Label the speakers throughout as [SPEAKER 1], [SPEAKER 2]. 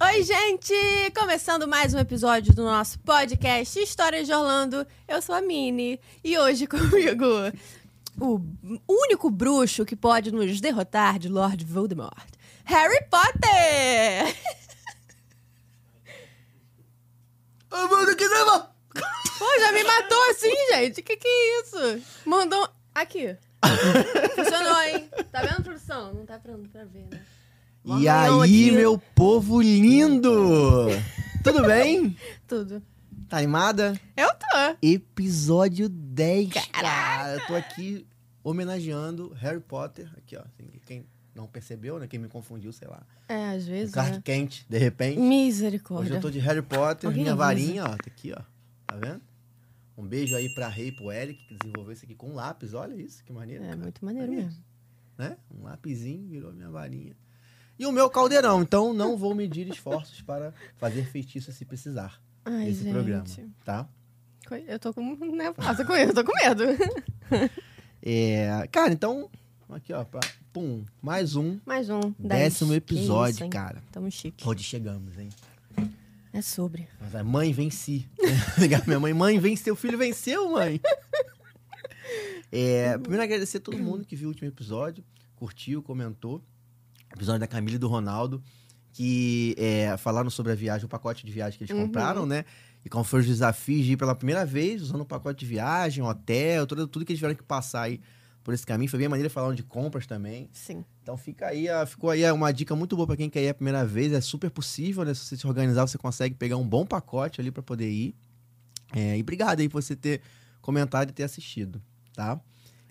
[SPEAKER 1] Oi, gente! Começando mais um episódio do nosso podcast Histórias de Orlando. Eu sou a Mini e hoje comigo o único bruxo que pode nos derrotar de Lord Voldemort, Harry Potter!
[SPEAKER 2] Ô, mano, que drama!
[SPEAKER 1] Pô, já me matou assim, gente? Que que é isso? Mandou... um- Aqui. Funcionou, hein? Tá vendo, produção? Não tá pra, pra ver, né? Um
[SPEAKER 2] E
[SPEAKER 1] arranhão
[SPEAKER 2] aí,
[SPEAKER 1] aqui.
[SPEAKER 2] meu povo lindo! Tudo bem?
[SPEAKER 1] Tudo.
[SPEAKER 2] Tá animada?
[SPEAKER 1] Eu tô.
[SPEAKER 2] Episódio 10, cara! Eu tô aqui homenageando Harry Potter. Aqui, ó. Assim, Quem não percebeu, né? Quem me confundiu, sei lá.
[SPEAKER 1] É, às
[SPEAKER 2] Um
[SPEAKER 1] vezes,
[SPEAKER 2] card
[SPEAKER 1] né?
[SPEAKER 2] quente, de repente. Hoje
[SPEAKER 1] Misericórdia.
[SPEAKER 2] eu tô de Harry Potter,
[SPEAKER 1] Alguém
[SPEAKER 2] minha
[SPEAKER 1] avisa.
[SPEAKER 2] varinha, ó. Tá aqui, ó. Tá vendo? Um beijo aí pra Rei, pro Eric, que desenvolveu isso aqui com lápis. Olha isso, que maneiro.
[SPEAKER 1] É
[SPEAKER 2] cara.
[SPEAKER 1] muito maneiro
[SPEAKER 2] Olha
[SPEAKER 1] mesmo.
[SPEAKER 2] né? Um lapizinho virou minha varinha. E o meu caldeirão, então não vou medir esforços para fazer feitiço se precisar
[SPEAKER 1] Ai,
[SPEAKER 2] nesse
[SPEAKER 1] gente.
[SPEAKER 2] programa, tá?
[SPEAKER 1] Coi- Eu tô com nervosa com isso, eu tô com medo.
[SPEAKER 2] É, cara, então aqui ó, pra, pum, mais um
[SPEAKER 1] Mais um. dez.
[SPEAKER 2] décimo
[SPEAKER 1] Que
[SPEAKER 2] episódio,
[SPEAKER 1] isso, hein?
[SPEAKER 2] cara.
[SPEAKER 1] Tamo chique.
[SPEAKER 2] Onde chegamos, hein?
[SPEAKER 1] É sobre.
[SPEAKER 2] Mas a mãe venci. Ligar pra minha mãe, mãe, venceu, filho venceu, mãe. É, primeiro agradecer a todo mundo que viu o último episódio, curtiu, comentou. Episódio da Camila e do Ronaldo, que é, falaram sobre a viagem, o pacote de viagem que eles
[SPEAKER 1] Uhum.
[SPEAKER 2] compraram, né? E como foram os desafios de ir pela primeira vez, usando o pacote de viagem, hotel, tudo, tudo que eles tiveram que passar aí por esse caminho. Foi bem maneiro, falaram de compras também.
[SPEAKER 1] Sim.
[SPEAKER 2] Então fica aí, a- ficou aí uma dica muito boa pra quem quer ir a primeira vez. É super possível, né? Se você se organizar, você consegue pegar um bom pacote ali pra poder ir. É, e obrigado aí por você ter comentado e ter assistido, tá?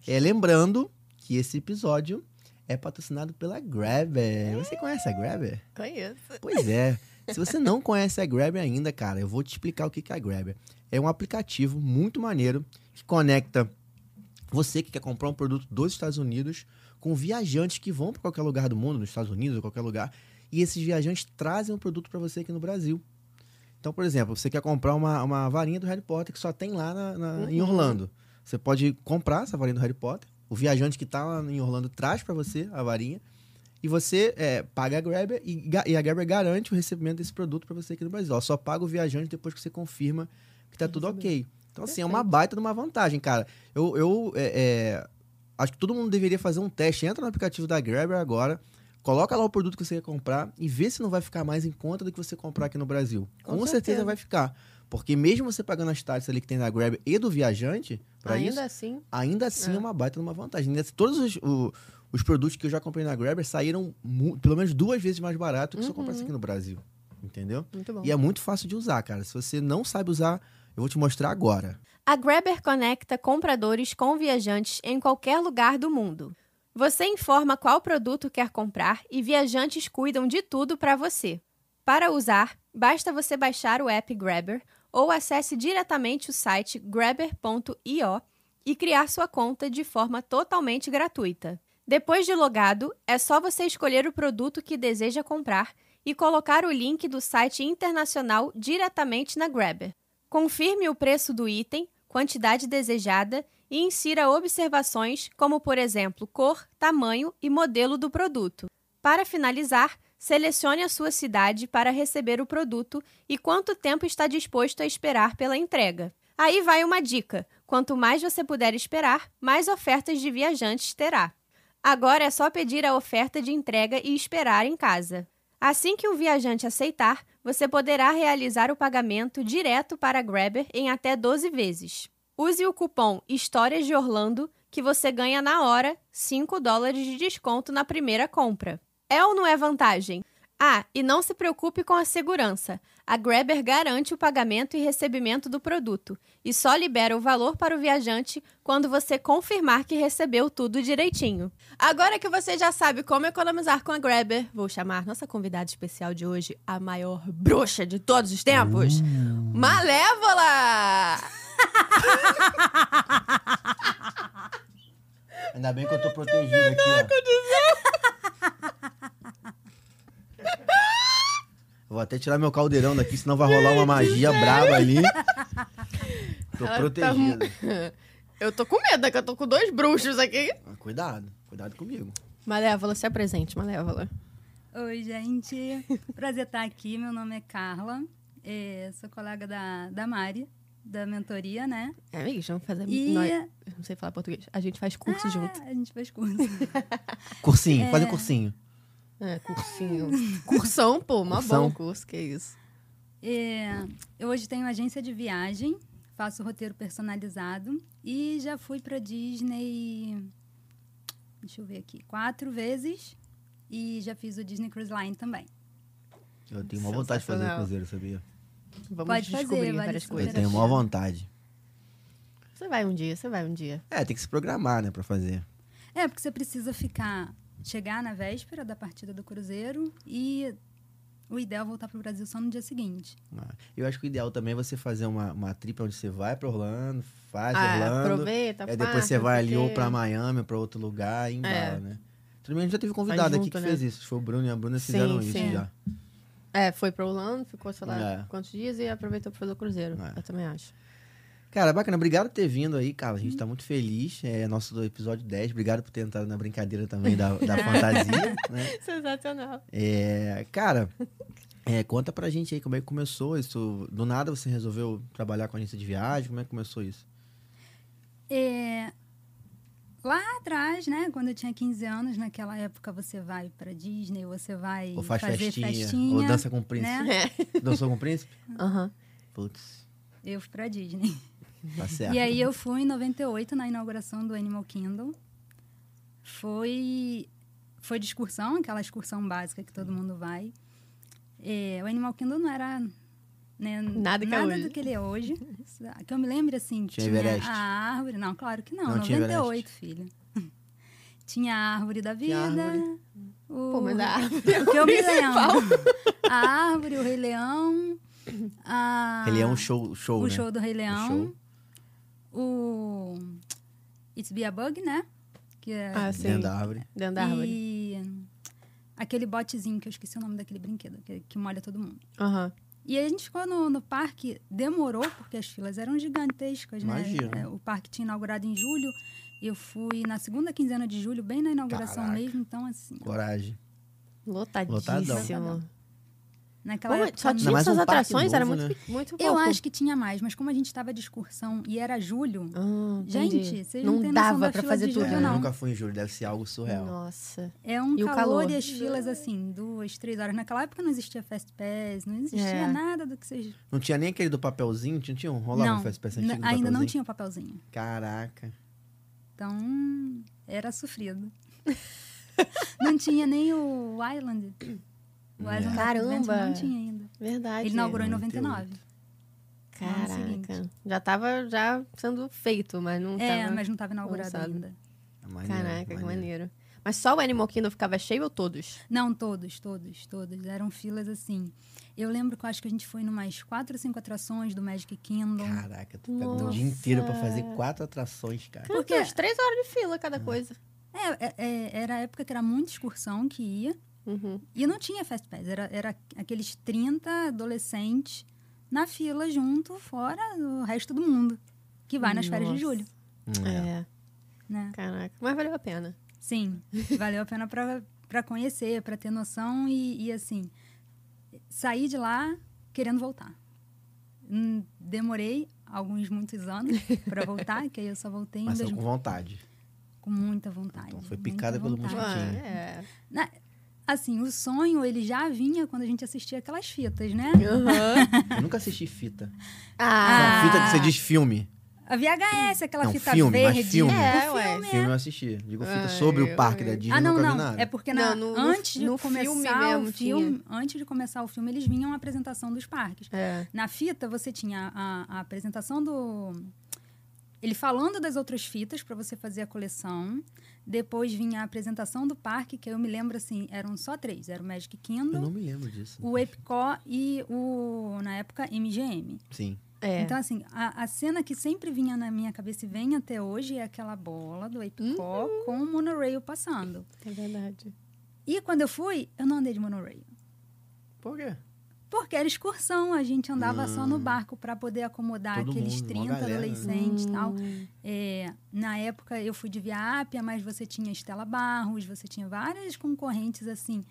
[SPEAKER 2] É, lembrando que esse episódio é patrocinado pela Grabber. Você conhece a Grabber?
[SPEAKER 1] Conheço.
[SPEAKER 2] Pois é. Se você não conhece a Grab ainda, cara, eu vou te explicar o que que é a Grab. É um aplicativo muito maneiro que conecta você que quer comprar um produto dos Estados Unidos com viajantes que vão para qualquer lugar do mundo, nos Estados Unidos ou qualquer lugar, e esses viajantes trazem um produto para você aqui no Brasil. Então, por exemplo, você quer comprar uma, uma varinha do Harry Potter que só tem lá na- na- em
[SPEAKER 1] Uhum.
[SPEAKER 2] Orlando. Você pode comprar essa varinha do Harry Potter. O viajante que está lá em Orlando traz para você a varinha. E você é, paga a Grabber e, ga- e a Grabber garante o recebimento desse produto para você aqui no Brasil. Ela só paga o viajante depois que você confirma que tá
[SPEAKER 1] Que
[SPEAKER 2] tudo
[SPEAKER 1] recebeu.
[SPEAKER 2] ok. Então, assim, é uma baita de uma vantagem, cara. Eu, eu é, é, acho que todo mundo deveria fazer um teste. Entra no aplicativo da Grabber agora, coloca lá o produto que você quer comprar e vê se não vai ficar mais em conta do que você comprar aqui no Brasil.
[SPEAKER 1] Com
[SPEAKER 2] Com, certeza.
[SPEAKER 1] certeza.
[SPEAKER 2] vai ficar. Porque mesmo você pagando as taxas ali que tem da Grabber e do viajante, para isso,
[SPEAKER 1] Ainda assim,
[SPEAKER 2] ainda assim é,
[SPEAKER 1] É.
[SPEAKER 2] uma baita de uma vantagem. Nesse- Todos os, o- os produtos que eu já comprei na Grabber saíram mu- pelo menos duas vezes mais barato que se eu comprasse aqui no Brasil. Entendeu?
[SPEAKER 1] muito Uhum. bom.
[SPEAKER 2] E é muito fácil de usar, cara. Se você não sabe usar, eu vou te mostrar agora.
[SPEAKER 1] A Grabber conecta compradores com viajantes em qualquer lugar do mundo. Você informa qual produto quer comprar e viajantes cuidam de tudo para você. Para usar, basta você baixar o app Grabber ou acesse diretamente o site grabber.io e criar sua conta de forma totalmente gratuita. Depois de logado, é só você escolher o produto que deseja comprar e colocar o link do site internacional diretamente na Grabber. Confirme o preço do item, quantidade desejada e insira observações como, por exemplo, cor, tamanho e modelo do produto. Para finalizar, selecione a sua cidade para receber o produto e quanto tempo está disposto a esperar pela entrega. Aí vai uma dica: quanto mais você puder esperar, mais ofertas de viajantes terá. Agora é só pedir a oferta de entrega e esperar em casa. Assim que o viajante aceitar, você poderá realizar o pagamento direto para a Grabber em até 12 vezes. Use o cupom Histórias de Orlando que você ganha na hora 5 dólares de desconto na primeira compra. É ou não é vantagem? Ah, e não se preocupe com a segurança. A Grabber garante o pagamento e recebimento do produto e só libera o valor para o viajante quando você confirmar que recebeu tudo direitinho. Agora que você já sabe como economizar com a Grabber, vou chamar nossa convidada especial de hoje, a maior bruxa de todos os tempos,
[SPEAKER 2] Hum.
[SPEAKER 1] Malévola!
[SPEAKER 2] Ainda bem que eu tô protegido aqui, ó. Vou até tirar meu caldeirão daqui, senão vai rolar uma magia brava ali. Tô
[SPEAKER 1] Ela tá
[SPEAKER 2] protegido.
[SPEAKER 1] Eu tô com medo, é que eu tô com dois bruxos aqui.
[SPEAKER 2] Cuidado, cuidado comigo.
[SPEAKER 1] Malévola, se apresente, Malévola.
[SPEAKER 3] Oi, gente. Prazer estar aqui. Meu nome é Carla. É, sou colega da, da Mari, da mentoria, né?
[SPEAKER 1] É, amigos, vamos fazer.
[SPEAKER 3] E
[SPEAKER 1] Nós, eu não sei falar português. A gente faz curso junto.
[SPEAKER 3] a gente fez curso.
[SPEAKER 2] Cursinho, faz um cursinho.
[SPEAKER 1] É, cursinho. Cursão, pô, mó
[SPEAKER 2] Cursão.
[SPEAKER 1] bom curso, que isso.
[SPEAKER 3] É, eu hoje tenho agência de viagem, faço roteiro personalizado e já fui para Disney. Deixa eu ver aqui, quatro vezes e já fiz o Disney Cruise Line também.
[SPEAKER 2] Eu tenho maior vontade de fazer
[SPEAKER 1] Sensacional. assim
[SPEAKER 2] cruzeiro, sabia?
[SPEAKER 1] Vamos
[SPEAKER 3] Pode fazer,
[SPEAKER 1] descobrir
[SPEAKER 3] vale
[SPEAKER 1] várias
[SPEAKER 3] super
[SPEAKER 2] Eu
[SPEAKER 1] coisas.
[SPEAKER 2] tenho maior vontade.
[SPEAKER 1] Você vai um dia, você vai um dia.
[SPEAKER 2] É, tem que se programar, né, pra fazer.
[SPEAKER 3] É, porque você precisa ficar, chegar na véspera da partida do Cruzeiro e o ideal é voltar pro Brasil só no dia seguinte.
[SPEAKER 2] Ah, Eu acho que o ideal também é você fazer uma, uma trip onde você vai pra Orlando, faz
[SPEAKER 1] Ah,
[SPEAKER 2] Orlando.
[SPEAKER 1] aproveita,
[SPEAKER 2] Aí
[SPEAKER 1] parte,
[SPEAKER 2] depois você
[SPEAKER 1] não
[SPEAKER 2] vai ali
[SPEAKER 1] sei o
[SPEAKER 2] ou
[SPEAKER 1] quê.
[SPEAKER 2] pra Miami, ou pra outro lugar e embala,
[SPEAKER 1] É.
[SPEAKER 2] né? Tudo bem, a gente já teve convidado aqui
[SPEAKER 1] junto,
[SPEAKER 2] que
[SPEAKER 1] né?
[SPEAKER 2] fez isso. Foi o Bruno e a Bruna
[SPEAKER 1] Sim,
[SPEAKER 2] fizeram isso
[SPEAKER 1] sim.
[SPEAKER 2] já.
[SPEAKER 1] É, foi pra Orlando, ficou, sei lá,
[SPEAKER 2] É.
[SPEAKER 1] quantos dias e aproveitou pra fazer o cruzeiro.
[SPEAKER 2] É.
[SPEAKER 1] Eu também acho.
[SPEAKER 2] Cara, bacana. Obrigado por ter vindo aí, cara. A gente tá muito feliz. É nosso episódio 10. Obrigado por ter entrado na brincadeira também da, da fantasia, né?
[SPEAKER 1] Sensacional.
[SPEAKER 2] É, cara, é, conta pra gente aí como é que começou isso. Do nada você resolveu trabalhar com agência de viagem? Como é que começou isso?
[SPEAKER 3] É, lá atrás, né, quando eu tinha 15 anos, naquela época você vai pra Disney, você vai
[SPEAKER 2] ou faz
[SPEAKER 3] fazer
[SPEAKER 2] festinha,
[SPEAKER 3] festinha. né?
[SPEAKER 2] Ou dança com o príncipe?
[SPEAKER 1] É.
[SPEAKER 2] Dançou com o príncipe?
[SPEAKER 1] Aham.
[SPEAKER 2] Putz,
[SPEAKER 3] Eu fui pra Disney.
[SPEAKER 2] tá certo.
[SPEAKER 3] E aí eu fui em 98 na inauguração do Animal Kingdom. Foi foi de excursão, aquela excursão básica que todo mundo vai. É, o Animal Kingdom não era né,
[SPEAKER 1] Nada que é hoje.
[SPEAKER 3] do que ele é hoje. Que eu me lembro assim,
[SPEAKER 2] Tinha
[SPEAKER 3] tinha,
[SPEAKER 2] Everest.
[SPEAKER 3] a árvore, não, claro que não,
[SPEAKER 2] Não tinha
[SPEAKER 3] 98, filho. Tinha a árvore da vida.
[SPEAKER 2] Tinha a árvore.
[SPEAKER 3] O,
[SPEAKER 1] Pô, mas a árvore é
[SPEAKER 3] o que eu
[SPEAKER 1] o
[SPEAKER 3] me
[SPEAKER 1] principal.
[SPEAKER 3] lembro. A árvore, o Rei Leão. A,
[SPEAKER 2] Ele é um show, show
[SPEAKER 3] o
[SPEAKER 2] né?
[SPEAKER 3] ah, show do Rei Leão.
[SPEAKER 2] show.
[SPEAKER 3] O It's Be a Bug, né? Que é.
[SPEAKER 1] Ah, sim.
[SPEAKER 2] Dentro da árvore.
[SPEAKER 1] Dentro da árvore.
[SPEAKER 3] E aquele botezinho, que eu esqueci o nome daquele brinquedo, que, que molha todo mundo.
[SPEAKER 1] Aham.
[SPEAKER 3] E aí a gente ficou no, no parque, demorou, porque as filas eram gigantescas, né?
[SPEAKER 2] Imagino.
[SPEAKER 3] É, O parque tinha inaugurado em julho. Eu fui na segunda quinzena de julho, bem na inauguração
[SPEAKER 2] Caraca.
[SPEAKER 3] mesmo, então assim.
[SPEAKER 2] Coragem.
[SPEAKER 1] Lotadíssimo.
[SPEAKER 3] Lotadão. Naquela
[SPEAKER 1] Pô,
[SPEAKER 3] época.
[SPEAKER 1] é? só
[SPEAKER 3] não-
[SPEAKER 1] tinha
[SPEAKER 2] mais
[SPEAKER 1] essas
[SPEAKER 2] um parque
[SPEAKER 1] atrações, era
[SPEAKER 2] novo,
[SPEAKER 1] muito,
[SPEAKER 2] né?
[SPEAKER 1] pe- muito pouco.
[SPEAKER 3] Então, é Eu acho que tinha mais, mas como a gente estava de excursão e era julho,
[SPEAKER 1] Ah,
[SPEAKER 3] Gente,
[SPEAKER 1] entendi.
[SPEAKER 3] vocês não
[SPEAKER 1] não
[SPEAKER 3] têm noção
[SPEAKER 1] dava
[SPEAKER 3] da
[SPEAKER 1] pra
[SPEAKER 3] fila
[SPEAKER 1] fazer
[SPEAKER 3] de
[SPEAKER 1] tudo, né?
[SPEAKER 3] Júlio,
[SPEAKER 2] É,
[SPEAKER 3] não.
[SPEAKER 2] Nunca fui em julho, deve ser algo surreal.
[SPEAKER 1] Nossa.
[SPEAKER 3] É um
[SPEAKER 1] E o
[SPEAKER 3] calor,
[SPEAKER 1] calor.
[SPEAKER 3] e as filas, assim, duas, três horas. Naquela época não existia Fast Pass, não existia
[SPEAKER 1] É.
[SPEAKER 3] nada do que vocês...
[SPEAKER 2] Não tinha nem aquele do papelzinho? Tinha, tinha um rolava
[SPEAKER 3] não,
[SPEAKER 2] um fast pass
[SPEAKER 3] n-
[SPEAKER 2] antigo do
[SPEAKER 3] ainda não
[SPEAKER 2] papelzinho?
[SPEAKER 3] tinha o papelzinho.
[SPEAKER 2] Caraca. é
[SPEAKER 3] Então, era sofrido. não tinha nem o Island. O
[SPEAKER 2] É.
[SPEAKER 3] Island of
[SPEAKER 1] Caramba!
[SPEAKER 3] Adventure não tinha ainda.
[SPEAKER 1] Verdade.
[SPEAKER 3] Ele inaugurou em
[SPEAKER 2] 98.
[SPEAKER 3] 99.
[SPEAKER 1] Caraca.
[SPEAKER 3] seguinte.
[SPEAKER 1] Já tava já sendo feito, mas não
[SPEAKER 3] é,
[SPEAKER 1] tava.
[SPEAKER 3] mas não estava inaugurado
[SPEAKER 1] lançado.
[SPEAKER 3] ainda.
[SPEAKER 2] Maneiro,
[SPEAKER 1] Caraca, que maneiro. Mas só o Animal Kingdom ficava cheio ou todos?
[SPEAKER 3] Não, todos, todos, todos. Eram filas, assim... Eu lembro que eu acho que a gente foi em umas quatro ou cinco atrações do Magic Kingdom.
[SPEAKER 2] Caraca, tu pega um
[SPEAKER 1] Nossa.
[SPEAKER 2] dia inteiro pra fazer quatro atrações, cara.
[SPEAKER 1] Por
[SPEAKER 3] quê?
[SPEAKER 1] Umas três horas de fila cada coisa.
[SPEAKER 3] É, é, é, era a época que era muita excursão que ia.
[SPEAKER 1] Uhum.
[SPEAKER 3] E não tinha Fast Pass, era, era aqueles 30 adolescentes na fila junto, fora o resto do mundo, que vai nas férias de
[SPEAKER 1] Nossa.
[SPEAKER 3] julho,
[SPEAKER 2] Hum, é.
[SPEAKER 1] É.
[SPEAKER 3] né?
[SPEAKER 1] Caraca. Mas valeu a pena.
[SPEAKER 3] Sim, valeu a pena pra, pra conhecer, pra ter noção e, e, assim, sair de lá querendo voltar. Hum, Demorei alguns muitos anos pra voltar, que aí eu só voltei em
[SPEAKER 2] é, Mas saiu
[SPEAKER 3] dois-
[SPEAKER 2] com vontade.
[SPEAKER 3] com muita vontade.
[SPEAKER 2] Então, foi
[SPEAKER 3] muita
[SPEAKER 2] picada pelo
[SPEAKER 3] vontade.
[SPEAKER 2] mosquito. Sim.
[SPEAKER 1] é.
[SPEAKER 3] Assim, o sonho, ele já vinha quando a gente assistia aquelas fitas, né?
[SPEAKER 1] Aham.
[SPEAKER 2] Eu nunca assisti fita.
[SPEAKER 1] Ah.
[SPEAKER 2] Não, fita que você diz filme.
[SPEAKER 3] A VHS, aquela
[SPEAKER 2] Não,
[SPEAKER 3] fita
[SPEAKER 2] filme, mas
[SPEAKER 3] verde.
[SPEAKER 2] filme.
[SPEAKER 1] É,
[SPEAKER 3] O
[SPEAKER 1] ué.
[SPEAKER 3] filme,
[SPEAKER 2] Filme eu assisti. Digo fita
[SPEAKER 1] Ah,
[SPEAKER 2] sobre
[SPEAKER 1] eu-
[SPEAKER 2] o parque da
[SPEAKER 1] eu-
[SPEAKER 2] Disney,
[SPEAKER 3] Ah, não,
[SPEAKER 2] nunca vi
[SPEAKER 3] não.
[SPEAKER 2] nada.
[SPEAKER 3] É porque na-
[SPEAKER 1] Não, no- no-
[SPEAKER 3] antes de
[SPEAKER 1] no
[SPEAKER 3] começar
[SPEAKER 1] filme
[SPEAKER 3] o
[SPEAKER 1] mesmo
[SPEAKER 3] filme, antes de começar o filme, eles vinham a apresentação dos parques.
[SPEAKER 1] É.
[SPEAKER 3] Na fita você tinha a, a apresentação do ele falando das outras fitas pra você fazer a coleção. Depois vinha a apresentação do parque, que eu me lembro assim, eram só três, era o Magic
[SPEAKER 2] Eu
[SPEAKER 3] Kingdom,
[SPEAKER 2] não me lembro disso.
[SPEAKER 3] o Epcot e o na época MGM.
[SPEAKER 2] Sim.
[SPEAKER 1] É.
[SPEAKER 3] Então, assim, a, a cena que sempre vinha na minha cabeça e vem até hoje é aquela bola do Epcot com o monorail passando.
[SPEAKER 1] é verdade.
[SPEAKER 3] E quando eu fui, eu não andei de monorail.
[SPEAKER 2] Por quê?
[SPEAKER 3] Porque era excursão, a gente andava só no
[SPEAKER 2] Hum.
[SPEAKER 3] barco para poder acomodar
[SPEAKER 2] Todo mundo,
[SPEAKER 3] aqueles
[SPEAKER 2] mó
[SPEAKER 3] 30
[SPEAKER 2] galera, né?
[SPEAKER 3] adolescentes e tal.
[SPEAKER 1] Hum.
[SPEAKER 3] É, na época eu fui de Via Ápia, mas você tinha Estela Barros, você tinha várias concorrentes assim.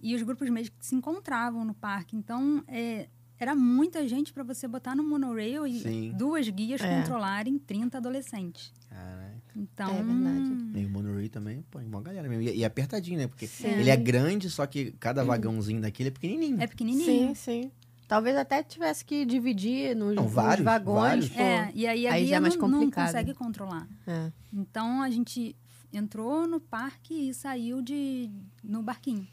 [SPEAKER 3] E os grupos mesmo que se encontravam no parque. Então, é, era muita gente para você botar no monorail e
[SPEAKER 2] Sim.
[SPEAKER 3] duas guias
[SPEAKER 1] É.
[SPEAKER 3] controlarem 30 adolescentes.
[SPEAKER 2] Caralho.
[SPEAKER 3] Então,
[SPEAKER 1] É verdade.
[SPEAKER 2] E o Monorail também, pô, é uma galera mesmo. E, e apertadinho, né? Porque
[SPEAKER 1] Sim.
[SPEAKER 2] ele é grande, só que cada vagãozinho daquele é pequenininho.
[SPEAKER 3] é
[SPEAKER 1] Sim,
[SPEAKER 3] pequenininho.
[SPEAKER 1] sim. Talvez até tivesse que dividir nos,
[SPEAKER 2] Não,
[SPEAKER 1] nos
[SPEAKER 2] vários,
[SPEAKER 1] vagões.
[SPEAKER 2] vários.
[SPEAKER 1] pô.
[SPEAKER 3] É, e aí a
[SPEAKER 1] Aí
[SPEAKER 3] guia
[SPEAKER 1] já é mais
[SPEAKER 3] não, não
[SPEAKER 1] complicado.
[SPEAKER 3] consegue controlar.
[SPEAKER 1] É.
[SPEAKER 3] Então a gente entrou no parque e saiu de no barquinho.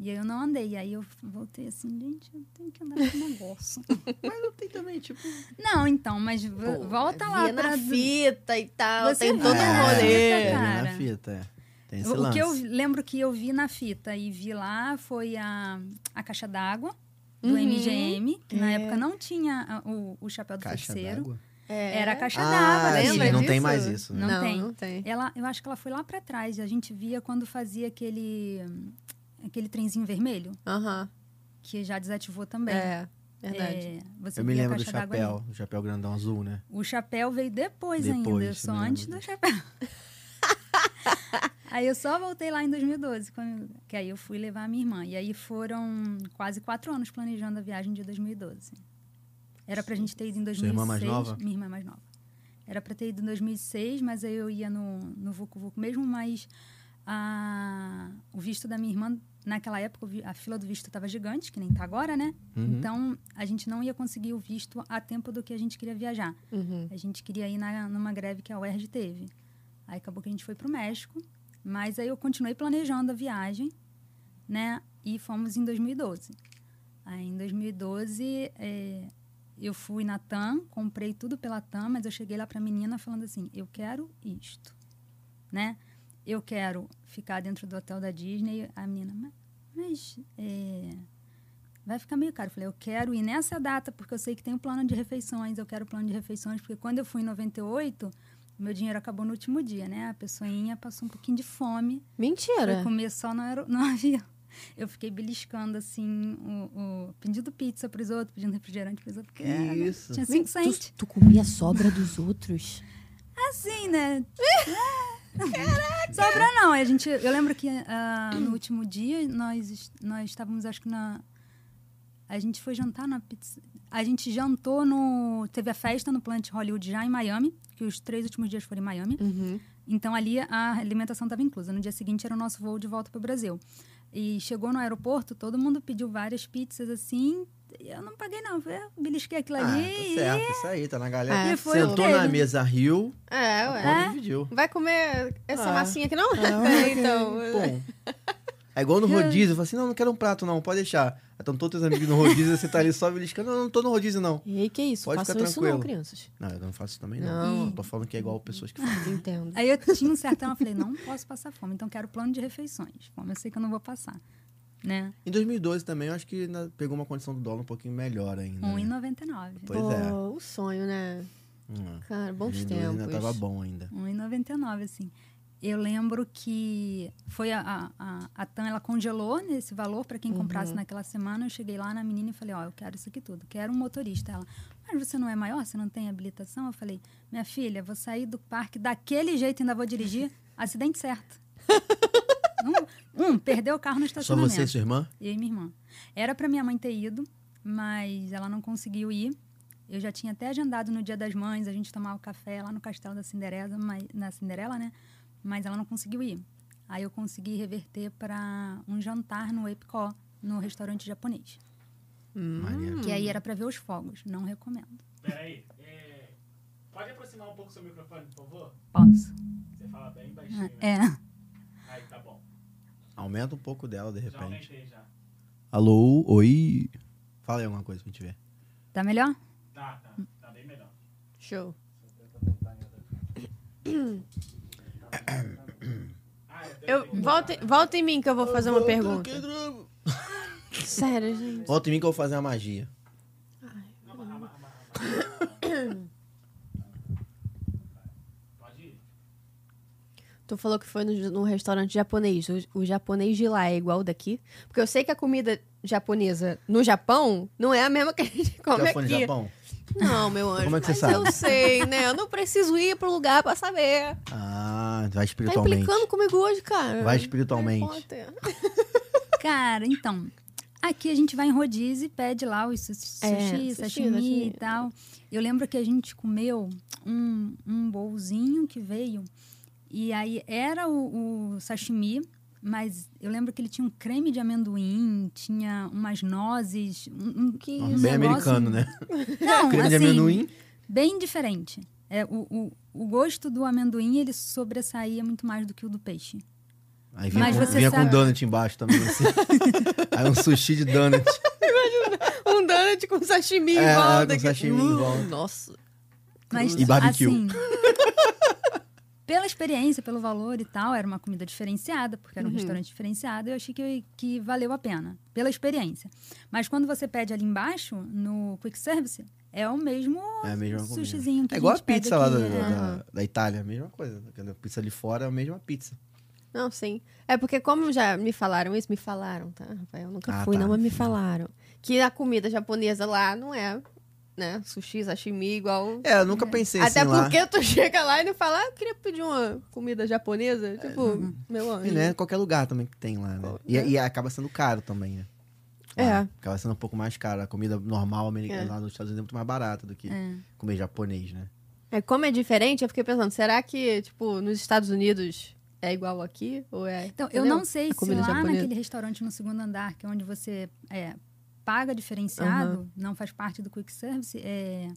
[SPEAKER 3] E aí eu não andei. E aí eu voltei assim, gente, eu tenho que andar com o negócio.
[SPEAKER 2] Mas não tem também, tipo...
[SPEAKER 3] não, então, mas v-
[SPEAKER 1] Pô,
[SPEAKER 3] volta lá
[SPEAKER 1] via na
[SPEAKER 3] pra.
[SPEAKER 1] fita e tal.
[SPEAKER 3] Você
[SPEAKER 1] tem todo
[SPEAKER 3] via
[SPEAKER 1] um
[SPEAKER 3] na
[SPEAKER 1] rolê.
[SPEAKER 3] fita, cara.
[SPEAKER 2] é, Na fita, é. Tem esse
[SPEAKER 3] O- O
[SPEAKER 2] lance.
[SPEAKER 3] que eu lembro que eu vi na fita e vi lá foi a, a caixa d'água do
[SPEAKER 1] Uhum.
[SPEAKER 3] MGM, que na
[SPEAKER 1] É.
[SPEAKER 3] época não tinha a- o, o chapéu do
[SPEAKER 2] Caixa
[SPEAKER 3] feiticeiro.
[SPEAKER 2] d'água?
[SPEAKER 1] É.
[SPEAKER 3] Era a caixa
[SPEAKER 2] Ah,
[SPEAKER 3] d'água,
[SPEAKER 1] sim,
[SPEAKER 3] lembra?
[SPEAKER 2] sim, não tem
[SPEAKER 1] disso?
[SPEAKER 2] mais isso. né?
[SPEAKER 3] Não
[SPEAKER 1] Não,
[SPEAKER 3] tem.
[SPEAKER 1] não tem.
[SPEAKER 3] Ela, eu acho que ela foi lá pra trás. A gente via quando fazia aquele aquele trenzinho vermelho,
[SPEAKER 1] Aham.
[SPEAKER 3] que já desativou também.
[SPEAKER 1] É, verdade.
[SPEAKER 3] É, você
[SPEAKER 2] Eu me
[SPEAKER 3] via a
[SPEAKER 2] lembro do
[SPEAKER 3] caixa d'água ali.
[SPEAKER 2] chapéu, o chapéu grandão azul, né?
[SPEAKER 3] O chapéu veio depois, ainda,
[SPEAKER 2] Depois,
[SPEAKER 3] só
[SPEAKER 2] me lembro
[SPEAKER 3] antes do
[SPEAKER 2] disso.
[SPEAKER 3] chapéu. aí eu só voltei lá em 2012, quando- que aí eu fui levar a minha irmã. E aí foram quase quatro anos planejando a viagem de 2012. Era pra gente ter ido em 2006.
[SPEAKER 2] irmã mais nova?
[SPEAKER 3] Minha irmã mais nova. Era pra ter ido em 2006, mas aí eu ia no, no Vucu Vucu mesmo, mas a- o visto da minha irmã, naquela época, o vi- a fila do visto tava gigante, que nem tá agora, né?
[SPEAKER 2] Uhum.
[SPEAKER 3] Então, a gente não ia conseguir o visto a tempo do que a gente queria viajar.
[SPEAKER 1] Uhum.
[SPEAKER 3] A gente queria ir na, numa greve que a UERJ teve. Aí acabou que a gente foi pro México, mas aí eu continuei planejando a viagem, né? E fomos em 2012. Aí em 2012 eh, eu fui na TAM, comprei tudo pela TAM, mas eu cheguei lá pra menina falando assim: eu quero isto, né? Eu quero ficar dentro do hotel da Disney. A menina, mas, mas eh, vai ficar meio caro. Eu falei, eu quero ir nessa data, porque eu sei que tem um plano de refeições, eu quero plano de refeições, porque quando eu fui em 98, meu dinheiro acabou no último dia, né? A pessoinha passou um pouquinho de fome, foi
[SPEAKER 1] Mentira.
[SPEAKER 3] comer só no, aero, no avião. Eu fiquei beliscando, assim, o, o- pedindo pizza pros outros, pedindo refrigerante pros outros, porque era- né?
[SPEAKER 2] Isso.
[SPEAKER 3] tinha cinco centes.
[SPEAKER 1] tu comia a sobra dos outros?
[SPEAKER 3] Assim, né? Caraca! Sobra não. A gente, eu lembro que ah, no último dia nós, es- nós estávamos, acho que na. A gente foi jantar na pizza. A gente jantou no. Teve a festa no Plant Hollywood já em Miami, que os três últimos dias foram em Miami.
[SPEAKER 1] Uhum.
[SPEAKER 3] Então ali a alimentação estava inclusa. No dia seguinte era o nosso voo de volta para o Brasil. E chegou no aeroporto, todo mundo pediu várias pizzas assim. e Eu não paguei, não. Eu belisquei aquilo
[SPEAKER 2] Ah,
[SPEAKER 3] ali
[SPEAKER 2] tá
[SPEAKER 3] e
[SPEAKER 2] certo, isso aí, tá na
[SPEAKER 1] É,
[SPEAKER 2] galera.
[SPEAKER 3] E foi
[SPEAKER 2] Sentou
[SPEAKER 3] o quê?
[SPEAKER 2] na mesa, riu,
[SPEAKER 1] É, ué.
[SPEAKER 2] quando dividiu.
[SPEAKER 1] Vai comer essa
[SPEAKER 2] Ah.
[SPEAKER 1] massinha aqui, não?
[SPEAKER 2] ok,
[SPEAKER 1] então.
[SPEAKER 2] Bom. É igual no rodízio, eu falo assim, não, não quero um prato não, pode deixar. Então todos os amigos no rodízio, você tá ali só beliscando, não, não tô no rodízio não.
[SPEAKER 1] Ei, que é isso?
[SPEAKER 2] Pode ficar
[SPEAKER 1] Façam isso não,
[SPEAKER 2] tranquilo.
[SPEAKER 1] crianças.
[SPEAKER 2] Não, eu não faço isso também não.
[SPEAKER 1] Não.
[SPEAKER 2] Eu Tô falando que é igual pessoas que fazem.
[SPEAKER 1] Entendo.
[SPEAKER 3] Aí eu tinha um sertão, eu falei, não posso passar fome, então quero plano de refeições. Fome eu sei que eu não vou passar, né?
[SPEAKER 2] Em 2012 também, eu acho que ainda pegou uma condição do dólar um pouquinho melhor ainda. Né?
[SPEAKER 3] 1,99.
[SPEAKER 2] Pois é.
[SPEAKER 1] Pô, um sonho, né?
[SPEAKER 2] Hum,
[SPEAKER 1] Cara, bons
[SPEAKER 2] 2012
[SPEAKER 1] tempos.
[SPEAKER 2] ainda tava bom ainda.
[SPEAKER 3] 1,99, assim. Eu lembro que foi a, a, a, a TAM, ela congelou nesse valor para quem
[SPEAKER 2] Uhum.
[SPEAKER 3] comprasse naquela semana. Eu cheguei lá na menina e falei, ó, eu quero isso aqui tudo, quero um motorista. Ela, mas você não é maior? Você não tem habilitação? Eu falei, minha filha, vou sair do parque daquele jeito, ainda vou dirigir. Acidente certo. um, um, perdeu o carro no
[SPEAKER 1] Tá
[SPEAKER 2] Só
[SPEAKER 3] estacionamento.
[SPEAKER 2] você e sua irmã?
[SPEAKER 3] Eu e minha irmã. Era pra minha mãe ter ido, mas ela não conseguiu ir. Eu já tinha até agendado no Dia das Mães, a gente tomava café lá no Castelo da Cinderela, mas, na Cinderela, né? Mas ela não conseguiu ir. Aí eu consegui reverter pra um jantar no Epcot, no restaurante japonês.
[SPEAKER 1] Hum,
[SPEAKER 2] Maneiro.
[SPEAKER 3] Que aí era pra ver os fogos. Não recomendo.
[SPEAKER 4] Peraí, é... pode aproximar um pouco seu microfone, por favor?
[SPEAKER 3] Posso?
[SPEAKER 4] Você fala bem baixinho. né?
[SPEAKER 3] É.
[SPEAKER 4] Aí, tá bom.
[SPEAKER 2] Aumenta um pouco dela, de
[SPEAKER 4] Já
[SPEAKER 2] repente.
[SPEAKER 4] aumentei já.
[SPEAKER 2] Alô, oi. Fala aí alguma coisa pra gente ver.
[SPEAKER 3] Tá melhor?
[SPEAKER 4] Tá, tá. Tá bem melhor.
[SPEAKER 1] Show.
[SPEAKER 4] Ah, eu,
[SPEAKER 1] Eu, volta, volta em mim que eu vou fazer uma pergunta. Sério, gente.
[SPEAKER 2] Volta em mim que eu vou fazer uma magia.
[SPEAKER 4] Pode ir.
[SPEAKER 1] Tu falou que foi no, no restaurante japonês. O, o japonês de lá é igual daqui? Porque eu sei que a comida japonesa no Japão não é a mesma que é? a gente come
[SPEAKER 2] Já foi no
[SPEAKER 1] aqui.
[SPEAKER 2] Japão?
[SPEAKER 1] Não, meu anjo.
[SPEAKER 2] Como é que você
[SPEAKER 1] mas
[SPEAKER 2] sabe?
[SPEAKER 1] eu sei, né? Eu não preciso ir pro lugar pra saber.
[SPEAKER 2] Ah, vai
[SPEAKER 1] Tá
[SPEAKER 2] espiritualmente.
[SPEAKER 1] implicando comigo hoje, cara.
[SPEAKER 2] Vai espiritualmente.
[SPEAKER 1] Harry Potter.
[SPEAKER 3] Cara, então. Aqui a gente vai em rodízio e pede lá os su- sushi,
[SPEAKER 1] É, sushi,
[SPEAKER 3] sashimi,
[SPEAKER 1] sashimi.
[SPEAKER 3] e tal. Eu lembro que a gente comeu um, um bolzinho que veio. E aí era o, o sashimi, mas eu lembro que ele tinha um creme de amendoim, tinha umas nozes. Um, um-
[SPEAKER 1] Que
[SPEAKER 3] um
[SPEAKER 1] isso? é
[SPEAKER 2] Bem
[SPEAKER 3] negócio-
[SPEAKER 2] americano, né?
[SPEAKER 3] Não,
[SPEAKER 2] Creme de
[SPEAKER 3] assim,
[SPEAKER 2] amendoim.
[SPEAKER 3] bem diferente. É, o, o, o gosto do amendoim, ele sobressaía muito mais do que o do peixe.
[SPEAKER 2] Aí vinha,
[SPEAKER 3] Mas
[SPEAKER 2] com,
[SPEAKER 3] você
[SPEAKER 2] vinha com
[SPEAKER 3] sabe-
[SPEAKER 2] donut embaixo também, assim. Aí um sushi de donut.
[SPEAKER 1] Um donut com sashimi
[SPEAKER 2] É,
[SPEAKER 1] em volta.
[SPEAKER 2] com
[SPEAKER 1] que-
[SPEAKER 2] sashimi em volta.
[SPEAKER 1] Nossa.
[SPEAKER 3] Mas,
[SPEAKER 2] E barbecue.
[SPEAKER 3] assim, pela experiência, pelo valor e tal, era uma comida diferenciada, porque era
[SPEAKER 1] Uhum.
[SPEAKER 3] um restaurante diferenciado, eu achei que, que valeu a pena, pela experiência. Mas quando você pede ali embaixo, no quick service, é o mesmo
[SPEAKER 2] É a mesma comida.
[SPEAKER 3] sushizinho que
[SPEAKER 2] É igual
[SPEAKER 3] a
[SPEAKER 2] a
[SPEAKER 3] gente pede
[SPEAKER 2] pizza lá
[SPEAKER 3] aqui,
[SPEAKER 2] da,
[SPEAKER 3] né?
[SPEAKER 2] da, da Itália, a mesma coisa. A pizza ali fora é a mesma pizza.
[SPEAKER 1] Não, sim. É porque como já me falaram isso, me falaram, tá, Rafael? Eu nunca
[SPEAKER 2] Ah,
[SPEAKER 1] fui,
[SPEAKER 2] tá.
[SPEAKER 1] não, mas me falaram. Que a comida japonesa lá não é, né? Sushi, sashimi, igual...
[SPEAKER 2] É, eu nunca pensei
[SPEAKER 1] Até
[SPEAKER 2] assim
[SPEAKER 1] porque tu chega lá e não fala, ah, eu queria pedir uma comida japonesa. Tipo, meu
[SPEAKER 2] lá. E
[SPEAKER 1] anjo.
[SPEAKER 2] né, qualquer lugar também que tem lá, né? E, e acaba sendo caro também, né? Lá,
[SPEAKER 1] É.
[SPEAKER 2] Acaba sendo um pouco mais caro. A comida normal americana lá nos Estados Unidos é muito mais barata do que
[SPEAKER 3] É.
[SPEAKER 2] comer japonês, né?
[SPEAKER 1] É, como é diferente, eu fiquei pensando, será que, tipo, nos Estados Unidos é igual aqui? Ou é.
[SPEAKER 3] Então, eu
[SPEAKER 1] entendeu?
[SPEAKER 3] não sei
[SPEAKER 1] A
[SPEAKER 3] se
[SPEAKER 1] comida
[SPEAKER 3] lá
[SPEAKER 1] japonesa.
[SPEAKER 3] naquele restaurante no segundo andar, que é onde você é, paga diferenciado, não faz parte do quick service, é,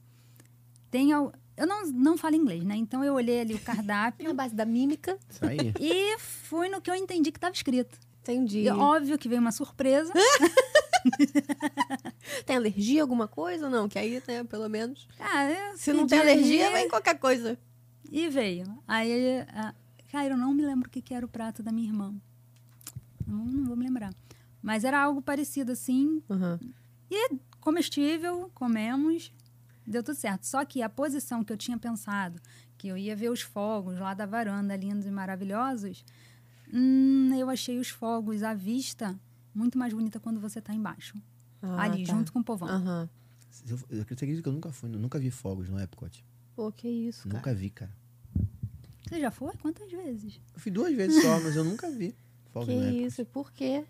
[SPEAKER 3] tem... Ao, eu não, não falo inglês, né? Então, eu olhei ali o cardápio...
[SPEAKER 1] Na base da mímica.
[SPEAKER 2] Isso aí.
[SPEAKER 3] E fui no que eu entendi que estava escrito.
[SPEAKER 1] Entendi.
[SPEAKER 3] E óbvio que veio uma surpresa.
[SPEAKER 1] Tem alergia a alguma coisa ou não? Que aí, né, pelo menos.
[SPEAKER 3] Ah, eu
[SPEAKER 1] Se não
[SPEAKER 3] pedi
[SPEAKER 1] tem alergia,
[SPEAKER 3] ali
[SPEAKER 1] vem qualquer coisa.
[SPEAKER 3] E veio. Aí, ah, cara, eu não me lembro o que, que era o prato da minha irmã. Não, não vou me lembrar. Mas era algo parecido, assim, comestível, comemos, deu tudo certo. Só que a posição que eu tinha pensado, que eu ia ver os fogos lá da varanda, lindos e maravilhosos, hum, eu achei os fogos à vista muito mais bonita quando você está embaixo.
[SPEAKER 1] Ah,
[SPEAKER 3] ali,
[SPEAKER 1] tá.
[SPEAKER 3] junto com o povão.
[SPEAKER 1] Aham.
[SPEAKER 2] Eu, eu acredito que eu nunca fui, eu nunca vi fogos no Epcot.
[SPEAKER 1] Pô, que isso, cara.
[SPEAKER 2] Nunca vi, cara.
[SPEAKER 3] Você já foi? Quantas vezes?
[SPEAKER 2] Eu fui duas vezes só, mas eu nunca vi fogos
[SPEAKER 1] Que
[SPEAKER 2] no Epcot.
[SPEAKER 1] isso, por quê?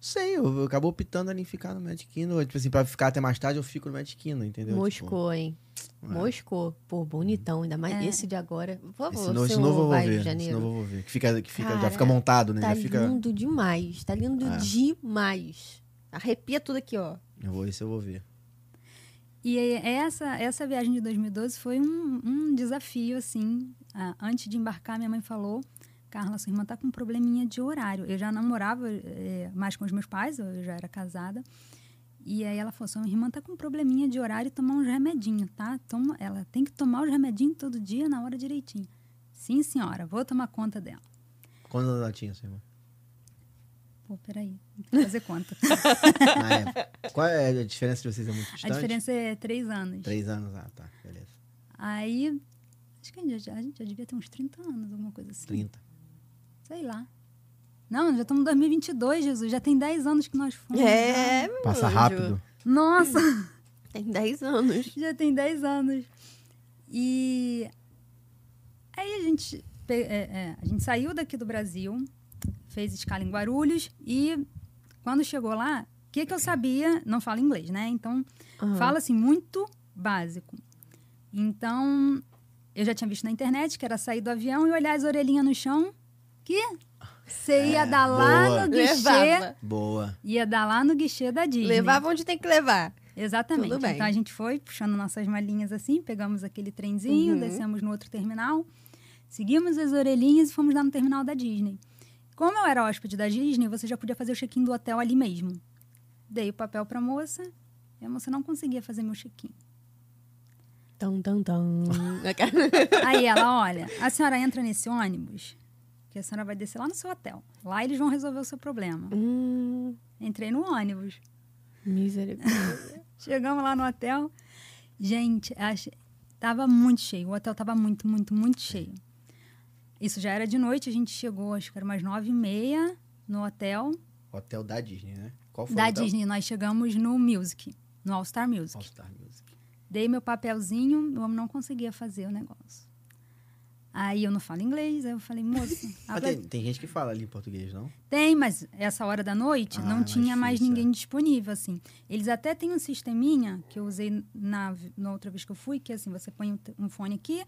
[SPEAKER 2] Sei, eu, eu acabo optando ali em ficar no Magic Kingdom. Tipo assim, pra ficar até mais tarde, eu fico no Magic Kingdom, entendeu? Tipo,
[SPEAKER 1] Moscou, hein?
[SPEAKER 2] é.
[SPEAKER 1] Moscou. Pô, bonitão, ainda mais
[SPEAKER 3] É.
[SPEAKER 1] esse de agora. Por favor,
[SPEAKER 2] Esse novo,
[SPEAKER 1] seu
[SPEAKER 2] esse novo eu vou
[SPEAKER 1] vai Rio
[SPEAKER 2] ver.
[SPEAKER 1] de
[SPEAKER 2] Esse
[SPEAKER 1] Janeiro.
[SPEAKER 2] novo eu vou ver. Que, fica, que fica, já
[SPEAKER 1] Cara,
[SPEAKER 2] fica montado, né?
[SPEAKER 1] Tá
[SPEAKER 2] já fica.
[SPEAKER 1] lindo demais. Tá lindo
[SPEAKER 2] É.
[SPEAKER 1] demais. Arrepia tudo aqui, ó.
[SPEAKER 2] Eu vou, esse eu vou ver.
[SPEAKER 3] E aí, essa, essa viagem de 2012 foi um, um desafio, assim. Ah, antes de embarcar, minha mãe falou: Carla, sua irmã tá com um probleminha de horário. Eu já não morava eh, mais com os meus pais, eu já era casada. E aí ela falou: sua irmã tá com um probleminha de horário, tomar uns remedinhos, tá? Toma, ela tem que tomar os remedinhos todo dia, na hora direitinho. Sim, senhora, vou tomar conta dela.
[SPEAKER 2] Quando ela tinha, sua irmã?
[SPEAKER 3] Pô, peraí, tem que fazer conta.
[SPEAKER 2] Na época. Qual é a diferença de vocês? É muito
[SPEAKER 3] A
[SPEAKER 2] distante?
[SPEAKER 3] diferença é três anos.
[SPEAKER 2] Três anos, ah, tá. Beleza.
[SPEAKER 3] Aí, acho que a gente, já- a gente já devia ter uns 30 anos, alguma coisa assim.
[SPEAKER 2] 30.
[SPEAKER 3] Sei lá. Não, já estamos em 2022, Jesus. Já tem 10 anos que nós fomos. Ah,
[SPEAKER 1] É, meu
[SPEAKER 2] Passa
[SPEAKER 1] anjo.
[SPEAKER 2] rápido.
[SPEAKER 3] Nossa,
[SPEAKER 1] Tem 10 anos.
[SPEAKER 3] já tem 10 anos. E aí a gente, pe- é, é, a gente saiu daqui do Brasil, fez escala em Guarulhos e quando chegou lá, o que, que eu sabia? Não falo inglês, né? Então,
[SPEAKER 1] Aham.
[SPEAKER 3] Fala assim, muito básico. Então, eu já tinha visto na internet que era sair do avião e olhar as orelhinhas no chão, que você ia
[SPEAKER 2] É,
[SPEAKER 3] dar lá
[SPEAKER 2] boa.
[SPEAKER 3] no guichê.
[SPEAKER 1] Levava.
[SPEAKER 2] Boa.
[SPEAKER 3] Ia dar lá no guichê da Disney.
[SPEAKER 1] Levava onde tem que levar.
[SPEAKER 3] Exatamente.
[SPEAKER 1] Tudo bem.
[SPEAKER 3] Então a gente foi puxando nossas malinhas assim, pegamos aquele trenzinho,
[SPEAKER 1] Uhum.
[SPEAKER 3] descemos no outro terminal, seguimos as orelhinhas e fomos lá no terminal da Disney. Como eu era hóspede da Disney, você já podia fazer o check-in do hotel ali mesmo. Dei o papel pra moça, e a moça não conseguia fazer meu check-in.
[SPEAKER 1] Tão, tão, tão.
[SPEAKER 3] Aí ela, olha, a senhora entra nesse ônibus, que a senhora vai descer lá no seu hotel. Lá eles vão resolver o seu problema.
[SPEAKER 1] hum,
[SPEAKER 3] Entrei no ônibus.
[SPEAKER 1] misericórdia.
[SPEAKER 3] Chegamos lá no hotel. Gente, ach- tava muito cheio. O hotel tava muito, muito, muito cheio. Isso já era de noite, a gente chegou, acho que era umas nove e meia no hotel
[SPEAKER 2] Hotel da Disney, né? Qual foi
[SPEAKER 3] da
[SPEAKER 2] o hotel?
[SPEAKER 3] Disney. Nós chegamos no Music, no All Star Music.
[SPEAKER 2] All Star Music.
[SPEAKER 3] Dei meu papelzinho, o homem não conseguia fazer o negócio. Aí eu não falo inglês, aí eu falei, moço,
[SPEAKER 1] Ah,
[SPEAKER 2] Mas
[SPEAKER 3] habla-
[SPEAKER 2] tem, tem gente que fala ali em português, não?
[SPEAKER 3] Tem, mas essa hora da noite
[SPEAKER 2] Ah, é
[SPEAKER 3] não
[SPEAKER 2] mais
[SPEAKER 3] tinha mais
[SPEAKER 2] difícil, é.
[SPEAKER 3] ninguém disponível, assim. Eles até têm um sisteminha que eu usei na, na outra vez que eu fui, que assim, você põe um, te- um fone aqui,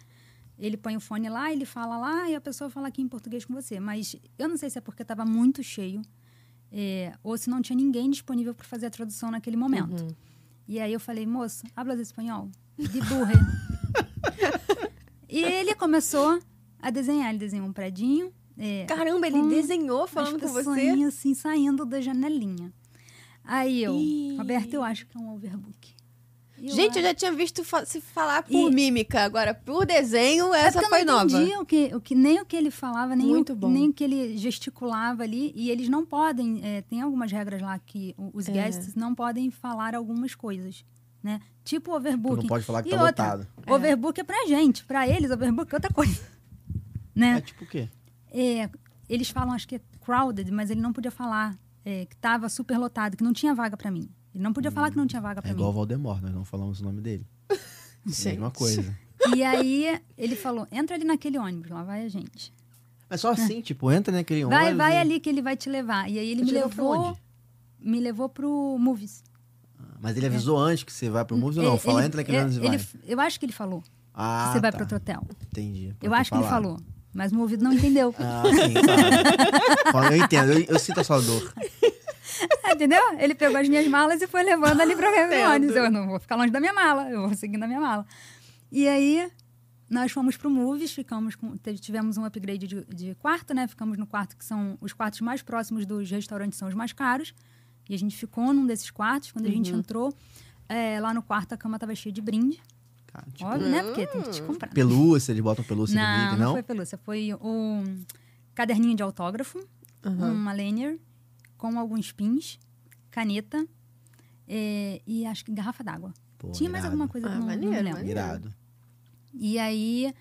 [SPEAKER 3] ele põe o fone lá, ele fala lá e a pessoa fala aqui em português com você. Mas eu não sei se é porque estava muito cheio é, ou se não tinha ninguém disponível para fazer a tradução naquele momento.
[SPEAKER 2] Uhum.
[SPEAKER 3] E aí eu falei, moço, hablas espanhol? De burre. e ele começou a desenhar. Ele desenhou um predinho. é,
[SPEAKER 1] Ah, Caramba, ele
[SPEAKER 3] Com
[SPEAKER 1] desenhou falando
[SPEAKER 3] as
[SPEAKER 1] com você.
[SPEAKER 3] pessoinhas, assim, saindo da janelinha. Aí eu,
[SPEAKER 1] Ih.
[SPEAKER 3] Roberto, eu acho que é um overbook. Eu
[SPEAKER 1] Gente, eu
[SPEAKER 3] acho-
[SPEAKER 1] já tinha visto fa- se falar por
[SPEAKER 3] E-
[SPEAKER 1] mímica. Agora, por desenho,
[SPEAKER 3] É
[SPEAKER 1] essa
[SPEAKER 3] porque eu
[SPEAKER 1] foi
[SPEAKER 3] não
[SPEAKER 1] nova.
[SPEAKER 3] entendi o que, o que, nem o que ele falava, nem,
[SPEAKER 1] Muito
[SPEAKER 3] o,
[SPEAKER 1] bom.
[SPEAKER 3] nem o que ele gesticulava ali. E eles não podem, é, tem algumas regras lá que o-
[SPEAKER 1] É.
[SPEAKER 3] os guests não podem falar algumas coisas, né? Tipo
[SPEAKER 2] Tu
[SPEAKER 3] overbook.
[SPEAKER 2] não pode falar que
[SPEAKER 3] E
[SPEAKER 2] tá
[SPEAKER 3] outra,
[SPEAKER 2] lotado.
[SPEAKER 3] Overbook é pra gente, pra eles overbook é outra coisa, né?
[SPEAKER 2] É tipo o quê?
[SPEAKER 3] É, eles falam, acho que é crowded, mas ele não podia falar é, que estava super lotado, que não tinha vaga pra mim. Ele não podia falar que não tinha vaga
[SPEAKER 2] É
[SPEAKER 3] pra
[SPEAKER 2] igual o Valdemar, nós não falamos o nome dele. É Mesma coisa.
[SPEAKER 3] mim. E aí ele falou: entra ali naquele ônibus, lá vai a gente.
[SPEAKER 2] Mas só assim, tipo, entra naquele ônibus.
[SPEAKER 3] Vai, vai
[SPEAKER 2] e-
[SPEAKER 3] ali que ele vai te levar. E aí ele
[SPEAKER 2] Mas
[SPEAKER 3] me
[SPEAKER 2] ele vai pra
[SPEAKER 3] levou,
[SPEAKER 2] onde?
[SPEAKER 3] me levou pro movies.
[SPEAKER 2] Ah, Mas ele avisou antes que você vai pro Moves ou
[SPEAKER 3] É,
[SPEAKER 2] não? Fala,
[SPEAKER 3] ele-
[SPEAKER 2] entra naquele
[SPEAKER 3] é,
[SPEAKER 2] ônibus e vai.
[SPEAKER 3] ele- Eu acho que ele falou que
[SPEAKER 2] Ah,
[SPEAKER 3] você vai
[SPEAKER 2] tá.
[SPEAKER 3] pro outro hotel.
[SPEAKER 2] Entendi. Pode
[SPEAKER 3] Eu
[SPEAKER 2] ter
[SPEAKER 3] acho que ele
[SPEAKER 2] falado.
[SPEAKER 3] falou, mas o ouvido não entendeu.
[SPEAKER 2] Ah, sim, claro. Fala, Eu entendo, eu, eu sinto a sua dor.
[SPEAKER 3] Entendeu? Ele pegou as minhas malas e foi levando ali pra
[SPEAKER 1] Entendo.
[SPEAKER 3] ver ônibus. Eu não vou ficar longe da minha mala, eu vou seguindo a minha mala. E aí, nós fomos pro Movies, ficamos com, teve- tivemos um upgrade de, de quarto, né? Ficamos no quarto que são os quartos mais próximos dos restaurantes, são os mais caros. E a gente ficou num desses quartos. Quando a gente entrou, é, lá no quarto a cama tava cheia de brinde.
[SPEAKER 2] Cara, tipo,
[SPEAKER 3] Óbvio, né? Porque tem que te comprar.
[SPEAKER 2] pelúcia, eles botam pelúcia no
[SPEAKER 3] Não,
[SPEAKER 2] Mickey,
[SPEAKER 3] não
[SPEAKER 2] não?
[SPEAKER 3] foi pelúcia. Foi um caderninho de autógrafo
[SPEAKER 1] Aham.
[SPEAKER 3] uma lanyard com alguns pins, caneta é, e acho que garrafa d'água.
[SPEAKER 2] Pô,
[SPEAKER 3] Tinha mais
[SPEAKER 2] irado.
[SPEAKER 3] alguma coisa que
[SPEAKER 1] Ah,
[SPEAKER 3] eu não, não
[SPEAKER 1] maneiro,
[SPEAKER 3] me lembro.
[SPEAKER 1] maneiro.
[SPEAKER 2] Irado.
[SPEAKER 3] E aí,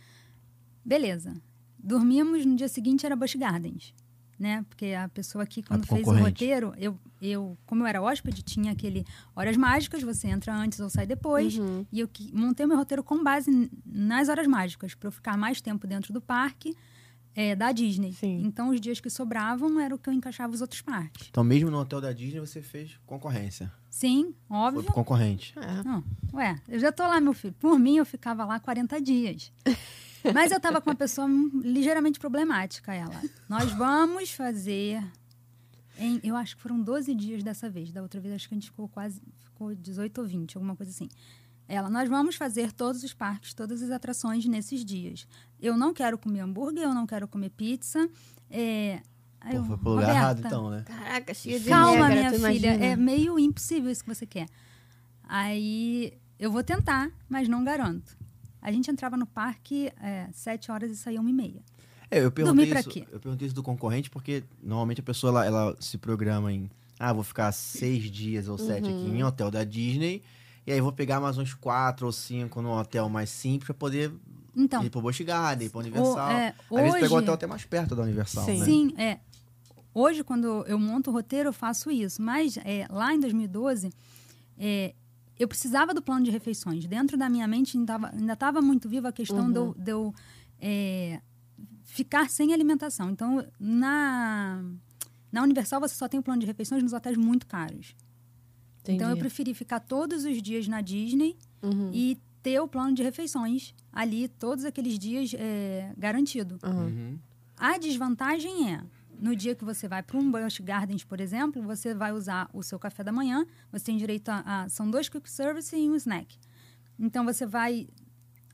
[SPEAKER 3] beleza. Dormimos, no dia seguinte era Busch Gardens, né? Porque a pessoa que, quando
[SPEAKER 2] pro
[SPEAKER 3] fez o
[SPEAKER 2] concorrente.
[SPEAKER 3] roteiro, eu, eu, como eu era hóspede, tinha aquele Horas Mágicas, você entra antes ou sai
[SPEAKER 1] Uhum.
[SPEAKER 3] depois. E eu que- montei meu roteiro com base n- nas Horas Mágicas, para eu ficar mais tempo dentro do parque é, da Disney.
[SPEAKER 1] Sim.
[SPEAKER 3] Então, os dias que sobravam era o que eu encaixava os outros parques.
[SPEAKER 2] Então, mesmo no hotel da Disney, você fez concorrência.
[SPEAKER 3] Sim,
[SPEAKER 2] Foi
[SPEAKER 3] óbvio.
[SPEAKER 2] pro concorrente.
[SPEAKER 1] É.
[SPEAKER 3] Não, ué, eu já tô lá, meu filho. Por mim, eu ficava lá 40 dias. Mas eu tava com uma pessoa hum, ligeiramente problemática, ela. Nós vamos fazer. em- eu acho que foram 12 dias dessa vez. Da outra vez, acho que a gente ficou quase. Ficou 18 ou 20, alguma coisa assim. Ela, nós vamos fazer todos os parques, todas as atrações nesses dias. Eu não quero comer hambúrguer, eu não quero comer pizza. É. aí
[SPEAKER 2] Pô,
[SPEAKER 3] eu,
[SPEAKER 2] foi pro lugar errado,
[SPEAKER 3] "Roberta,
[SPEAKER 2] então, né?
[SPEAKER 1] Caraca, cheia de
[SPEAKER 3] Calma,
[SPEAKER 1] regra,
[SPEAKER 3] minha
[SPEAKER 1] tu
[SPEAKER 3] filha,
[SPEAKER 1] imagina?
[SPEAKER 3] é meio impossível isso que você quer. Aí eu vou tentar, mas não garanto. A gente entrava no parque é, sete horas e saía uma e meia.
[SPEAKER 2] É, eu perguntei,
[SPEAKER 3] Dormir pra
[SPEAKER 2] isso,
[SPEAKER 3] quê?
[SPEAKER 2] eu perguntei isso do concorrente porque normalmente a pessoa ela, ela se programa em ah, vou ficar seis dias ou sete aqui
[SPEAKER 3] Uhum.
[SPEAKER 2] em hotel da Disney e aí vou pegar mais uns quatro ou cinco num hotel mais simples pra poder
[SPEAKER 3] Então,
[SPEAKER 2] ir pro Busch Garden, ir pro
[SPEAKER 3] o,
[SPEAKER 2] Universal.
[SPEAKER 3] é,
[SPEAKER 2] Às vezes pegou
[SPEAKER 3] hoje,
[SPEAKER 2] hotel até mais perto da Universal,
[SPEAKER 1] Sim.
[SPEAKER 2] né?
[SPEAKER 3] Sim, é. Hoje, quando eu monto o roteiro, eu faço isso. Mas é, lá em 2012, é, eu precisava do plano de refeições. Dentro da minha mente ainda tava- ainda estava muito viva a questão de eu- de eu é, ficar sem alimentação. Então, na, na Universal, você só tem o plano de refeições nos hotéis muito caros. Então, eu
[SPEAKER 1] Entendi.
[SPEAKER 3] preferi ficar todos os dias na Disney e ter o plano de refeições ali todos aqueles dias é, garantido.
[SPEAKER 1] Aham.
[SPEAKER 2] Uhum.
[SPEAKER 3] A desvantagem é, no dia que você vai para um Busch Gardens, por exemplo, você vai usar o seu café da manhã, você tem direito a, a- são dois quick service e um snack. Então você vai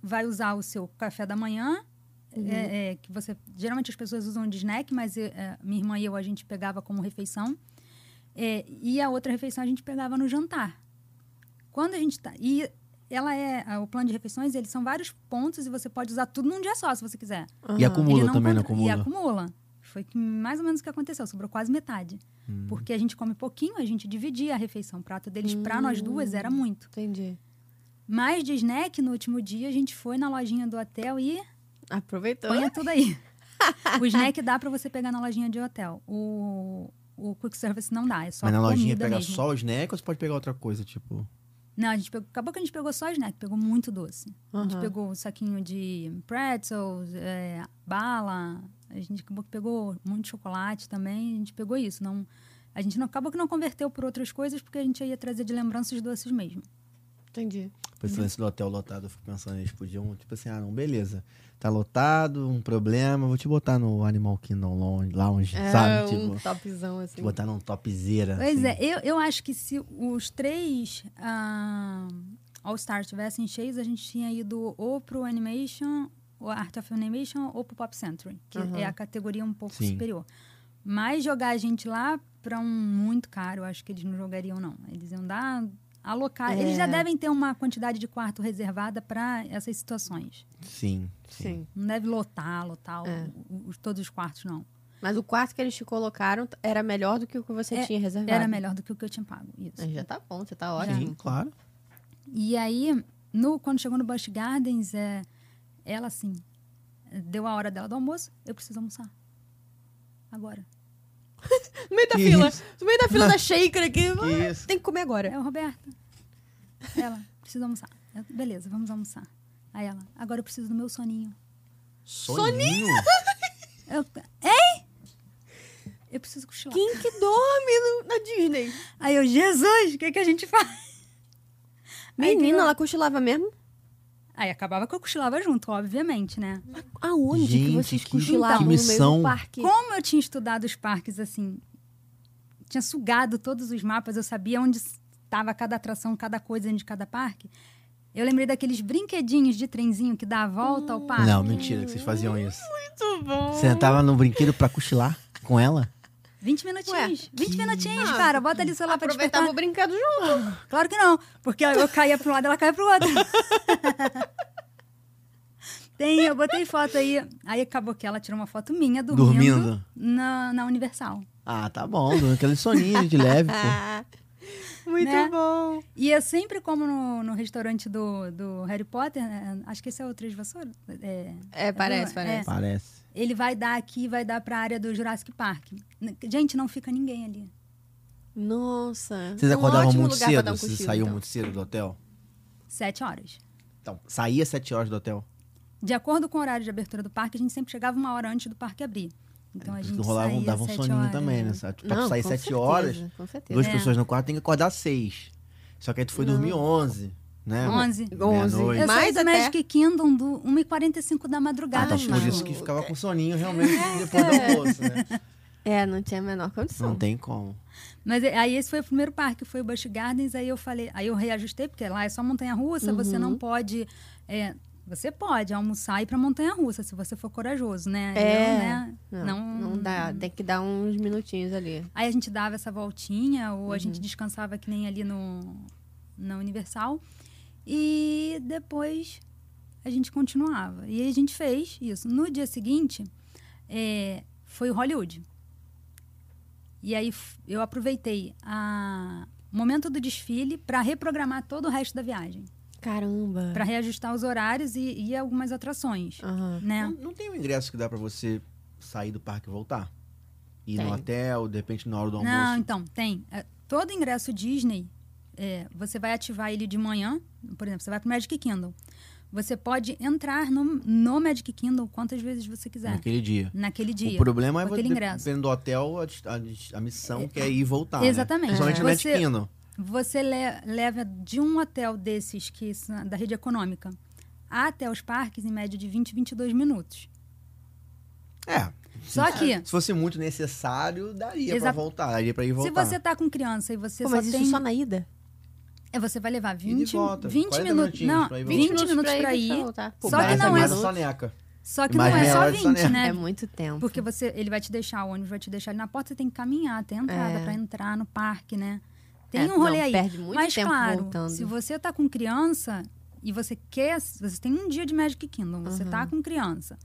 [SPEAKER 3] vai usar o seu café da manhã, é, é, que você geralmente as pessoas usam de snack, mas é, é, minha irmã e eu a gente pegava como refeição. É, e a outra refeição a gente pegava no jantar. Quando a gente tá e ela é a- o plano de refeições, eles são vários pontos e você pode usar tudo num dia só, se você quiser.
[SPEAKER 2] E
[SPEAKER 1] Aham.
[SPEAKER 2] acumula
[SPEAKER 3] Ah, Ele não
[SPEAKER 2] também, não
[SPEAKER 3] contra-
[SPEAKER 2] acumula?
[SPEAKER 3] E acumula. Foi que mais ou menos o que aconteceu, sobrou quase metade.
[SPEAKER 2] Hum.
[SPEAKER 3] Porque a gente come pouquinho, a gente dividia a refeição. O prato deles pra nós duas era muito.
[SPEAKER 1] Entendi.
[SPEAKER 3] Mas de snack, no último dia, a gente foi na lojinha do hotel e
[SPEAKER 1] Aproveitou.
[SPEAKER 3] ponha tudo aí. o snack dá pra você pegar na lojinha de hotel. O, o quick service não dá, é só
[SPEAKER 2] Mas na lojinha
[SPEAKER 3] comida
[SPEAKER 2] pega
[SPEAKER 3] mesmo.
[SPEAKER 2] só os snacks ou você pode pegar outra coisa, tipo...
[SPEAKER 3] Não, a gente pegou, acabou que a gente pegou só snack, pegou muito doce. A gente
[SPEAKER 1] Aham.
[SPEAKER 3] pegou um saquinho de pretzels, é, bala, a gente acabou que pegou muito chocolate também, a gente pegou isso. Não, a gente não, acabou que não converteu por outras coisas, porque a gente ia trazer de lembranças doces mesmo.
[SPEAKER 1] Entendi.
[SPEAKER 2] Pensando nesse hotel lotado, eu fico pensando, eles podiam, tipo assim, ah, não, beleza. Tá lotado, um problema, vou te botar no Animal Kingdom Lounge, lounge
[SPEAKER 1] É
[SPEAKER 2] sabe?
[SPEAKER 1] um
[SPEAKER 2] Tipo,
[SPEAKER 1] topzão,
[SPEAKER 2] te
[SPEAKER 1] assim.
[SPEAKER 2] botar num topzera.
[SPEAKER 3] Pois
[SPEAKER 2] assim.
[SPEAKER 3] é, eu, eu acho que se os três ah, All-Stars tivessem cheios, a gente tinha ido ou pro Animation, ou Art of Animation, ou pro Pop Century, que
[SPEAKER 1] Aham.
[SPEAKER 3] é a categoria um pouco
[SPEAKER 2] Sim.
[SPEAKER 3] superior. Mas jogar a gente lá pra um muito caro, eu acho que eles não jogariam, não. Eles iam dar. Alocar. Eles já
[SPEAKER 1] É.
[SPEAKER 3] devem ter uma quantidade de quarto reservada para essas situações.
[SPEAKER 2] Sim, sim.
[SPEAKER 1] Sim.
[SPEAKER 3] Não deve lotar, lotar o-
[SPEAKER 1] É.
[SPEAKER 3] o- os- todos os quartos, não.
[SPEAKER 1] Mas o quarto que eles te colocaram t- era melhor do que o que você
[SPEAKER 3] É,
[SPEAKER 1] tinha reservado.
[SPEAKER 3] Era melhor do que o que eu tinha pago. Isso.
[SPEAKER 1] Ah, Já tá bom, você tá
[SPEAKER 2] Sim,
[SPEAKER 1] ótimo.
[SPEAKER 2] claro.
[SPEAKER 3] E aí, no, quando chegou no Busch Gardens, é, ela assim, deu a hora dela do almoço, eu preciso almoçar. Agora.
[SPEAKER 1] No meio da
[SPEAKER 2] Que
[SPEAKER 1] fila.
[SPEAKER 2] isso?
[SPEAKER 1] No meio da fila da shaker aqui.
[SPEAKER 2] Que isso.
[SPEAKER 1] Tem que comer agora.
[SPEAKER 3] É o Roberto. Ela, preciso almoçar. Eu, Beleza, vamos almoçar. Aí ela, agora eu preciso do meu soninho.
[SPEAKER 2] Soninho?
[SPEAKER 3] Eu, Ei! Eu preciso cochilar.
[SPEAKER 1] Quem que dorme no- na Disney?
[SPEAKER 3] Aí eu, Jesus, o que, que a gente faz? Aí
[SPEAKER 1] Menina,
[SPEAKER 3] deu-
[SPEAKER 1] ela cochilava mesmo?
[SPEAKER 3] Aí acabava que eu cochilava junto, obviamente, né?
[SPEAKER 1] Aonde que
[SPEAKER 2] Gente,
[SPEAKER 1] vocês
[SPEAKER 2] que-
[SPEAKER 1] cochilavam
[SPEAKER 2] que
[SPEAKER 1] no meio do
[SPEAKER 2] missão.
[SPEAKER 1] parque?
[SPEAKER 3] Como eu tinha estudado os parques assim, tinha sugado todos os mapas, eu sabia onde estava cada atração, cada coisa dentro de cada parque. Eu lembrei daqueles brinquedinhos de trenzinho que dá a volta ao parque.
[SPEAKER 2] Não, mentira que vocês faziam isso.
[SPEAKER 1] Ah, Muito bom.
[SPEAKER 2] Sentava no brinquedo pra cochilar com ela?
[SPEAKER 3] 20 minutinhos. 20 minutinhos,
[SPEAKER 1] Ah,
[SPEAKER 3] cara. Bota ali o celular pra despertar.
[SPEAKER 1] Aproveitava o brincado junto.
[SPEAKER 3] Claro que não, porque eu caía para um lado, ela caía pro outro. Tem, eu botei foto aí. Aí acabou que ela tirou uma foto minha dormindo,
[SPEAKER 2] Dormindo.
[SPEAKER 3] Na, na Universal.
[SPEAKER 2] Ah, tá bom, dando aquele soninho de leve, pô.
[SPEAKER 1] Ah, muito
[SPEAKER 3] Né?
[SPEAKER 1] bom.
[SPEAKER 3] E eu sempre como no, no restaurante do, do Harry Potter, né? acho que esse é o Três Vassouras. É,
[SPEAKER 1] É, parece,
[SPEAKER 3] É.
[SPEAKER 1] parece. Hum,
[SPEAKER 2] Parece.
[SPEAKER 3] ele vai dar aqui, vai dar pra área do Jurassic Park. N- Gente, não fica ninguém ali.
[SPEAKER 1] Nossa.
[SPEAKER 2] Vocês
[SPEAKER 1] um
[SPEAKER 2] acordavam
[SPEAKER 1] ótimo
[SPEAKER 2] muito
[SPEAKER 1] lugar pra
[SPEAKER 2] cedo?
[SPEAKER 1] dar um
[SPEAKER 2] Vocês
[SPEAKER 1] cochilo,
[SPEAKER 2] saíam
[SPEAKER 1] então.
[SPEAKER 2] muito cedo do hotel?
[SPEAKER 3] Sete horas.
[SPEAKER 2] Então, saía às 7 horas do hotel.
[SPEAKER 3] De acordo com o horário de abertura do parque, a gente sempre chegava uma hora antes do parque abrir. Então a
[SPEAKER 2] Por isso
[SPEAKER 3] gente
[SPEAKER 2] que rolava,
[SPEAKER 3] saía
[SPEAKER 2] dava um
[SPEAKER 3] sete
[SPEAKER 2] soninho
[SPEAKER 3] horas.
[SPEAKER 2] também, né? Sabe? Pra
[SPEAKER 1] Não,
[SPEAKER 2] tu sair
[SPEAKER 1] com
[SPEAKER 2] 7
[SPEAKER 1] certeza,
[SPEAKER 2] horas,
[SPEAKER 1] Com certeza.
[SPEAKER 2] duas
[SPEAKER 3] É.
[SPEAKER 2] pessoas no quarto tem que acordar às 6. Só que aí tu foi dormir 11, né?
[SPEAKER 3] 11.
[SPEAKER 2] Meia-noite.
[SPEAKER 1] 11.
[SPEAKER 3] Eu saí
[SPEAKER 1] Mais
[SPEAKER 3] do
[SPEAKER 1] até.
[SPEAKER 3] Magic Kingdom do 1h45 da
[SPEAKER 2] Ah,
[SPEAKER 3] madrugada. então.
[SPEAKER 2] tá,
[SPEAKER 1] Gato.
[SPEAKER 2] por isso que ficava com soninho realmente
[SPEAKER 3] É.
[SPEAKER 2] depois do almoço, né?
[SPEAKER 1] É, não tinha a menor
[SPEAKER 2] Não
[SPEAKER 1] condição.
[SPEAKER 2] tem como.
[SPEAKER 3] Mas é- aí esse foi o primeiro parque, foi o Busch Gardens, aí eu falei, aí eu reajustei, porque lá é só montanha-russa, você não pode. é, você pode almoçar e ir pra montanha-russa, se você for corajoso, né?
[SPEAKER 1] É.
[SPEAKER 3] Eu, né?
[SPEAKER 1] Não,
[SPEAKER 3] Não-
[SPEAKER 1] não dá. Tem que dar uns minutinhos ali.
[SPEAKER 3] Aí a gente dava essa voltinha, ou a gente descansava que nem ali no, na Universal. E depois a gente continuava. E aí a gente fez isso. No dia seguinte, é, foi o Hollywood. E aí f- eu aproveitei a- o momento do desfile para reprogramar todo o resto da viagem.
[SPEAKER 1] Caramba.
[SPEAKER 3] Para reajustar os horários e, e algumas atrações.
[SPEAKER 1] Aham.
[SPEAKER 3] Né?
[SPEAKER 2] Não, não tem um ingresso que dá pra você sair do parque e voltar? Ir
[SPEAKER 1] Tem.
[SPEAKER 2] no hotel, de repente na hora do almoço.
[SPEAKER 3] Não, então, tem. É, Todo ingresso Disney, é, você vai ativar ele de manhã. Por exemplo, você vai pro Magic Kingdom. Você pode entrar no, no Magic Kingdom quantas vezes você quiser.
[SPEAKER 2] Naquele dia.
[SPEAKER 3] Naquele dia.
[SPEAKER 2] O problema é
[SPEAKER 3] aquele
[SPEAKER 2] você,
[SPEAKER 3] ingresso.
[SPEAKER 2] dependendo do hotel, a, dis- a dis- a missão que é ir e voltar. né?
[SPEAKER 3] Exatamente.
[SPEAKER 2] Principalmente
[SPEAKER 3] É.
[SPEAKER 2] no Magic
[SPEAKER 3] Você-
[SPEAKER 2] Kingdom.
[SPEAKER 3] Você le- leva de um hotel desses, que são da rede econômica, até os parques, em média de 20, 22 minutos.
[SPEAKER 2] É.
[SPEAKER 3] Só que,
[SPEAKER 2] Se fosse muito necessário, daria pra
[SPEAKER 3] Exa-
[SPEAKER 2] voltar. Daria pra ir e
[SPEAKER 3] se
[SPEAKER 2] voltar.
[SPEAKER 3] você tá com criança e você
[SPEAKER 1] Pô,
[SPEAKER 3] só
[SPEAKER 1] mas isso
[SPEAKER 3] tem...
[SPEAKER 1] só na ida?
[SPEAKER 3] É, você vai levar
[SPEAKER 2] de
[SPEAKER 3] 20,
[SPEAKER 2] volta,
[SPEAKER 3] 20
[SPEAKER 2] 40
[SPEAKER 3] minutos.
[SPEAKER 2] minutinhos
[SPEAKER 3] Não,
[SPEAKER 2] pra ir e
[SPEAKER 3] 20
[SPEAKER 2] voltar.
[SPEAKER 3] minutos pra
[SPEAKER 1] e
[SPEAKER 3] ir.
[SPEAKER 1] voltar.
[SPEAKER 3] Só que
[SPEAKER 2] mais,
[SPEAKER 3] não é
[SPEAKER 2] mais a
[SPEAKER 1] minutos.
[SPEAKER 2] soneca.
[SPEAKER 3] Só que não
[SPEAKER 2] Mais
[SPEAKER 3] é
[SPEAKER 2] meia
[SPEAKER 3] só
[SPEAKER 2] hora de
[SPEAKER 3] 20,
[SPEAKER 2] soneca.
[SPEAKER 3] né?
[SPEAKER 1] É muito tempo.
[SPEAKER 3] Porque você, ele vai te deixar, o ônibus vai te deixar ali na porta, você tem que caminhar até a entrada
[SPEAKER 1] É.
[SPEAKER 3] pra entrar no parque, né? Tem
[SPEAKER 1] É,
[SPEAKER 3] um rolê
[SPEAKER 1] não,
[SPEAKER 3] aí.
[SPEAKER 1] Perde muito
[SPEAKER 3] Mas
[SPEAKER 1] tempo
[SPEAKER 3] claro,
[SPEAKER 1] voltando.
[SPEAKER 3] se você tá com criança e você quer, você tem um dia de Magic Kingdom, você tá
[SPEAKER 1] Uhum.
[SPEAKER 3] com criança.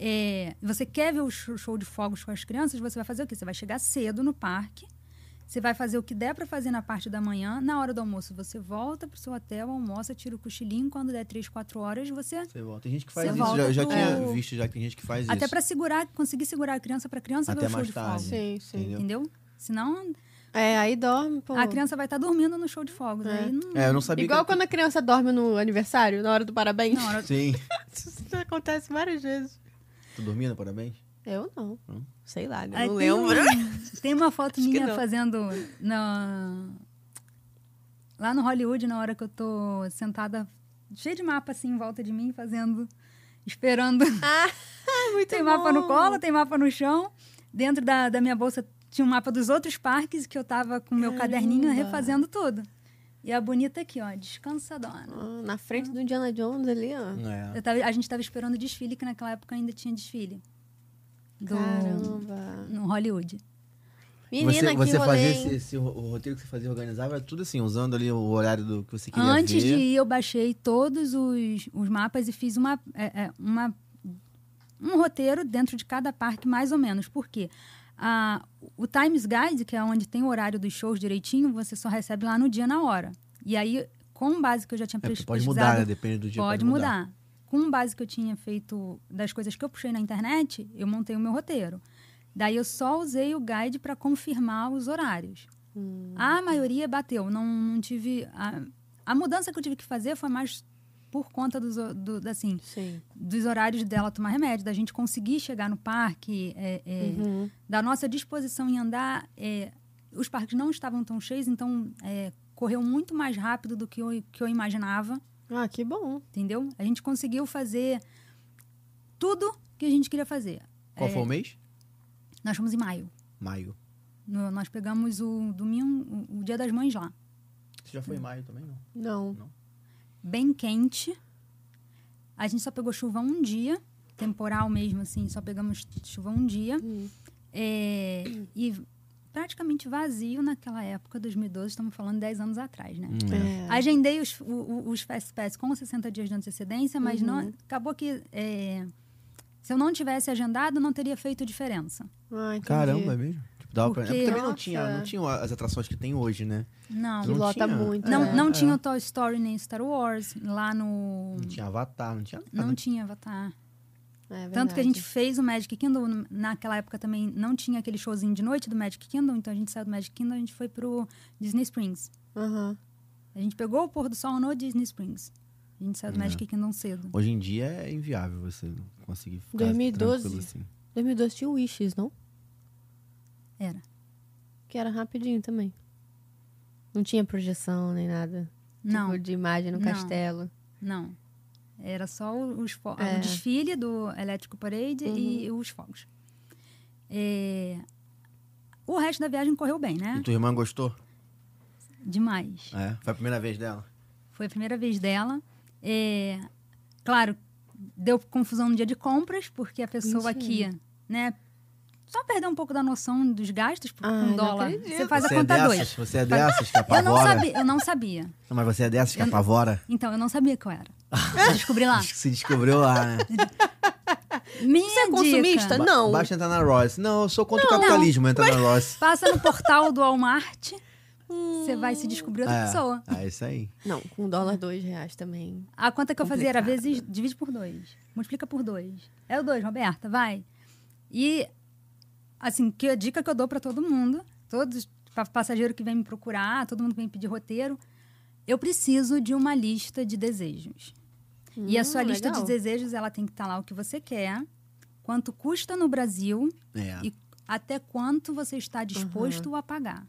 [SPEAKER 3] É, e você quer ver o show show de fogos com as crianças, você vai fazer o quê? Você vai chegar cedo no parque. Você vai fazer o que der pra fazer na parte da manhã. Na hora do almoço, você volta pro seu hotel, almoça, tira o cochilinho. Quando der 3, 4 horas, você
[SPEAKER 2] Você volta. Tem gente que faz
[SPEAKER 3] Você
[SPEAKER 2] isso. Já, eu já
[SPEAKER 3] volta
[SPEAKER 2] tinha
[SPEAKER 3] pro-
[SPEAKER 2] visto já que tem gente que faz isso.
[SPEAKER 3] até pra segurar, conseguir segurar a criança pra criança ver
[SPEAKER 2] Até
[SPEAKER 3] o show
[SPEAKER 2] mais
[SPEAKER 3] de
[SPEAKER 2] tarde.
[SPEAKER 3] fogos.
[SPEAKER 1] Sim, sim.
[SPEAKER 2] Entendeu?
[SPEAKER 3] Entendeu? Senão.
[SPEAKER 1] É, aí dorme, pô.
[SPEAKER 3] A criança vai estar dormindo no show de fogos.
[SPEAKER 1] É.
[SPEAKER 3] Aí não.
[SPEAKER 2] É, eu não sabia
[SPEAKER 1] Igual
[SPEAKER 2] que...
[SPEAKER 1] quando a criança dorme no aniversário, na hora do parabéns.
[SPEAKER 3] Na hora-
[SPEAKER 2] Sim.
[SPEAKER 1] Isso acontece várias vezes.
[SPEAKER 2] Tu dormindo, parabéns?
[SPEAKER 1] Eu não.
[SPEAKER 2] Hum.
[SPEAKER 1] Sei lá, eu
[SPEAKER 3] Aí
[SPEAKER 1] não
[SPEAKER 3] tem
[SPEAKER 1] lembro.
[SPEAKER 3] um- Tem uma foto
[SPEAKER 1] Acho que
[SPEAKER 3] minha
[SPEAKER 1] não.
[SPEAKER 3] fazendo na- lá no Hollywood, na hora que eu tô sentada, cheia de mapa assim em volta de mim, fazendo, esperando.
[SPEAKER 1] Ah, Muito
[SPEAKER 3] tem mapa no
[SPEAKER 1] Tá bom.
[SPEAKER 3] colo, tem mapa no chão. Dentro da, da minha bolsa tinha um mapa dos outros parques que eu tava com meu caderninho
[SPEAKER 1] Caramba.
[SPEAKER 3] refazendo tudo. E a bonita aqui, ó, descansadona.
[SPEAKER 1] Ah, Na frente do Indiana Jones ali, ó.
[SPEAKER 2] É.
[SPEAKER 3] Eu tava- a gente tava esperando o desfile, que naquela época ainda tinha desfile. Do,
[SPEAKER 1] Caramba.
[SPEAKER 3] no Hollywood.
[SPEAKER 1] Menina,
[SPEAKER 2] você
[SPEAKER 1] que
[SPEAKER 2] você
[SPEAKER 1] rolê,
[SPEAKER 2] fazia
[SPEAKER 1] hein?
[SPEAKER 2] esse, esse ro- o roteiro que você fazia organizava era tudo assim, usando ali o horário do que você queria
[SPEAKER 3] Antes de
[SPEAKER 2] ver.
[SPEAKER 3] ir, eu baixei todos os, os mapas e fiz uma, é, é, uma- um roteiro dentro de cada parque, mais ou menos. Por quê? Ah, o Times Guide, que é onde tem o horário dos shows direitinho, você só recebe lá no dia, na hora. E aí, com base que eu já tinha
[SPEAKER 2] É,
[SPEAKER 3] pes-
[SPEAKER 2] porque pode
[SPEAKER 3] pesquisado,
[SPEAKER 2] mudar, né? Depende do dia.
[SPEAKER 3] pode mudar. Com base que eu tinha feito das coisas que eu puxei na internet, eu montei o meu roteiro. Daí eu só usei o guide para confirmar os horários. A maioria bateu. Não, não tive. A, a mudança que eu tive que fazer foi mais por conta dos, ho- do, da, assim,
[SPEAKER 1] Sim.
[SPEAKER 3] dos horários dela tomar remédio, da gente conseguir chegar no parque, é, é,
[SPEAKER 1] Uhum.
[SPEAKER 3] da nossa disposição em andar. é, os parques não estavam tão cheios, então é, correu muito mais rápido do que eu, que eu imaginava
[SPEAKER 1] Ah, que bom.
[SPEAKER 3] entendeu? A gente conseguiu fazer tudo que a gente queria fazer.
[SPEAKER 2] Qual foi o mês?
[SPEAKER 3] Nós fomos em maio.
[SPEAKER 2] Maio.
[SPEAKER 3] No- nós pegamos o domingo, o, o dia das mães lá.
[SPEAKER 2] Você já foi em maio também, não?
[SPEAKER 1] Não.
[SPEAKER 3] Bem quente. A gente só pegou chuva um dia, temporal mesmo, assim, só pegamos chuva um dia. É, e praticamente vazio naquela época, 2012, estamos falando 10 anos atrás, né?
[SPEAKER 2] Hum,
[SPEAKER 1] É.
[SPEAKER 3] Agendei os, o- o- os Fast Pass com 60 dias de antecedência, mas
[SPEAKER 1] Uhum.
[SPEAKER 3] não, acabou que é, se eu não tivesse agendado, não teria feito diferença.
[SPEAKER 1] Ah, entendi.
[SPEAKER 2] Caramba, é mesmo? Tipo, dava pra... é
[SPEAKER 3] Porque-
[SPEAKER 2] porque também não
[SPEAKER 1] Nossa.
[SPEAKER 2] tinha, não tinha as atrações que tem hoje, né?
[SPEAKER 3] Não. né?
[SPEAKER 1] Que lota
[SPEAKER 2] tinha.
[SPEAKER 1] muito,
[SPEAKER 3] Não,
[SPEAKER 1] É, Uhum.
[SPEAKER 3] não
[SPEAKER 2] é.
[SPEAKER 3] tinha o Toy Story nem Star Wars lá no.
[SPEAKER 2] Não tinha Avatar, não tinha nada.
[SPEAKER 3] Não tinha Avatar.
[SPEAKER 1] É
[SPEAKER 3] Tanto que a
[SPEAKER 1] verdade.
[SPEAKER 3] gente fez o Magic Kingdom. n- Naquela época também não tinha aquele showzinho de noite do Magic Kingdom, então a gente saiu do Magic Kingdom e a gente foi pro Disney Springs.
[SPEAKER 1] Aham.
[SPEAKER 3] A gente pegou o pôr do sol no Disney Springs. A gente saiu do
[SPEAKER 2] É.
[SPEAKER 3] Magic Kingdom cedo.
[SPEAKER 2] Hoje em dia é inviável você conseguir ficar
[SPEAKER 1] 2012.
[SPEAKER 2] tranquilo assim.
[SPEAKER 1] 2012 tinha o Wishes, não?
[SPEAKER 3] Era.
[SPEAKER 1] Que era rapidinho também. Não tinha projeção nem nada.
[SPEAKER 3] Não.
[SPEAKER 1] Tipo, de imagem no
[SPEAKER 3] Não.
[SPEAKER 1] castelo.
[SPEAKER 3] Não. Era só o- os fo-
[SPEAKER 1] É. Uhum.
[SPEAKER 3] o desfile do Elétrico Parade e os fogos. É, O resto da viagem correu bem,
[SPEAKER 2] E
[SPEAKER 3] né?
[SPEAKER 2] tua irmã gostou?
[SPEAKER 3] Demais.
[SPEAKER 2] É. Foi a primeira vez dela?
[SPEAKER 3] Foi a primeira vez dela. É, Claro, deu confusão no dia de compras, porque a pessoa
[SPEAKER 1] Mentira.
[SPEAKER 3] aqui, né? Só perder um pouco da noção dos gastos, porque
[SPEAKER 1] Ai,
[SPEAKER 3] com
[SPEAKER 1] não
[SPEAKER 3] dólar
[SPEAKER 1] acredito.
[SPEAKER 3] você faz
[SPEAKER 2] você
[SPEAKER 3] a conta
[SPEAKER 2] é dessas,
[SPEAKER 3] dois.
[SPEAKER 2] Você é dessas que apavora?
[SPEAKER 3] Eu não sabia, eu não sabia.
[SPEAKER 2] Não, mas você é dessas que
[SPEAKER 3] Eu não- Ah.
[SPEAKER 2] apavora?
[SPEAKER 3] Então, eu não sabia que eu era. Eu descobri lá.
[SPEAKER 2] Diz que Se descobriu lá, né?
[SPEAKER 3] Então, Minha
[SPEAKER 1] Você é consumista?
[SPEAKER 3] dica,
[SPEAKER 2] Ba-
[SPEAKER 1] Não.
[SPEAKER 2] Basta entrar na Royce. Não, eu sou contra o capitalismo, entra na Royce.
[SPEAKER 3] Passa no portal do Walmart, você
[SPEAKER 1] Hum.
[SPEAKER 3] vai se descobrir outra
[SPEAKER 2] é.
[SPEAKER 3] pessoa.
[SPEAKER 2] É isso aí.
[SPEAKER 1] Não, com dólar dois reais também.
[SPEAKER 3] A conta que eu fazia era
[SPEAKER 1] Complicado.
[SPEAKER 3] vezes, divide por dois. Multiplica por dois. É o dois, Roberta, vai. E, assim, que a dica que eu dou para todo mundo, todos pa- passageiro que vem me procurar, todo mundo que vem pedir roteiro, eu preciso de uma lista de desejos. e a
[SPEAKER 1] Hum,
[SPEAKER 3] sua lista
[SPEAKER 1] legal.
[SPEAKER 3] de desejos, ela tem que estar lá o que você quer, quanto custa no Brasil
[SPEAKER 2] É.
[SPEAKER 3] e até quanto você está disposto a pagar,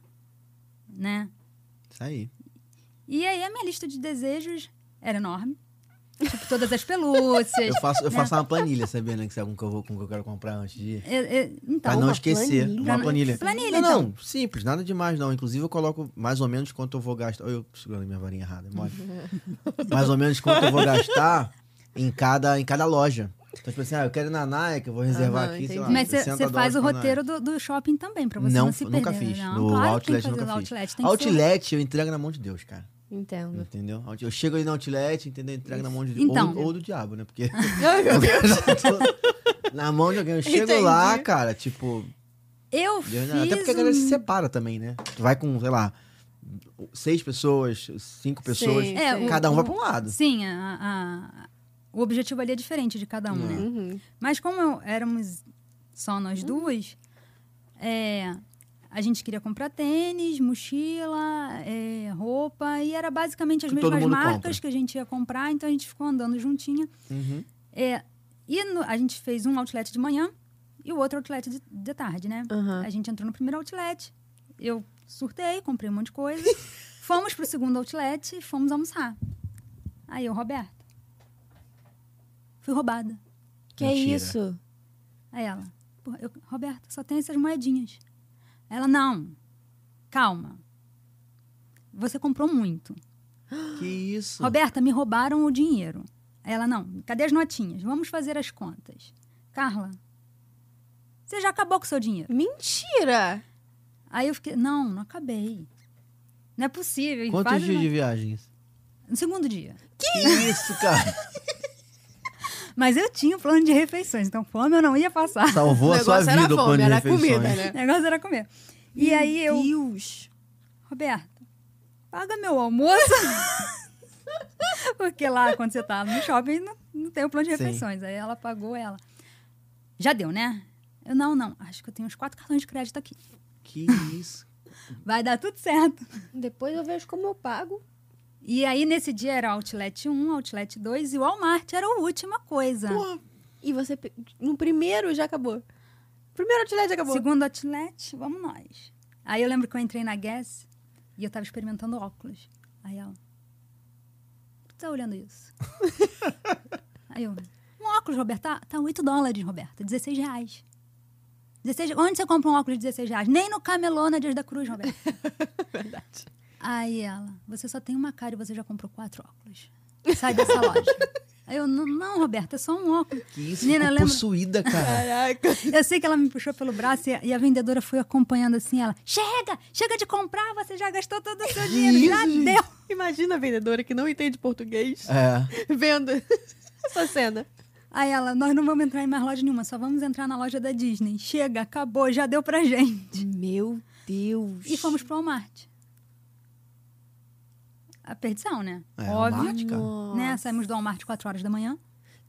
[SPEAKER 3] né?
[SPEAKER 2] Isso aí.
[SPEAKER 3] E aí a minha lista de desejos era enorme. Tipo, todas as pelúcias.
[SPEAKER 2] Eu faço, eu faço uma planilha, sabia, né? Que se é algum que eu vou, com que eu quero comprar antes de ir.
[SPEAKER 3] É, é,
[SPEAKER 2] Pra
[SPEAKER 3] então,
[SPEAKER 2] não
[SPEAKER 1] uma
[SPEAKER 2] esquecer.
[SPEAKER 1] planilha.
[SPEAKER 2] Uma planilha.
[SPEAKER 3] Planilha, então.
[SPEAKER 2] não, não, simples, nada demais, não. Inclusive, eu coloco mais ou menos quanto eu vou gastar. Olha, eu segurando minha varinha errada, é mole. mais ou menos quanto eu vou gastar em cada, em cada loja. Então, tipo assim, ah, eu quero ir na Nike, eu vou reservar
[SPEAKER 1] Aham,
[SPEAKER 2] aqui, sei
[SPEAKER 1] entendi.
[SPEAKER 2] lá.
[SPEAKER 3] mas você
[SPEAKER 2] 60
[SPEAKER 3] você faz
[SPEAKER 2] dólares
[SPEAKER 3] o
[SPEAKER 2] pra
[SPEAKER 3] roteiro do, do shopping também, pra você
[SPEAKER 2] Não,
[SPEAKER 3] não, se perder. né?
[SPEAKER 2] nunca fiz.
[SPEAKER 3] Não,
[SPEAKER 2] No
[SPEAKER 3] claro que
[SPEAKER 2] Outlet
[SPEAKER 3] tem que fazer
[SPEAKER 2] nunca
[SPEAKER 3] no
[SPEAKER 2] fiz.
[SPEAKER 3] outlet. Tem que ser- Uhum.
[SPEAKER 2] Outlet eu entrego na mão de Deus, cara.
[SPEAKER 1] Entendo.
[SPEAKER 2] Entendeu? Out- Eu chego aí no outlet, entendeu? Entrego na mão de Deus.
[SPEAKER 3] Então.
[SPEAKER 2] Ou, ou do diabo, né? Porque.
[SPEAKER 1] Ai, meu Deus.
[SPEAKER 2] na mão de alguém. Eu chego
[SPEAKER 1] Entendi.
[SPEAKER 2] lá, cara, tipo.
[SPEAKER 3] Eu
[SPEAKER 2] Deus,
[SPEAKER 3] fiz.
[SPEAKER 2] né? Até porque a galera
[SPEAKER 3] um-
[SPEAKER 2] se separa também, né? Tu vai com, sei lá, seis pessoas, cinco pessoas.
[SPEAKER 1] Sim,
[SPEAKER 3] É,
[SPEAKER 1] sim.
[SPEAKER 3] o-
[SPEAKER 2] Cada um vai pra um lado.
[SPEAKER 3] Sim, a- a- o objetivo ali é diferente de cada um, né?
[SPEAKER 1] Uhum.
[SPEAKER 2] Uhum.
[SPEAKER 3] Mas como eu- éramos só nós duas, é, A gente queria comprar tênis, mochila, é, roupa, e era basicamente as
[SPEAKER 2] Que todo
[SPEAKER 3] mesmas
[SPEAKER 2] mundo
[SPEAKER 3] marcas
[SPEAKER 2] compra.
[SPEAKER 3] que a gente ia comprar, então a gente ficou andando juntinha.
[SPEAKER 2] Uhum.
[SPEAKER 3] É, e no- a gente fez um outlet de manhã e o outro outlet de, de tarde, né?
[SPEAKER 1] Aham.
[SPEAKER 3] A gente entrou no primeiro outlet, eu surtei, comprei um monte de coisa. fomos pro segundo outlet e fomos almoçar. Aí eu, Roberta, fui roubada.
[SPEAKER 1] Que é
[SPEAKER 2] Mentira.
[SPEAKER 1] isso?
[SPEAKER 3] Aí ela, "Pô, eu, Roberta, só tem essas moedinhas. Ela, não, calma. Você comprou muito.
[SPEAKER 2] Que isso?
[SPEAKER 3] Roberta, me roubaram o dinheiro. Aí Ela, não, cadê as notinhas? Vamos fazer as contas. Carla, você já acabou com o seu dinheiro.
[SPEAKER 1] Mentira!
[SPEAKER 3] Aí eu fiquei, não, não acabei. Não é possível. E
[SPEAKER 2] Quantos
[SPEAKER 3] várias
[SPEAKER 2] dias
[SPEAKER 3] no-
[SPEAKER 2] de viagem?
[SPEAKER 3] No segundo dia.
[SPEAKER 2] Que isso, cara?
[SPEAKER 3] Mas eu tinha um plano de refeições, então fome eu não ia passar.
[SPEAKER 2] Salvou
[SPEAKER 1] o
[SPEAKER 2] a sua
[SPEAKER 1] negócio era
[SPEAKER 2] vida o plano
[SPEAKER 1] fome,
[SPEAKER 2] de
[SPEAKER 1] era
[SPEAKER 2] refeições.
[SPEAKER 1] comida,
[SPEAKER 3] O
[SPEAKER 1] né?
[SPEAKER 3] negócio era comer. E aí eu,
[SPEAKER 1] Meu Deus!
[SPEAKER 3] Roberta, paga meu almoço. Porque lá, quando você tá no shopping, não, não tem o plano de
[SPEAKER 2] Sim.
[SPEAKER 3] refeições. Aí ela pagou ela. Já deu, né? Eu, não, não. Acho que eu tenho uns quatro cartões de crédito aqui.
[SPEAKER 2] Que isso?
[SPEAKER 3] Vai dar tudo certo.
[SPEAKER 1] Depois eu vejo como eu pago.
[SPEAKER 3] E aí, nesse dia, era o Outlet 1, Outlet 2 e o Walmart era a última coisa.
[SPEAKER 2] Porra,
[SPEAKER 1] E você. pe- No primeiro já acabou. Primeiro outlet já acabou.
[SPEAKER 3] Segundo Outlet, vamos nós. Aí eu lembro que eu entrei na Guess e eu tava experimentando óculos. Aí ela. Tu tá olhando isso? Aí eu. Um óculos, Roberto, tá, tá 8 dólares, Roberta. 16 reais. 16, onde você compra um óculos de 16 reais? Nem no camelô na Dias da Cruz, Roberto.
[SPEAKER 1] Verdade.
[SPEAKER 3] Aí ela, você só tem uma cara e você já comprou quatro óculos. Sai dessa loja. Aí eu, não, não, Roberta, é só um óculos.
[SPEAKER 2] que isso?
[SPEAKER 3] Menina,
[SPEAKER 2] Ficou
[SPEAKER 3] lembra-
[SPEAKER 2] possuída, cara.
[SPEAKER 1] Caraca.
[SPEAKER 3] Eu sei que ela me puxou pelo braço e a, e a vendedora foi acompanhando assim. Ela, chega, chega de comprar, você já gastou todo o seu dinheiro, já
[SPEAKER 2] isso, gente?
[SPEAKER 3] deu.
[SPEAKER 1] Imagina a vendedora que não entende português
[SPEAKER 2] É.
[SPEAKER 1] vendo essa cena.
[SPEAKER 3] Aí ela, nós não vamos entrar em mais loja nenhuma, só vamos entrar na loja da Disney. Chega, acabou, já deu pra gente.
[SPEAKER 1] Meu Deus.
[SPEAKER 3] E fomos pro Walmart. A perdição, né?
[SPEAKER 2] É,
[SPEAKER 3] Óbvio.
[SPEAKER 2] Walmart, cara.
[SPEAKER 3] Né? Saímos do Walmart 4 horas da manhã.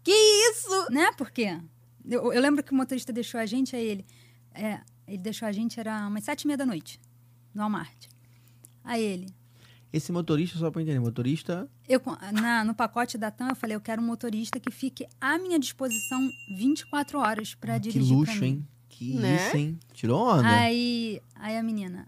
[SPEAKER 1] Que isso?
[SPEAKER 3] Né? Por quê? Eu, eu lembro que o motorista deixou a gente, aí ele. é, ele deixou a gente, era umas sete e meia da noite, no Walmart. Aí ele.
[SPEAKER 2] Esse motorista, só pra entender, motorista...
[SPEAKER 3] Eu, co- na- no pacote da TAM, eu falei, eu quero um motorista que fique à minha disposição 24 horas pra
[SPEAKER 2] Ah, que
[SPEAKER 3] dirigir pra
[SPEAKER 2] luxo,
[SPEAKER 3] mim.
[SPEAKER 2] hein? Que
[SPEAKER 1] Né?
[SPEAKER 2] isso, hein? Tirou onda?
[SPEAKER 3] Aí, aí a menina...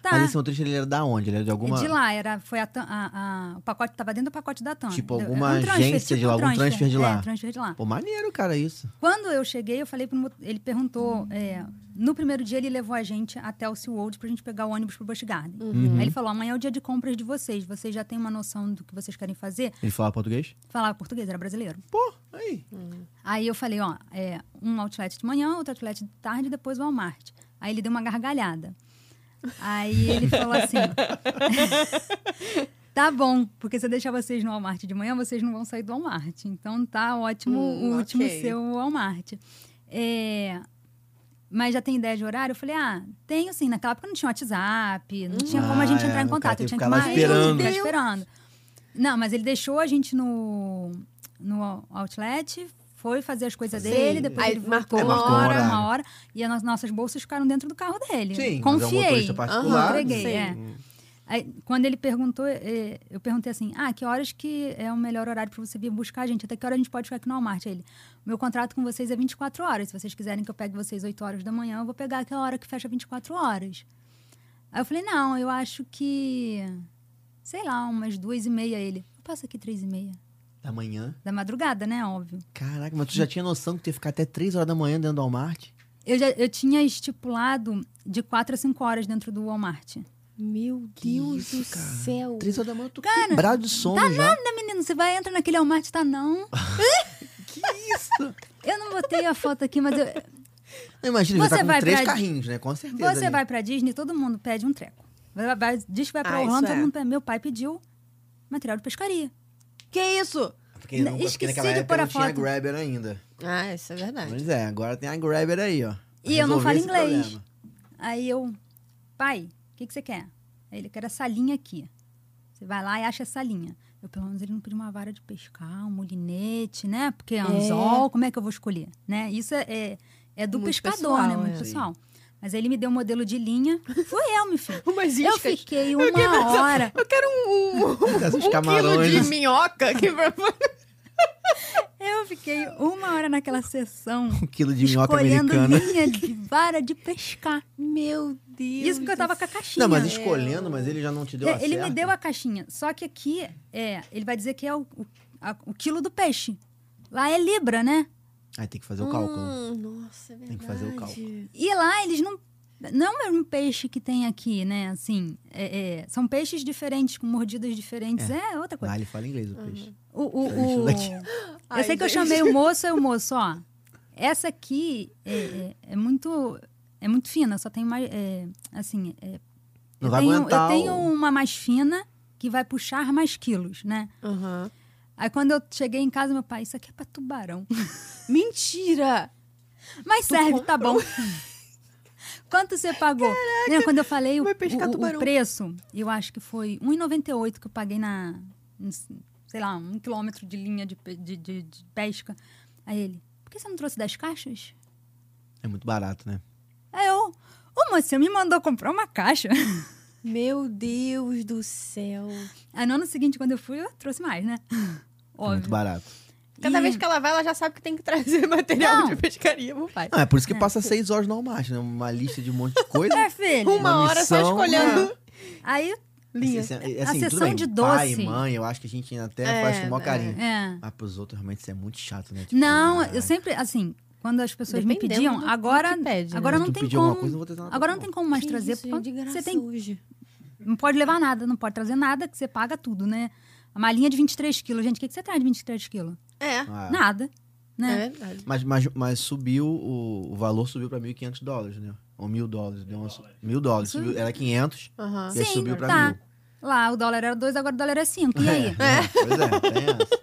[SPEAKER 3] Tá, é
[SPEAKER 2] Mas esse motorista, ele era da onde? Ele era de alguma...
[SPEAKER 3] de lá, era, foi a, TAM, a- a- o pacote tava dentro do pacote da TAM. um
[SPEAKER 2] Tipo,
[SPEAKER 3] Era
[SPEAKER 2] alguma agência de lá, algum transfer de lá.
[SPEAKER 3] É, tipo transfer de lá.
[SPEAKER 2] Pô, maneiro, cara, isso.
[SPEAKER 3] Quando eu cheguei, eu falei pro mo- ele perguntou, é, no primeiro dia ele levou a gente até o SeaWorld pra gente pegar o ônibus pro Busch Garden. Aí ele falou, amanhã é o dia de compras de vocês, vocês já têm uma noção do que vocês querem fazer?
[SPEAKER 2] Ele falava português?
[SPEAKER 3] Falava português, era brasileiro.
[SPEAKER 2] Pô, aí.
[SPEAKER 3] Aí eu falei, ó, é, um outlet de manhã, outro outlet de tarde, depois o Walmart. Aí ele deu uma gargalhada. Aí ele falou assim: Tá bom, porque se eu deixar vocês no Walmart de manhã, vocês não vão sair do Walmart. Então tá ótimo
[SPEAKER 1] Hum,
[SPEAKER 3] o último
[SPEAKER 1] ok.
[SPEAKER 3] seu Walmart. É, Mas já tem ideia de horário? Eu falei, ah, tenho sim. Naquela época não tinha WhatsApp, não
[SPEAKER 1] Hum.
[SPEAKER 3] tinha como a gente
[SPEAKER 2] Ah,
[SPEAKER 3] entrar
[SPEAKER 2] é,
[SPEAKER 3] em
[SPEAKER 2] o cara
[SPEAKER 3] contato.
[SPEAKER 2] tem
[SPEAKER 3] Eu
[SPEAKER 2] que
[SPEAKER 3] tinha que
[SPEAKER 2] ficar lá
[SPEAKER 3] marcar,
[SPEAKER 2] esperando.
[SPEAKER 3] ficar esperando. Não, mas ele deixou a gente no, no outlet, foi fazer as coisas
[SPEAKER 1] Sim.
[SPEAKER 3] dele, depois
[SPEAKER 1] Aí
[SPEAKER 3] ele
[SPEAKER 1] marcou
[SPEAKER 3] marcou uma
[SPEAKER 2] uma hora.
[SPEAKER 3] hora, uma hora, e as nossas bolsas ficaram dentro do carro dele.
[SPEAKER 2] Sim, mas é um
[SPEAKER 3] Confiei.
[SPEAKER 2] motorista
[SPEAKER 1] Aham,
[SPEAKER 2] particular.
[SPEAKER 3] Entreguei,
[SPEAKER 1] sim.
[SPEAKER 3] é. Aí, quando ele perguntou, eh, eu perguntei assim: ah, que horas que é o melhor horário para você vir buscar a gente? Até que hora a gente pode ficar aqui no Walmart? Aí ele: meu contrato com vocês é 24 horas. Se vocês quiserem que eu pegue vocês 8 horas da manhã, eu vou pegar aquela hora que fecha 24 horas. Aí eu falei: não, eu acho que. sei lá, umas duas e meia. Ele: eu passo aqui três e meia.
[SPEAKER 2] Da manhã.
[SPEAKER 3] Da madrugada, né? Óbvio.
[SPEAKER 2] Caraca, mas tu já tinha noção que tu ia ficar até 3 horas da manhã dentro do Walmart?
[SPEAKER 3] Eu, já, eu tinha estipulado de 4 a 5 horas dentro do Walmart.
[SPEAKER 1] Meu
[SPEAKER 2] Que
[SPEAKER 1] Deus
[SPEAKER 2] isso,
[SPEAKER 1] do
[SPEAKER 2] cara?
[SPEAKER 1] céu.
[SPEAKER 2] 3 horas da manhã, eu tô quebrado de sono já.
[SPEAKER 3] Não, "Tá menino, você vai entrar naquele Walmart, tá não.
[SPEAKER 2] Que isso?
[SPEAKER 3] Eu não botei a foto aqui, mas eu,
[SPEAKER 2] Não, imagina, ele
[SPEAKER 3] Você
[SPEAKER 2] tá com
[SPEAKER 3] vai
[SPEAKER 2] três
[SPEAKER 3] pra-
[SPEAKER 2] carrinhos, né? Com certeza.
[SPEAKER 3] Você
[SPEAKER 2] ali.
[SPEAKER 3] vai pra Disney, todo mundo pede um treco. Vai- vai- diz que vai pra
[SPEAKER 1] Ah, isso
[SPEAKER 3] Orlando, todo
[SPEAKER 1] é.
[SPEAKER 3] mundo pede. Meu pai pediu material de pescaria.
[SPEAKER 1] Que isso?
[SPEAKER 2] Porque, não,
[SPEAKER 3] Esqueci
[SPEAKER 2] porque naquela
[SPEAKER 3] de
[SPEAKER 2] época
[SPEAKER 3] pôr a
[SPEAKER 2] não tinha
[SPEAKER 3] foto.
[SPEAKER 2] Grabber ainda.
[SPEAKER 1] Ah, isso é verdade.
[SPEAKER 2] Pois é, agora tem a Grabber aí, ó.
[SPEAKER 3] E eu não
[SPEAKER 2] Resolveu
[SPEAKER 3] falo
[SPEAKER 2] esse
[SPEAKER 3] inglês.
[SPEAKER 2] problema.
[SPEAKER 3] Aí eu, pai, o que, que você quer? Aí ele quer essa linha aqui. Você vai lá e acha essa linha. Eu, pelo menos, ele não pediu uma vara de pescar, um molinete, né? Porque anzol, como é que eu vou escolher? Né? Isso é, é, é do
[SPEAKER 1] Muito
[SPEAKER 3] pescador,
[SPEAKER 1] pessoal,
[SPEAKER 3] né? Muito
[SPEAKER 1] é.
[SPEAKER 3] pessoal. Mas aí ele me deu um modelo de linha. Fui eu, meu filho.
[SPEAKER 1] Umas
[SPEAKER 3] Eu
[SPEAKER 1] iscas.
[SPEAKER 3] fiquei uma hora.
[SPEAKER 1] Eu quero um, um,
[SPEAKER 2] Esses
[SPEAKER 1] um quilo
[SPEAKER 2] camarões.
[SPEAKER 1] de minhoca aqui pra
[SPEAKER 3] Eu fiquei uma hora naquela sessão.
[SPEAKER 2] Um quilo de minhoca
[SPEAKER 3] Escolhendo
[SPEAKER 2] americana.
[SPEAKER 3] linha de vara de pescar.
[SPEAKER 1] Meu Deus.
[SPEAKER 3] Isso porque eu tava com a caixinha.
[SPEAKER 2] Não, mas escolhendo, mas ele já não te deu a
[SPEAKER 3] É, ele me
[SPEAKER 2] certa.
[SPEAKER 3] deu a caixinha. Só que aqui, é, ele vai dizer que é o, o- a- o quilo do peixe. Lá é libra, né?
[SPEAKER 2] Aí tem que fazer o cálculo.
[SPEAKER 1] Hum, nossa, é verdade.
[SPEAKER 2] Tem que fazer o cálculo.
[SPEAKER 3] E lá eles não. Não é um peixe que tem aqui, né? Assim, é- é, são peixes diferentes, com mordidas diferentes. É, outra coisa.
[SPEAKER 2] Lá Ah, ele fala inglês, o peixe.
[SPEAKER 3] O, o-
[SPEAKER 2] Diferente
[SPEAKER 3] o-
[SPEAKER 2] daqui.
[SPEAKER 3] Eu sei que eu chamei o moço, é o moço, ó. Essa aqui é, é- é muito. É muito fina, só tem mais. é, assim, é,
[SPEAKER 2] Não
[SPEAKER 3] eu
[SPEAKER 2] vai
[SPEAKER 3] tenho, eu
[SPEAKER 2] aguentar.
[SPEAKER 3] tenho
[SPEAKER 2] o-
[SPEAKER 3] uma mais fina que vai puxar mais quilos, né?
[SPEAKER 1] Aham.
[SPEAKER 3] Aí quando eu cheguei em casa, meu pai, isso aqui é pra tubarão.
[SPEAKER 1] Mentira!
[SPEAKER 3] Mas serve, tá bom. Quanto você pagou? Lembra quando eu falei o,
[SPEAKER 1] Vai pescar
[SPEAKER 3] o- o
[SPEAKER 1] tubarão.
[SPEAKER 3] preço? Eu acho que foi 1,98 que eu paguei na, em, sei lá, um quilômetro de linha de, pe- de- de- de pesca. Aí ele, por que você não trouxe 10 caixas?
[SPEAKER 2] É muito barato, né?
[SPEAKER 3] Aí eu, ô moça, você me mandou comprar uma caixa.
[SPEAKER 1] Meu Deus do céu.
[SPEAKER 3] Aí no ano seguinte, quando eu fui, eu trouxe mais, né?
[SPEAKER 2] É muito
[SPEAKER 3] Óbvio.
[SPEAKER 2] barato.
[SPEAKER 1] Cada
[SPEAKER 3] E-
[SPEAKER 1] vez que ela vai, ela já sabe que tem que trazer material
[SPEAKER 3] Não.
[SPEAKER 1] de pescaria pro pai.
[SPEAKER 2] Não, é por isso que passa seis horas no Walmart, né? Uma lista de um monte de coisa.
[SPEAKER 3] É, filho.
[SPEAKER 1] Uma, hora só
[SPEAKER 2] missão,
[SPEAKER 1] escolhendo
[SPEAKER 3] né? Aí,
[SPEAKER 1] linha.
[SPEAKER 2] Assim, assim,
[SPEAKER 3] É, A
[SPEAKER 2] assim,
[SPEAKER 3] sessão
[SPEAKER 2] tudo bem.
[SPEAKER 3] de
[SPEAKER 2] Pai,
[SPEAKER 3] doce.
[SPEAKER 2] mãe, eu acho que a gente ainda até
[SPEAKER 1] É,
[SPEAKER 2] faz com o maior
[SPEAKER 1] é.
[SPEAKER 2] carinho.
[SPEAKER 3] é.
[SPEAKER 2] Mas pros outros, realmente, isso é muito chato, né? Tipo,
[SPEAKER 3] Não,
[SPEAKER 2] ah,
[SPEAKER 3] eu sempre, assim, quando as pessoas me
[SPEAKER 1] Dependendo
[SPEAKER 3] pediam,
[SPEAKER 1] do-
[SPEAKER 3] agora,
[SPEAKER 1] do que pede,
[SPEAKER 3] agora
[SPEAKER 2] se
[SPEAKER 3] não
[SPEAKER 2] tu
[SPEAKER 3] tem
[SPEAKER 2] pedir
[SPEAKER 3] como.
[SPEAKER 2] alguma coisa, eu vou tentar nada
[SPEAKER 3] agora
[SPEAKER 2] pra
[SPEAKER 3] não
[SPEAKER 2] tu.
[SPEAKER 3] tem como mais trazer,
[SPEAKER 1] é
[SPEAKER 3] porque você tem,
[SPEAKER 1] hoje.
[SPEAKER 3] não pode levar nada, não pode trazer nada, que você paga tudo, né? Uma linha de 23 quilos, gente, o que, que você traz de 23 quilos?
[SPEAKER 1] É,
[SPEAKER 2] Ah,
[SPEAKER 3] Nada, né?
[SPEAKER 1] é verdade.
[SPEAKER 2] Mas, mas, mas subiu, o, o valor subiu pra 1.500 dólares, né? Ou mil dólares. Deu uma, su- mil dólares.
[SPEAKER 3] Isso-
[SPEAKER 2] Subiu, era 500
[SPEAKER 1] Aham.
[SPEAKER 2] e aí
[SPEAKER 3] Sim,
[SPEAKER 2] subiu pra
[SPEAKER 3] tá.
[SPEAKER 2] mil.
[SPEAKER 3] Lá o dólar era 2, agora o dólar é 5, e aí?
[SPEAKER 2] É, é, pois é, tem essa.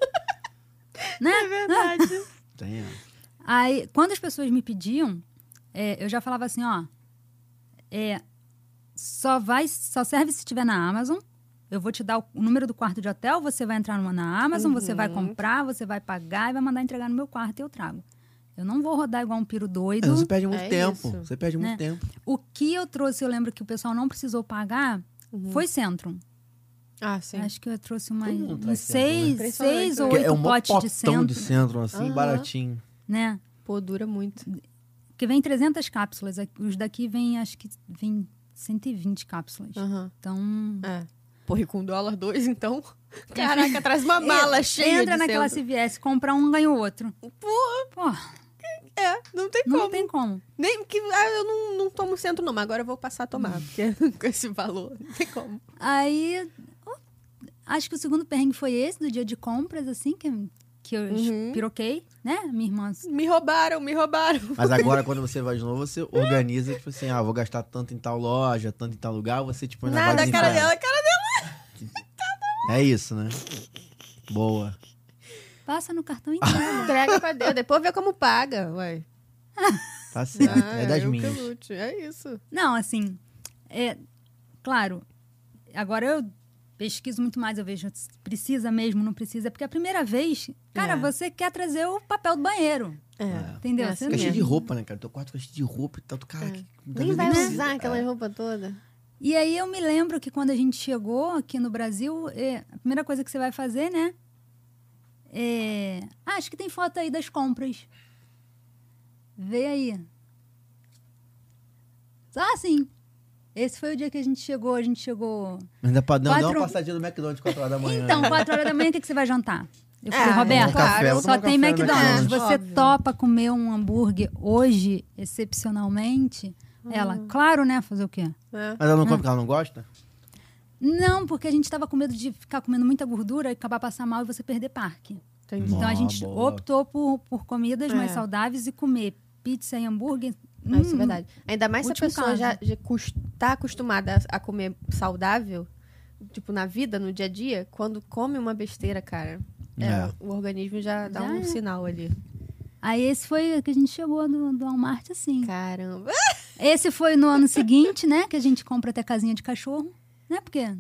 [SPEAKER 1] É verdade.
[SPEAKER 2] Tem essa.
[SPEAKER 3] Aí, quando as pessoas me pediam, é, eu já falava assim, ó, é, só vai, só serve se tiver na Amazon. Eu vou te dar o, o número do quarto de hotel, você vai entrar numa na Amazon, você vai comprar, você vai pagar e vai mandar entregar no meu quarto e eu trago. Eu não vou rodar igual um piro
[SPEAKER 2] É,
[SPEAKER 3] doido.
[SPEAKER 2] Você perde muito
[SPEAKER 1] É
[SPEAKER 2] tempo.
[SPEAKER 1] isso.
[SPEAKER 2] Você perde muito
[SPEAKER 3] Né?
[SPEAKER 2] tempo.
[SPEAKER 3] O que eu trouxe, eu lembro que o pessoal não precisou pagar, foi Centrum.
[SPEAKER 1] Ah, Uhum. sim.
[SPEAKER 3] Acho que eu trouxe uma,
[SPEAKER 2] Todo mundo
[SPEAKER 3] uns
[SPEAKER 2] traz Centrum, né?
[SPEAKER 3] seis,
[SPEAKER 1] Impressionante,
[SPEAKER 3] seis
[SPEAKER 1] né?
[SPEAKER 3] ou
[SPEAKER 2] Porque
[SPEAKER 3] oito
[SPEAKER 2] é um maior
[SPEAKER 3] potes
[SPEAKER 2] potão
[SPEAKER 3] de né? Centrum,
[SPEAKER 2] de centro, assim,
[SPEAKER 1] Aham.
[SPEAKER 2] baratinho.
[SPEAKER 3] né?
[SPEAKER 1] Pô, dura muito.
[SPEAKER 3] Porque vem 300 cápsulas. aqui- Os daqui vem, acho que vem 120 cápsulas.
[SPEAKER 1] Aham.
[SPEAKER 3] Então,
[SPEAKER 1] É. Porra, e com dólar dois, então. É, Caraca, traz uma mala cheia
[SPEAKER 3] entra
[SPEAKER 1] de
[SPEAKER 3] naquela
[SPEAKER 1] centro.
[SPEAKER 3] CVS, compra um, ganha o outro. Porra!
[SPEAKER 1] É, não tem
[SPEAKER 3] não
[SPEAKER 1] como.
[SPEAKER 3] tem como.
[SPEAKER 1] Nem que. Ah, eu não, não tomo centro, não, mas agora eu vou passar a tomar, porque com esse valor, não tem como.
[SPEAKER 3] Aí, ó, acho que o segundo perrengue foi esse, do dia de compras, assim, que, que eu
[SPEAKER 1] Uhum.
[SPEAKER 3] piroquei, né? Minha irmã.
[SPEAKER 1] Me roubaram, me roubaram.
[SPEAKER 2] Mas agora, quando você vai de novo, você organiza, tipo assim, ah, vou gastar tanto em tal loja, tanto em tal lugar, você, tipo, na
[SPEAKER 1] Nada, a
[SPEAKER 2] base
[SPEAKER 1] cara
[SPEAKER 2] infernal.
[SPEAKER 1] dela, a cara
[SPEAKER 2] É isso, né? Boa.
[SPEAKER 3] Passa no cartão inteiro.
[SPEAKER 1] dela. Entrega pra Deus, depois vê como paga, vai.
[SPEAKER 2] Tá certo. é das
[SPEAKER 1] eu que
[SPEAKER 2] minhas.
[SPEAKER 1] lute, É isso.
[SPEAKER 3] não, assim, é, claro, agora eu pesquiso muito mais, eu vejo se precisa mesmo, não precisa, porque é a primeira vez, cara,
[SPEAKER 1] É.
[SPEAKER 3] você quer trazer o papel do banheiro,
[SPEAKER 2] Ah,
[SPEAKER 1] É.
[SPEAKER 3] entendeu?
[SPEAKER 1] É assim
[SPEAKER 2] Fica
[SPEAKER 3] Você não-
[SPEAKER 1] mesmo.
[SPEAKER 2] cheio de roupa, né, cara? Teu quarto fica cheio de roupa e tal. Tu, cara,
[SPEAKER 1] É.
[SPEAKER 2] que- muitas
[SPEAKER 1] Nem
[SPEAKER 2] vezes
[SPEAKER 1] vai
[SPEAKER 2] precisa,
[SPEAKER 1] usar aquela
[SPEAKER 2] cara.
[SPEAKER 1] roupa toda.
[SPEAKER 3] E aí eu me lembro que quando a gente chegou aqui no Brasil, é, a primeira coisa que você vai fazer, né? É. Ah, acho que tem foto aí das compras. Vê aí. Só assim. Esse foi o dia que a gente chegou. A gente chegou.
[SPEAKER 2] Ainda pra não, dá
[SPEAKER 3] Quatro-
[SPEAKER 2] uma passadinha no McDonald's 4 horas da manhã.
[SPEAKER 3] Então,
[SPEAKER 2] né?
[SPEAKER 3] 4 horas da manhã, o que, que você vai jantar? Eu falei,
[SPEAKER 1] Ah,
[SPEAKER 3] Roberto,
[SPEAKER 1] claro, eu vou
[SPEAKER 3] só
[SPEAKER 2] tomar
[SPEAKER 3] tem
[SPEAKER 2] É, um café no
[SPEAKER 3] McDonald's.
[SPEAKER 1] McDonald's.
[SPEAKER 3] Você
[SPEAKER 1] Óbvio.
[SPEAKER 3] topa comer um hambúrguer hoje, excepcionalmente? Ela,
[SPEAKER 1] Hum.
[SPEAKER 3] claro, né? Fazer o quê?
[SPEAKER 1] É.
[SPEAKER 2] Mas ela não come porque ela não gosta?
[SPEAKER 3] Não, porque a gente tava com medo de ficar comendo muita gordura e acabar passar mal e você perder parque.
[SPEAKER 1] Entendi.
[SPEAKER 3] então
[SPEAKER 2] Ah,
[SPEAKER 3] a gente
[SPEAKER 2] boa.
[SPEAKER 3] optou por, por comidas mais
[SPEAKER 1] É.
[SPEAKER 3] saudáveis e comer pizza e hambúrguer.
[SPEAKER 1] Ah, isso é
[SPEAKER 3] Hum,
[SPEAKER 1] verdade. Ainda mais se a
[SPEAKER 3] Último
[SPEAKER 1] pessoa
[SPEAKER 3] caso.
[SPEAKER 1] já, já cus- tá acostumada a a comer saudável, tipo, na vida, no dia a dia, quando come uma besteira, cara, é,
[SPEAKER 2] É.
[SPEAKER 1] o organismo já dá
[SPEAKER 3] Já
[SPEAKER 1] um
[SPEAKER 3] é.
[SPEAKER 1] sinal ali.
[SPEAKER 3] Aí esse foi que a gente chegou do, do Walmart assim.
[SPEAKER 1] Caramba. Ah.
[SPEAKER 3] Esse foi no ano seguinte, né? Que a gente compra até casinha de cachorro, né? Porque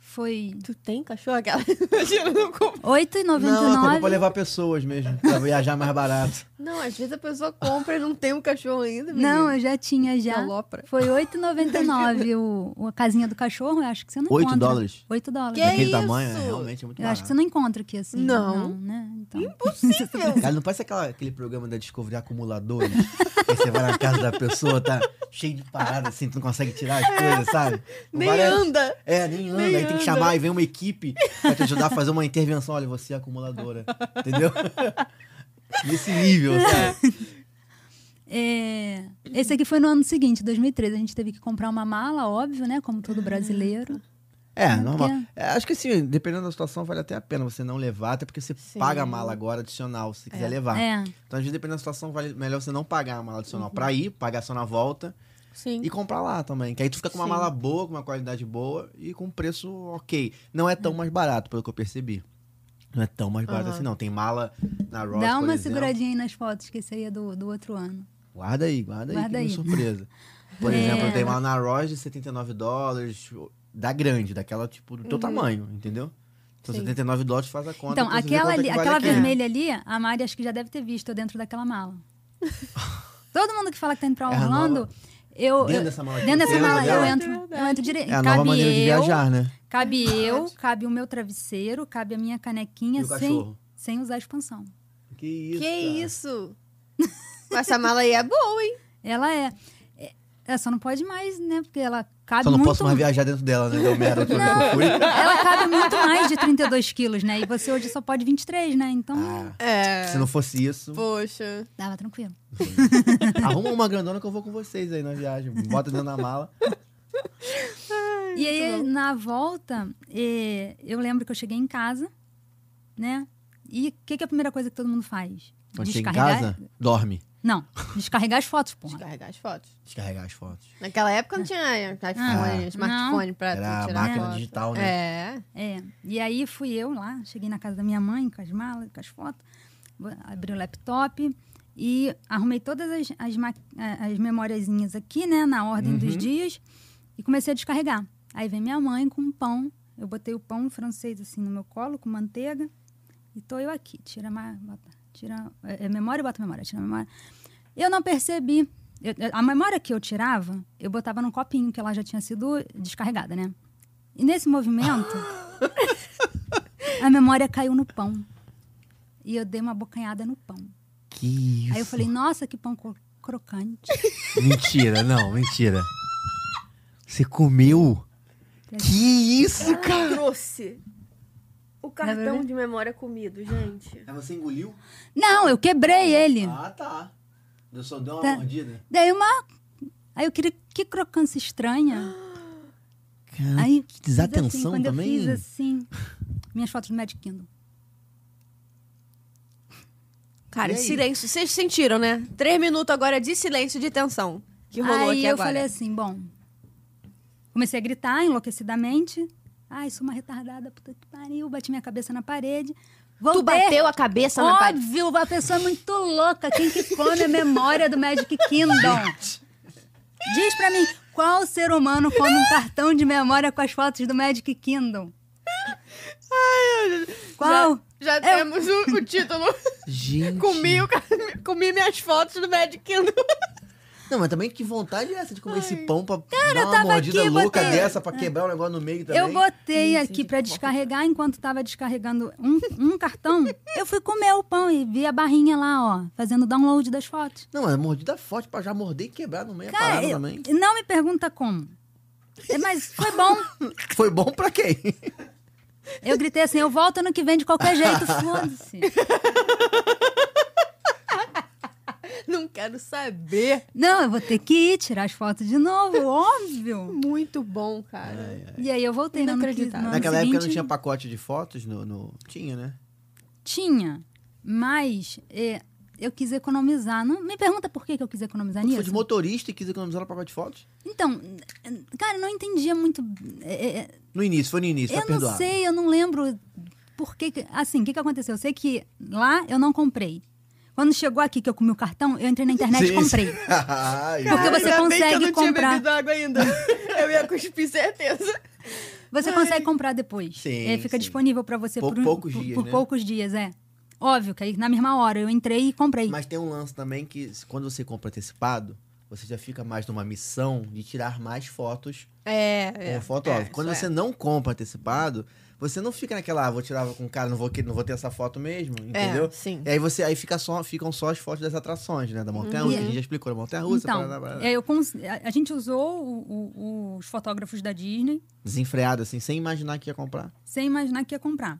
[SPEAKER 3] Foi
[SPEAKER 1] Tu tem cachorro? Aquela. Imagina, não compra.
[SPEAKER 2] Não, ela comprou pra
[SPEAKER 3] 8,99.
[SPEAKER 2] levar pessoas mesmo, pra viajar mais barato.
[SPEAKER 1] Não, às vezes a pessoa compra e não tem um cachorro ainda.
[SPEAKER 3] Não,
[SPEAKER 1] menino.
[SPEAKER 3] eu já tinha já.
[SPEAKER 1] Alopra.
[SPEAKER 3] Foi 8,99 o, o- a casinha do cachorro. Eu acho que você não
[SPEAKER 2] 8
[SPEAKER 3] encontra.
[SPEAKER 2] dólares?
[SPEAKER 3] 8 dólares.
[SPEAKER 1] Que
[SPEAKER 2] Daquele
[SPEAKER 1] isso?
[SPEAKER 2] tamanho, é, realmente é muito
[SPEAKER 3] Eu acho que você
[SPEAKER 2] barato.
[SPEAKER 3] não encontra aqui, assim.
[SPEAKER 1] Não.
[SPEAKER 3] né? Então,
[SPEAKER 2] Cara, não parece aquela- aquele programa da Discovery Acumuladores? Aí você vai na casa da pessoa, tá cheio de parada, assim, tu não consegue tirar as coisas, sabe?
[SPEAKER 1] Nem
[SPEAKER 2] Várias-
[SPEAKER 1] anda.
[SPEAKER 2] É, nem anda.
[SPEAKER 1] Nem
[SPEAKER 2] aí tem que
[SPEAKER 1] anda.
[SPEAKER 2] chamar e vem uma equipe pra te ajudar a fazer uma intervenção. Olha, você é acumuladora. Entendeu? Nesse nível, sabe?
[SPEAKER 3] é, esse aqui foi no ano seguinte, 2013. A gente teve que comprar uma mala, óbvio, né? Como todo brasileiro.
[SPEAKER 2] É,
[SPEAKER 3] Não
[SPEAKER 2] normal.
[SPEAKER 3] quer.
[SPEAKER 2] É, acho que assim, dependendo da situação, vale até a pena você não levar, até porque você
[SPEAKER 1] Sim.
[SPEAKER 2] paga a mala agora adicional, se quiser levar.
[SPEAKER 3] É.
[SPEAKER 2] Então, às vezes, dependendo da situação, vale melhor você não pagar a mala
[SPEAKER 1] Uhum.
[SPEAKER 2] adicional pra ir, pagar só na volta
[SPEAKER 1] Sim.
[SPEAKER 2] e comprar lá também. Que aí tu fica com uma
[SPEAKER 1] Sim.
[SPEAKER 2] mala boa, com uma qualidade boa e com um preço ok. Não é
[SPEAKER 3] Hum.
[SPEAKER 2] tão mais barato, pelo que eu percebi. Não é tão mais barato
[SPEAKER 1] Aham.
[SPEAKER 2] assim, não. Tem mala na Ross,
[SPEAKER 3] Dá
[SPEAKER 2] por
[SPEAKER 3] uma
[SPEAKER 2] exemplo.
[SPEAKER 3] seguradinha aí nas fotos, que esse aí é do, do outro ano.
[SPEAKER 2] Guarda aí, guarda,
[SPEAKER 3] Guarda
[SPEAKER 2] aí,
[SPEAKER 3] aí.
[SPEAKER 2] que tem surpresa. Por
[SPEAKER 3] É.
[SPEAKER 2] exemplo, tem uma na Ross de 79 dólares, da grande, daquela, tipo, do teu tamanho, entendeu? Então,
[SPEAKER 1] Sim.
[SPEAKER 2] 79 dólares faz a conta.
[SPEAKER 3] Uhum. então,
[SPEAKER 2] pra você ver
[SPEAKER 3] aquela,
[SPEAKER 2] quanto é
[SPEAKER 3] ali,
[SPEAKER 2] que vale
[SPEAKER 3] aquela
[SPEAKER 2] aqui.
[SPEAKER 3] vermelha ali, a Mari acho que já deve ter visto eu dentro daquela mala. Todo mundo que fala que tá indo pra
[SPEAKER 2] É a nova-
[SPEAKER 3] Orlando, eu.
[SPEAKER 2] Dentro
[SPEAKER 3] eu-
[SPEAKER 2] dessa mala aqui,
[SPEAKER 3] dentro dessa
[SPEAKER 2] você
[SPEAKER 3] mala
[SPEAKER 2] olha
[SPEAKER 3] eu
[SPEAKER 2] ela.
[SPEAKER 3] entro, eu entro direito.
[SPEAKER 2] É a nova
[SPEAKER 3] Cabe
[SPEAKER 2] maneira de
[SPEAKER 3] eu,
[SPEAKER 2] viajar, né?
[SPEAKER 3] Cabe eu, cabe o meu travesseiro, cabe a minha
[SPEAKER 2] E
[SPEAKER 3] canequinha
[SPEAKER 2] o
[SPEAKER 3] sem,
[SPEAKER 2] cachorro.
[SPEAKER 3] sem usar a expansão.
[SPEAKER 2] Que isso,
[SPEAKER 1] Que
[SPEAKER 2] cara.
[SPEAKER 1] isso? é. Essa mala aí é boa, hein?
[SPEAKER 3] Ela é. é- Ela só não pode mais, né? Porque ela cabe
[SPEAKER 2] Só não
[SPEAKER 3] muito.
[SPEAKER 2] posso mais viajar dentro dela, né? Deu merda outra vez que eu
[SPEAKER 3] Não,
[SPEAKER 2] fui.
[SPEAKER 3] ela cabe muito mais de 32 quilos, né? E você hoje só pode 23, né? Então,
[SPEAKER 2] Ah,
[SPEAKER 1] É.
[SPEAKER 2] se não fosse isso,
[SPEAKER 1] Poxa.
[SPEAKER 3] dava tranquilo.
[SPEAKER 2] arruma uma grandona que eu vou com vocês aí na viagem. Bota dentro da mala.
[SPEAKER 3] E aí, na volta, eh, eu lembro que eu cheguei em casa, né? E o que, que é a primeira coisa que todo mundo faz?
[SPEAKER 2] Quando chega em casa, dorme.
[SPEAKER 3] Não, descarregar as fotos, porra.
[SPEAKER 1] Descarregar as fotos.
[SPEAKER 2] Descarregar as fotos.
[SPEAKER 1] Naquela época não tinha iPhone,
[SPEAKER 2] Ah.
[SPEAKER 1] smartphone pra
[SPEAKER 2] Era
[SPEAKER 1] tu
[SPEAKER 2] a
[SPEAKER 1] tirar
[SPEAKER 2] máquina
[SPEAKER 1] foto.
[SPEAKER 2] digital, né?
[SPEAKER 1] É.
[SPEAKER 3] É, e aí fui eu lá, cheguei na casa da minha mãe com as malas, com as fotos, bo- abri o laptop e arrumei todas as, as, ma- a- as memóriazinhas aqui, né, na ordem dos
[SPEAKER 2] Uhum.
[SPEAKER 3] dias e comecei a descarregar. Aí vem minha mãe com um pão, eu botei o pão francês assim no meu colo, com manteiga e tô eu aqui, tira, ma- bota, tira é, é memória, bota memória, tira memória. Eu não percebi, Eu- eu- a memória que eu tirava, eu botava num copinho, que ela já tinha sido descarregada, né? E nesse movimento, a memória caiu no pão. E eu dei uma bocanhada no pão.
[SPEAKER 2] Que isso.
[SPEAKER 3] Aí eu falei, nossa, que pão cro- crocante.
[SPEAKER 2] Mentira, não, mentira. Você comeu? Que isso, cara?
[SPEAKER 1] Trouxe o
[SPEAKER 3] cartão
[SPEAKER 1] de memória comido, gente.
[SPEAKER 2] Você engoliu?
[SPEAKER 3] Não, eu quebrei ele.
[SPEAKER 2] Ah, tá. Eu só dei uma
[SPEAKER 3] Tá.
[SPEAKER 2] mordida.
[SPEAKER 3] Dei uma. Aí eu queria. Que crocância estranha.
[SPEAKER 2] Cara,
[SPEAKER 3] Aí.
[SPEAKER 2] que
[SPEAKER 3] fiz assim,
[SPEAKER 2] desatenção
[SPEAKER 3] quando
[SPEAKER 2] também.
[SPEAKER 3] Eu fiz assim. Minhas fotos do Magic Kingdom.
[SPEAKER 1] Cara,
[SPEAKER 2] E aí?
[SPEAKER 1] silêncio. Vocês sentiram, né? Três minutos agora de silêncio de tensão. Que rolou
[SPEAKER 3] Aí
[SPEAKER 1] aqui
[SPEAKER 3] eu
[SPEAKER 1] agora.
[SPEAKER 3] falei assim, bom. Comecei a gritar enlouquecidamente. Ai, sou uma retardada, puta que pariu. Bati minha cabeça na parede.
[SPEAKER 1] tu
[SPEAKER 3] Voltei.
[SPEAKER 1] bateu a cabeça na parede.
[SPEAKER 3] Óbvio, a pessoa é muito louca. Quem que come a memória do Magic Kingdom? Diz pra mim, qual ser humano come um cartão de memória com as fotos do Magic Kingdom? Qual?
[SPEAKER 1] Já, já temos o, o título.
[SPEAKER 2] Gente.
[SPEAKER 1] comi, o, ca- comi minhas fotos do Magic Kingdom.
[SPEAKER 2] Não, mas também que vontade é essa de comer esse pão pra dar
[SPEAKER 3] eu
[SPEAKER 2] uma
[SPEAKER 3] tava
[SPEAKER 2] mordida
[SPEAKER 3] aqui,
[SPEAKER 2] louca
[SPEAKER 3] botei- Ah.
[SPEAKER 2] dessa pra quebrar o negócio no meio também?
[SPEAKER 3] Eu botei
[SPEAKER 1] Ih,
[SPEAKER 3] aqui
[SPEAKER 1] gente,
[SPEAKER 3] pra
[SPEAKER 1] que
[SPEAKER 3] descarregar, enquanto tava descarregando um, um cartão, eu fui comer o pão e vi a barrinha lá, ó, fazendo download das fotos.
[SPEAKER 2] Não, é mordida forte pra já morder e quebrar no meio a
[SPEAKER 3] Cara,
[SPEAKER 2] parada
[SPEAKER 3] eu-
[SPEAKER 2] também.
[SPEAKER 3] não me pergunta como. É, Mas foi bom.
[SPEAKER 2] Foi bom pra quem?
[SPEAKER 3] Eu gritei assim, eu volto ano que vem de qualquer jeito, foda-se.
[SPEAKER 1] Não quero saber.
[SPEAKER 3] Não, eu vou ter que ir tirar as fotos de novo, óbvio.
[SPEAKER 1] Muito bom, cara.
[SPEAKER 3] E aí eu voltei no ano que-
[SPEAKER 1] Inacreditável.
[SPEAKER 3] no ano
[SPEAKER 2] É. Naquela época não
[SPEAKER 3] um seguinte, né?
[SPEAKER 2] tinha pacote de fotos no. no- Tinha, né?
[SPEAKER 3] Tinha, mas é, eu quis economizar. Não me pergunta por que, que eu quis economizar
[SPEAKER 2] Tu
[SPEAKER 3] nisso.
[SPEAKER 2] foi de motorista e quis economizar no pacote de fotos?
[SPEAKER 3] Então, n- n- cara, eu não entendia muito. é, é,
[SPEAKER 2] No início, foi no início,
[SPEAKER 3] eu
[SPEAKER 2] tá
[SPEAKER 3] não
[SPEAKER 2] perdoado.
[SPEAKER 3] sei, eu não lembro por que. que- Assim, o que, que aconteceu? Eu sei que lá eu não comprei. Quando chegou aqui que eu comi o cartão, eu entrei na internet e
[SPEAKER 2] Sim,
[SPEAKER 3] comprei.
[SPEAKER 2] sim. Ai,
[SPEAKER 3] Porque você
[SPEAKER 1] ainda bem que eu
[SPEAKER 3] consegue
[SPEAKER 1] não tinha
[SPEAKER 3] comprar.
[SPEAKER 1] bebido água ainda. Eu ia cuspir certeza.
[SPEAKER 3] Você consegue comprar depois.
[SPEAKER 2] Sim,
[SPEAKER 3] É, fica
[SPEAKER 2] sim.
[SPEAKER 3] disponível pra você
[SPEAKER 2] Pou-
[SPEAKER 3] por, um-
[SPEAKER 2] poucos
[SPEAKER 3] por-
[SPEAKER 2] dias,
[SPEAKER 3] por
[SPEAKER 2] né?
[SPEAKER 3] poucos dias, é. Óbvio que aí na mesma hora eu entrei e comprei.
[SPEAKER 2] Mas tem um lance também que se- quando você compra antecipado, você já fica mais numa missão de tirar mais fotos
[SPEAKER 1] É,
[SPEAKER 2] com
[SPEAKER 1] é.
[SPEAKER 2] o fotógrafo.
[SPEAKER 1] é,
[SPEAKER 2] quando
[SPEAKER 1] isso
[SPEAKER 2] você
[SPEAKER 1] é.
[SPEAKER 2] não compra antecipado, você não fica naquela, ah, vou tirar com o cara, não vou, que- não vou ter essa foto mesmo, entendeu?
[SPEAKER 1] É, sim.
[SPEAKER 2] E aí você aí fica só, ficam só as fotos das atrações, né? Da montanha russa, que a gente já explicou, da montanha russa,
[SPEAKER 3] então,
[SPEAKER 2] blá, blá, blá.
[SPEAKER 3] é, eu cons- a, a gente usou o- o- os fotógrafos da Disney
[SPEAKER 2] desenfreado, assim, sem imaginar que ia comprar.
[SPEAKER 3] sem imaginar que ia comprar.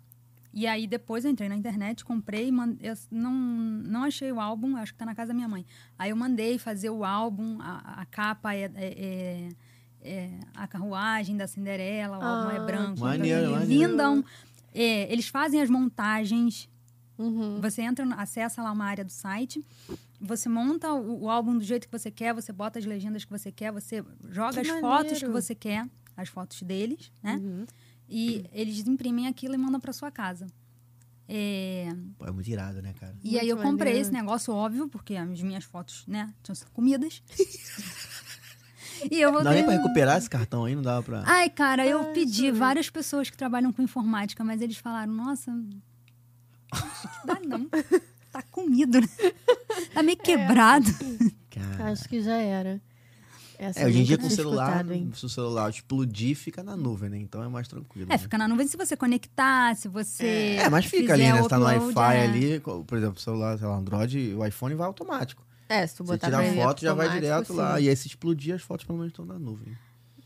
[SPEAKER 3] E aí depois eu entrei na internet, comprei, man- eu não, não achei o álbum, acho que tá na casa da minha mãe. Aí eu mandei fazer o álbum, a, a capa é, é- é- é a carruagem da Cinderela, o álbum é
[SPEAKER 1] Ah,
[SPEAKER 3] branco.
[SPEAKER 2] Maneiro,
[SPEAKER 3] então,
[SPEAKER 2] maneiro.
[SPEAKER 3] lindão. É, eles fazem as montagens,
[SPEAKER 1] Uhum.
[SPEAKER 3] você entra, no- acessa lá uma área do site, você monta o, o álbum do jeito que você quer, você bota as legendas que você quer, você joga
[SPEAKER 1] Que
[SPEAKER 3] as fotos que
[SPEAKER 1] maneiro.
[SPEAKER 3] você quer, as fotos deles,
[SPEAKER 2] É.
[SPEAKER 3] né?
[SPEAKER 1] Uhum.
[SPEAKER 3] E eles imprimem aquilo e mandam para sua casa. É,
[SPEAKER 2] Pô, é muito irado, né, cara?
[SPEAKER 3] e aí eu
[SPEAKER 1] Muito
[SPEAKER 3] comprei
[SPEAKER 1] maneiro.
[SPEAKER 3] esse negócio, óbvio, porque as minhas fotos, né, tinham sido comidas. e eu Ah,
[SPEAKER 2] Não dá nem
[SPEAKER 3] voltei.
[SPEAKER 2] pra recuperar esse cartão aí, não dava pra.
[SPEAKER 3] Ai, cara, eu pedi várias pessoas que trabalham com informática, mas eles falaram, nossa, acho que dá não. Tá comido, né? Tá
[SPEAKER 1] É.
[SPEAKER 3] meio quebrado.
[SPEAKER 2] Cara.
[SPEAKER 1] Acho que já era. Essa
[SPEAKER 2] É, hoje em dia
[SPEAKER 1] nunca
[SPEAKER 2] com o
[SPEAKER 1] tinha
[SPEAKER 2] celular,
[SPEAKER 1] escutado, hein?
[SPEAKER 2] se o celular explodir, fica na nuvem, né? Então é mais tranquilo.
[SPEAKER 3] É,
[SPEAKER 2] né?
[SPEAKER 3] fica na nuvem se você conectar, se você.
[SPEAKER 2] É, mas fica
[SPEAKER 3] fizer
[SPEAKER 2] ali, né?
[SPEAKER 3] o
[SPEAKER 2] Você tá no
[SPEAKER 3] upload,
[SPEAKER 2] Wi-Fi
[SPEAKER 3] é.
[SPEAKER 2] ali, co- por exemplo, celular, sei lá, Android, o iPhone vai automático.
[SPEAKER 1] É, se tu
[SPEAKER 2] Você
[SPEAKER 1] botar
[SPEAKER 2] tirar
[SPEAKER 1] pra
[SPEAKER 2] foto, já vai
[SPEAKER 1] automático, assim.
[SPEAKER 2] direto lá.
[SPEAKER 1] sim.
[SPEAKER 2] E aí, se explodir, as fotos pelo menos estão na nuvem.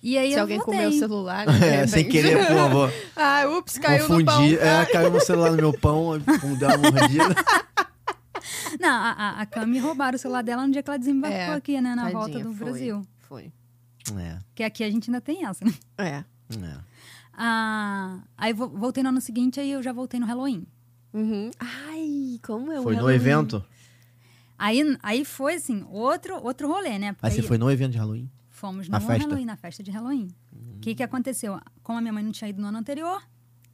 [SPEAKER 3] E aí
[SPEAKER 1] Se
[SPEAKER 3] eu
[SPEAKER 1] alguém
[SPEAKER 3] voltei.
[SPEAKER 1] comer o celular, né, de
[SPEAKER 2] É, sem
[SPEAKER 1] repente.
[SPEAKER 2] querer, pô, vou
[SPEAKER 1] Ah, ups, caiu no pão.
[SPEAKER 2] confundir. É, caiu meu celular no meu pão, um pum, deu uma mordida.
[SPEAKER 3] Não, a, a, a Cami roubaram o celular dela no dia que ela desembarcou
[SPEAKER 1] É,
[SPEAKER 3] aqui, né? Na
[SPEAKER 1] tadinha,
[SPEAKER 3] volta do
[SPEAKER 1] foi.
[SPEAKER 3] Brasil.
[SPEAKER 1] Ah, Foi.
[SPEAKER 2] É,
[SPEAKER 3] Que aqui a gente ainda tem essa, né?
[SPEAKER 1] É.
[SPEAKER 2] é.
[SPEAKER 3] Ah, aí vo- voltei no ano seguinte, aí eu já voltei no Halloween.
[SPEAKER 1] Uhum. Ai, como eu
[SPEAKER 2] Foi no
[SPEAKER 1] É Halloween.
[SPEAKER 2] evento?
[SPEAKER 3] Aí, aí foi, assim, outro, outro rolê, né? Porque
[SPEAKER 2] Aí você foi no evento de Halloween?
[SPEAKER 3] fomos no
[SPEAKER 2] na festa? Uhum.
[SPEAKER 3] Halloween, na festa de Halloween. O que, que aconteceu? Como a minha mãe não tinha ido no ano anterior,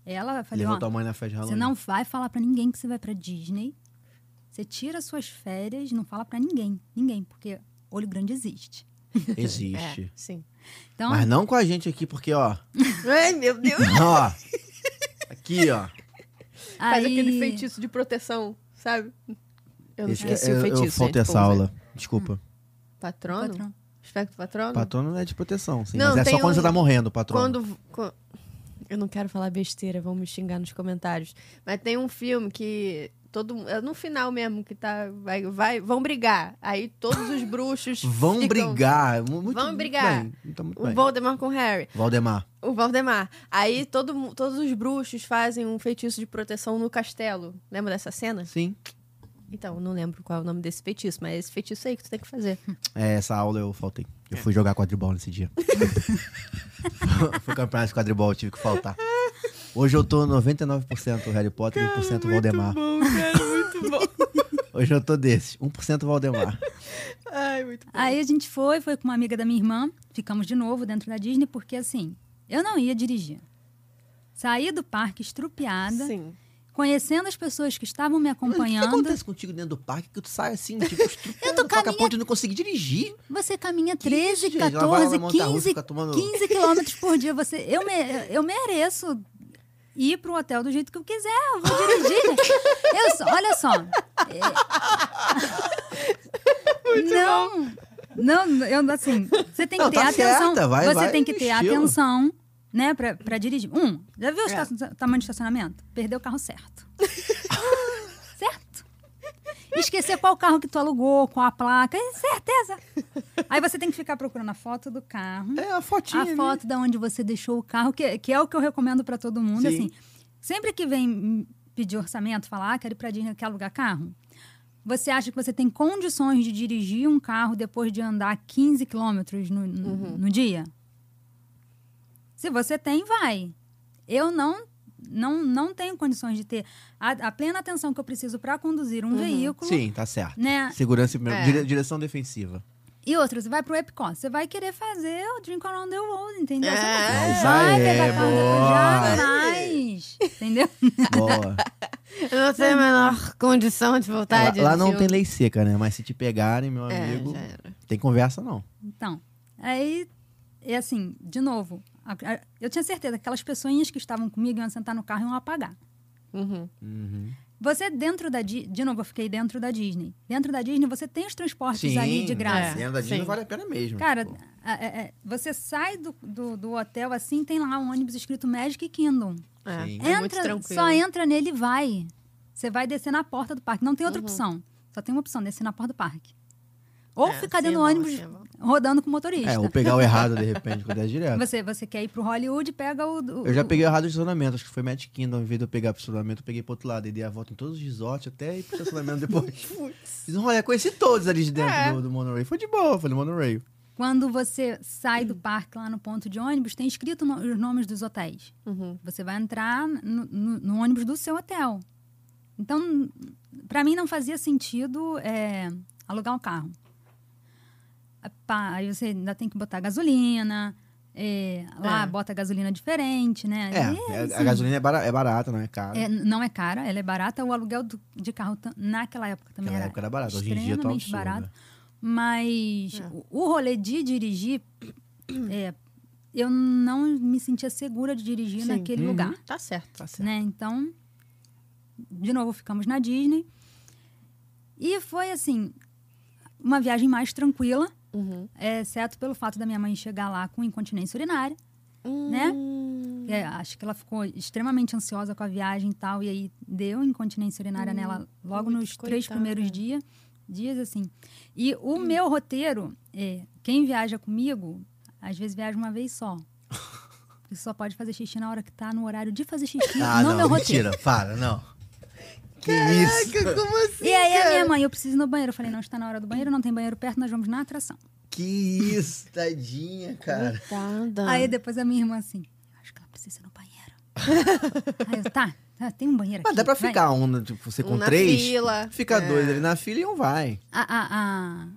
[SPEAKER 3] ela falou,
[SPEAKER 2] Levou tua
[SPEAKER 3] ó,
[SPEAKER 2] mãe na festa de
[SPEAKER 3] você
[SPEAKER 2] Halloween?
[SPEAKER 3] não vai falar pra ninguém que você vai pra Disney. Você tira suas férias, não fala pra ninguém. Ninguém, porque olho grande existe.
[SPEAKER 2] Existe.
[SPEAKER 1] É, sim.
[SPEAKER 3] Então,
[SPEAKER 2] Mas não com a gente aqui, porque, ó...
[SPEAKER 1] Ai, meu Deus.
[SPEAKER 2] ó... Aqui, ó.
[SPEAKER 1] Faz
[SPEAKER 3] aí-
[SPEAKER 1] aquele feitiço de proteção, sabe? Eu não
[SPEAKER 2] Esse- é,
[SPEAKER 1] esqueci
[SPEAKER 2] eu-
[SPEAKER 1] o feitiço,
[SPEAKER 2] Eu faltei
[SPEAKER 1] gente, pô,
[SPEAKER 2] essa aula. Desculpa.
[SPEAKER 1] né? Patrono?
[SPEAKER 3] Patrão.
[SPEAKER 1] Espectro patrono?
[SPEAKER 2] Patrono é de proteção, sim.
[SPEAKER 1] Hum. Não,
[SPEAKER 2] mas é só
[SPEAKER 1] tem
[SPEAKER 2] quando
[SPEAKER 1] um-
[SPEAKER 2] você tá morrendo, patrono.
[SPEAKER 1] Quando... co- Eu não quero falar besteira, vão me xingar nos comentários. Mas tem um filme que... Todo, é no final mesmo, que tá. Vai, vai- vão brigar. Aí todos os bruxos.
[SPEAKER 2] Vão
[SPEAKER 1] ficam-
[SPEAKER 2] brigar. é mu- Muito,
[SPEAKER 1] Vão
[SPEAKER 2] muito
[SPEAKER 1] brigar.
[SPEAKER 2] bem, Muito, muito
[SPEAKER 1] O
[SPEAKER 2] bem.
[SPEAKER 1] Voldemort com o Harry.
[SPEAKER 2] Valdemar.
[SPEAKER 1] O Valdemar. Aí todo, mu- todos os bruxos fazem um feitiço de proteção no castelo. Lembra dessa cena?
[SPEAKER 2] Sim.
[SPEAKER 1] Então, não lembro qual é o nome desse feitiço, mas é esse feitiço aí que tu tem que fazer.
[SPEAKER 2] É, essa aula eu faltei. Eu
[SPEAKER 1] É.
[SPEAKER 2] fui jogar quadribol nesse dia. fui campeonato de quadribol, tive que faltar. Hoje eu tô 99% Harry Potter e 1% Valdemar.
[SPEAKER 1] é bom, cara, muito bom.
[SPEAKER 2] Hoje eu tô desses. 1% Valdemar.
[SPEAKER 1] Ai, muito bom.
[SPEAKER 2] É.
[SPEAKER 3] Aí a gente foi, foi com uma amiga da minha irmã, ficamos de novo dentro da Disney, porque assim, eu não ia dirigir. Saí do parque estrupiada,
[SPEAKER 1] Sim.
[SPEAKER 3] conhecendo as pessoas que estavam me
[SPEAKER 2] Mas o que, que
[SPEAKER 3] acompanhando.
[SPEAKER 2] acontece contigo dentro do parque que tu sai assim, tipo, estrupendo, toca a ponte e não consegui dirigir?
[SPEAKER 3] Você caminha
[SPEAKER 2] Que isso,
[SPEAKER 3] 13,
[SPEAKER 2] gente? Ela vai lá na
[SPEAKER 3] 14,
[SPEAKER 2] montanha-russa,
[SPEAKER 3] 15,
[SPEAKER 2] fica tomando-
[SPEAKER 3] 15 quilômetros por dia. Você, eu, me- eu mereço ir pro hotel do jeito que eu quiser, eu vou dirigir. gente. Eu só- olha só. É- não, não, eu assim, você tem que
[SPEAKER 2] Não,
[SPEAKER 3] ter
[SPEAKER 2] tá
[SPEAKER 3] atenção.
[SPEAKER 2] certa, vai-
[SPEAKER 3] você
[SPEAKER 2] vai
[SPEAKER 3] tem que
[SPEAKER 2] no
[SPEAKER 3] ter
[SPEAKER 2] estilo.
[SPEAKER 3] atenção, né, pra, pra dirigir. Um, já viu o
[SPEAKER 1] É.
[SPEAKER 3] esta- tamanho de estacionamento? Perdeu o carro certo. certo? Esquecer qual carro que tu alugou, com a placa, é certeza. Aí você tem que ficar procurando a foto do carro,
[SPEAKER 2] É, a fotinha.
[SPEAKER 3] a
[SPEAKER 2] ali.
[SPEAKER 3] foto da onde você deixou o carro, que, que é o que eu recomendo pra todo mundo.
[SPEAKER 2] Sim.
[SPEAKER 3] Assim, sempre que vem hum, pedir orçamento, falar, ah, quero ir pra Disney, quer alugar carro. Você acha que você tem condições de dirigir um carro depois de andar 15 quilômetros no, no-
[SPEAKER 2] Uhum.
[SPEAKER 3] no dia? Se você tem, vai. Eu não não, não tenho condições de ter a, a plena atenção que eu preciso pra conduzir um veículo.
[SPEAKER 2] Sim, tá certo.
[SPEAKER 3] Né?
[SPEAKER 2] Segurança e primeiro-
[SPEAKER 1] É.
[SPEAKER 2] dire- direção defensiva.
[SPEAKER 3] E outra, você vai pro Epcot, você vai querer fazer o Drink Around the World, entendeu? Você
[SPEAKER 1] É.
[SPEAKER 2] Mas
[SPEAKER 3] vai
[SPEAKER 2] aí,
[SPEAKER 3] pegar carro
[SPEAKER 2] boa.
[SPEAKER 3] da- jamais, entendeu?
[SPEAKER 2] Boa.
[SPEAKER 1] Eu não tenho a menor condição de voltar
[SPEAKER 2] Lá,
[SPEAKER 1] a
[SPEAKER 2] lá não
[SPEAKER 1] dirigir.
[SPEAKER 2] tem lei seca, né? Mas se te pegarem, meu
[SPEAKER 1] É,
[SPEAKER 2] amigo,
[SPEAKER 1] já era.
[SPEAKER 2] tem conversa não.
[SPEAKER 3] Então, aí, é assim, de novo, A- a- Eu tinha certeza que aquelas pessoinhas que estavam comigo iam sentar no carro e iam apagar.
[SPEAKER 1] Uhum.
[SPEAKER 2] Uhum.
[SPEAKER 3] Você dentro da Di- de novo eu fiquei dentro da Disney. Dentro da Disney você tem os transportes
[SPEAKER 2] Sim,
[SPEAKER 3] ali de
[SPEAKER 1] é.
[SPEAKER 3] graça.
[SPEAKER 2] Sendo da Disney
[SPEAKER 1] Sim.
[SPEAKER 2] vale a pena mesmo. tipo.
[SPEAKER 3] Cara,
[SPEAKER 2] pô.
[SPEAKER 3] a- é- é, você sai do, do, do hotel assim, tem lá um ônibus escrito Magic Kingdom.
[SPEAKER 1] É,
[SPEAKER 2] Sim.
[SPEAKER 1] é muito
[SPEAKER 3] Entra-
[SPEAKER 1] tranquilo.
[SPEAKER 3] só entra nele e vai. Você vai descer na porta do parque. Não tem
[SPEAKER 1] Uhum.
[SPEAKER 3] outra opção. Só tem uma opção, descer na porta do parque. Ou
[SPEAKER 1] É,
[SPEAKER 3] ficar
[SPEAKER 1] assim é
[SPEAKER 3] dentro do
[SPEAKER 1] bom,
[SPEAKER 3] ônibus
[SPEAKER 1] assim é bom.
[SPEAKER 3] rodando com o motorista.
[SPEAKER 2] É, ou pegar o errado de repente, quando é direto.
[SPEAKER 3] Você, você quer ir pro Hollywood, pega o. o-
[SPEAKER 2] Eu já
[SPEAKER 3] o-
[SPEAKER 2] peguei errado o estacionamento, acho que foi Magic Kingdom. Em vez de eu pegar pro estacionamento, eu peguei pro outro lado. E dei a volta em todos os resorts, até ir pro estacionamento depois. Fiz um rolê, conheci todos ali de dentro
[SPEAKER 1] É.
[SPEAKER 2] do, do Monorail. Foi de boa, falei Monorail.
[SPEAKER 3] Quando você sai
[SPEAKER 2] Hum.
[SPEAKER 3] do parque lá no ponto de ônibus, tem escrito no- os nomes dos hotéis.
[SPEAKER 1] Uhum.
[SPEAKER 3] Você vai entrar no, no- no ônibus do seu hotel. Então, para mim não fazia sentido é, alugar um carro. Ah, pá, aí você ainda tem que botar gasolina. é, lá
[SPEAKER 1] É.
[SPEAKER 3] bota gasolina diferente, né?
[SPEAKER 2] É,
[SPEAKER 3] E,
[SPEAKER 2] é, a
[SPEAKER 3] assim,
[SPEAKER 2] gasolina é, bara- é barata, não é cara.
[SPEAKER 3] é, n- não é cara, ela é barata. O aluguel do- de carro tam- naquela época também
[SPEAKER 2] Naquela
[SPEAKER 3] era,
[SPEAKER 2] época era barata, hoje em dia tá um
[SPEAKER 3] extremamente
[SPEAKER 2] absurdo, né?
[SPEAKER 3] barato. Mas
[SPEAKER 1] É.
[SPEAKER 3] o, o rolê de dirigir, é, eu não me sentia segura de dirigir
[SPEAKER 1] Sim.
[SPEAKER 3] naquele
[SPEAKER 2] Uhum.
[SPEAKER 3] lugar,
[SPEAKER 1] Tá certo. Tá certo.
[SPEAKER 3] né? Então, de novo ficamos na Disney e foi assim uma viagem mais tranquila,
[SPEAKER 1] Uhum.
[SPEAKER 3] é, exceto pelo fato da minha mãe chegar lá com incontinência urinária.
[SPEAKER 1] Né?
[SPEAKER 3] É, acho que ela ficou extremamente ansiosa com a viagem e tal, e aí deu incontinência urinária
[SPEAKER 2] Hum,
[SPEAKER 3] nela logo
[SPEAKER 1] Ui,
[SPEAKER 3] nos
[SPEAKER 1] que
[SPEAKER 3] três
[SPEAKER 1] coitada.
[SPEAKER 3] primeiros dias, dias assim. E o
[SPEAKER 2] Hum.
[SPEAKER 3] meu roteiro, é, quem viaja comigo, às vezes viaja uma vez só. Porque só pode fazer xixi na hora que tá no horário de fazer xixi
[SPEAKER 2] Ah,
[SPEAKER 3] no
[SPEAKER 2] não,
[SPEAKER 3] meu roteiro.
[SPEAKER 2] mentira, para, não. Que isso?
[SPEAKER 1] como assim?
[SPEAKER 3] E aí a minha mãe, eu preciso ir no banheiro. Eu falei, não, está na hora do banheiro, não tem banheiro perto, nós vamos na atração.
[SPEAKER 2] Que isso, tadinha, cara.
[SPEAKER 1] Tá
[SPEAKER 2] Ah.
[SPEAKER 1] Coitada.
[SPEAKER 3] Aí depois a minha irmã assim, acho que ela precisa ir no banheiro. aí eu, tá, tá, tem um banheiro aqui.
[SPEAKER 2] Mas dá pra
[SPEAKER 3] vai."
[SPEAKER 2] ficar um, tipo, você com
[SPEAKER 1] Um na
[SPEAKER 2] três.
[SPEAKER 1] fila.
[SPEAKER 2] Fica
[SPEAKER 1] É.
[SPEAKER 2] dois ali na fila e um vai.
[SPEAKER 3] a, a,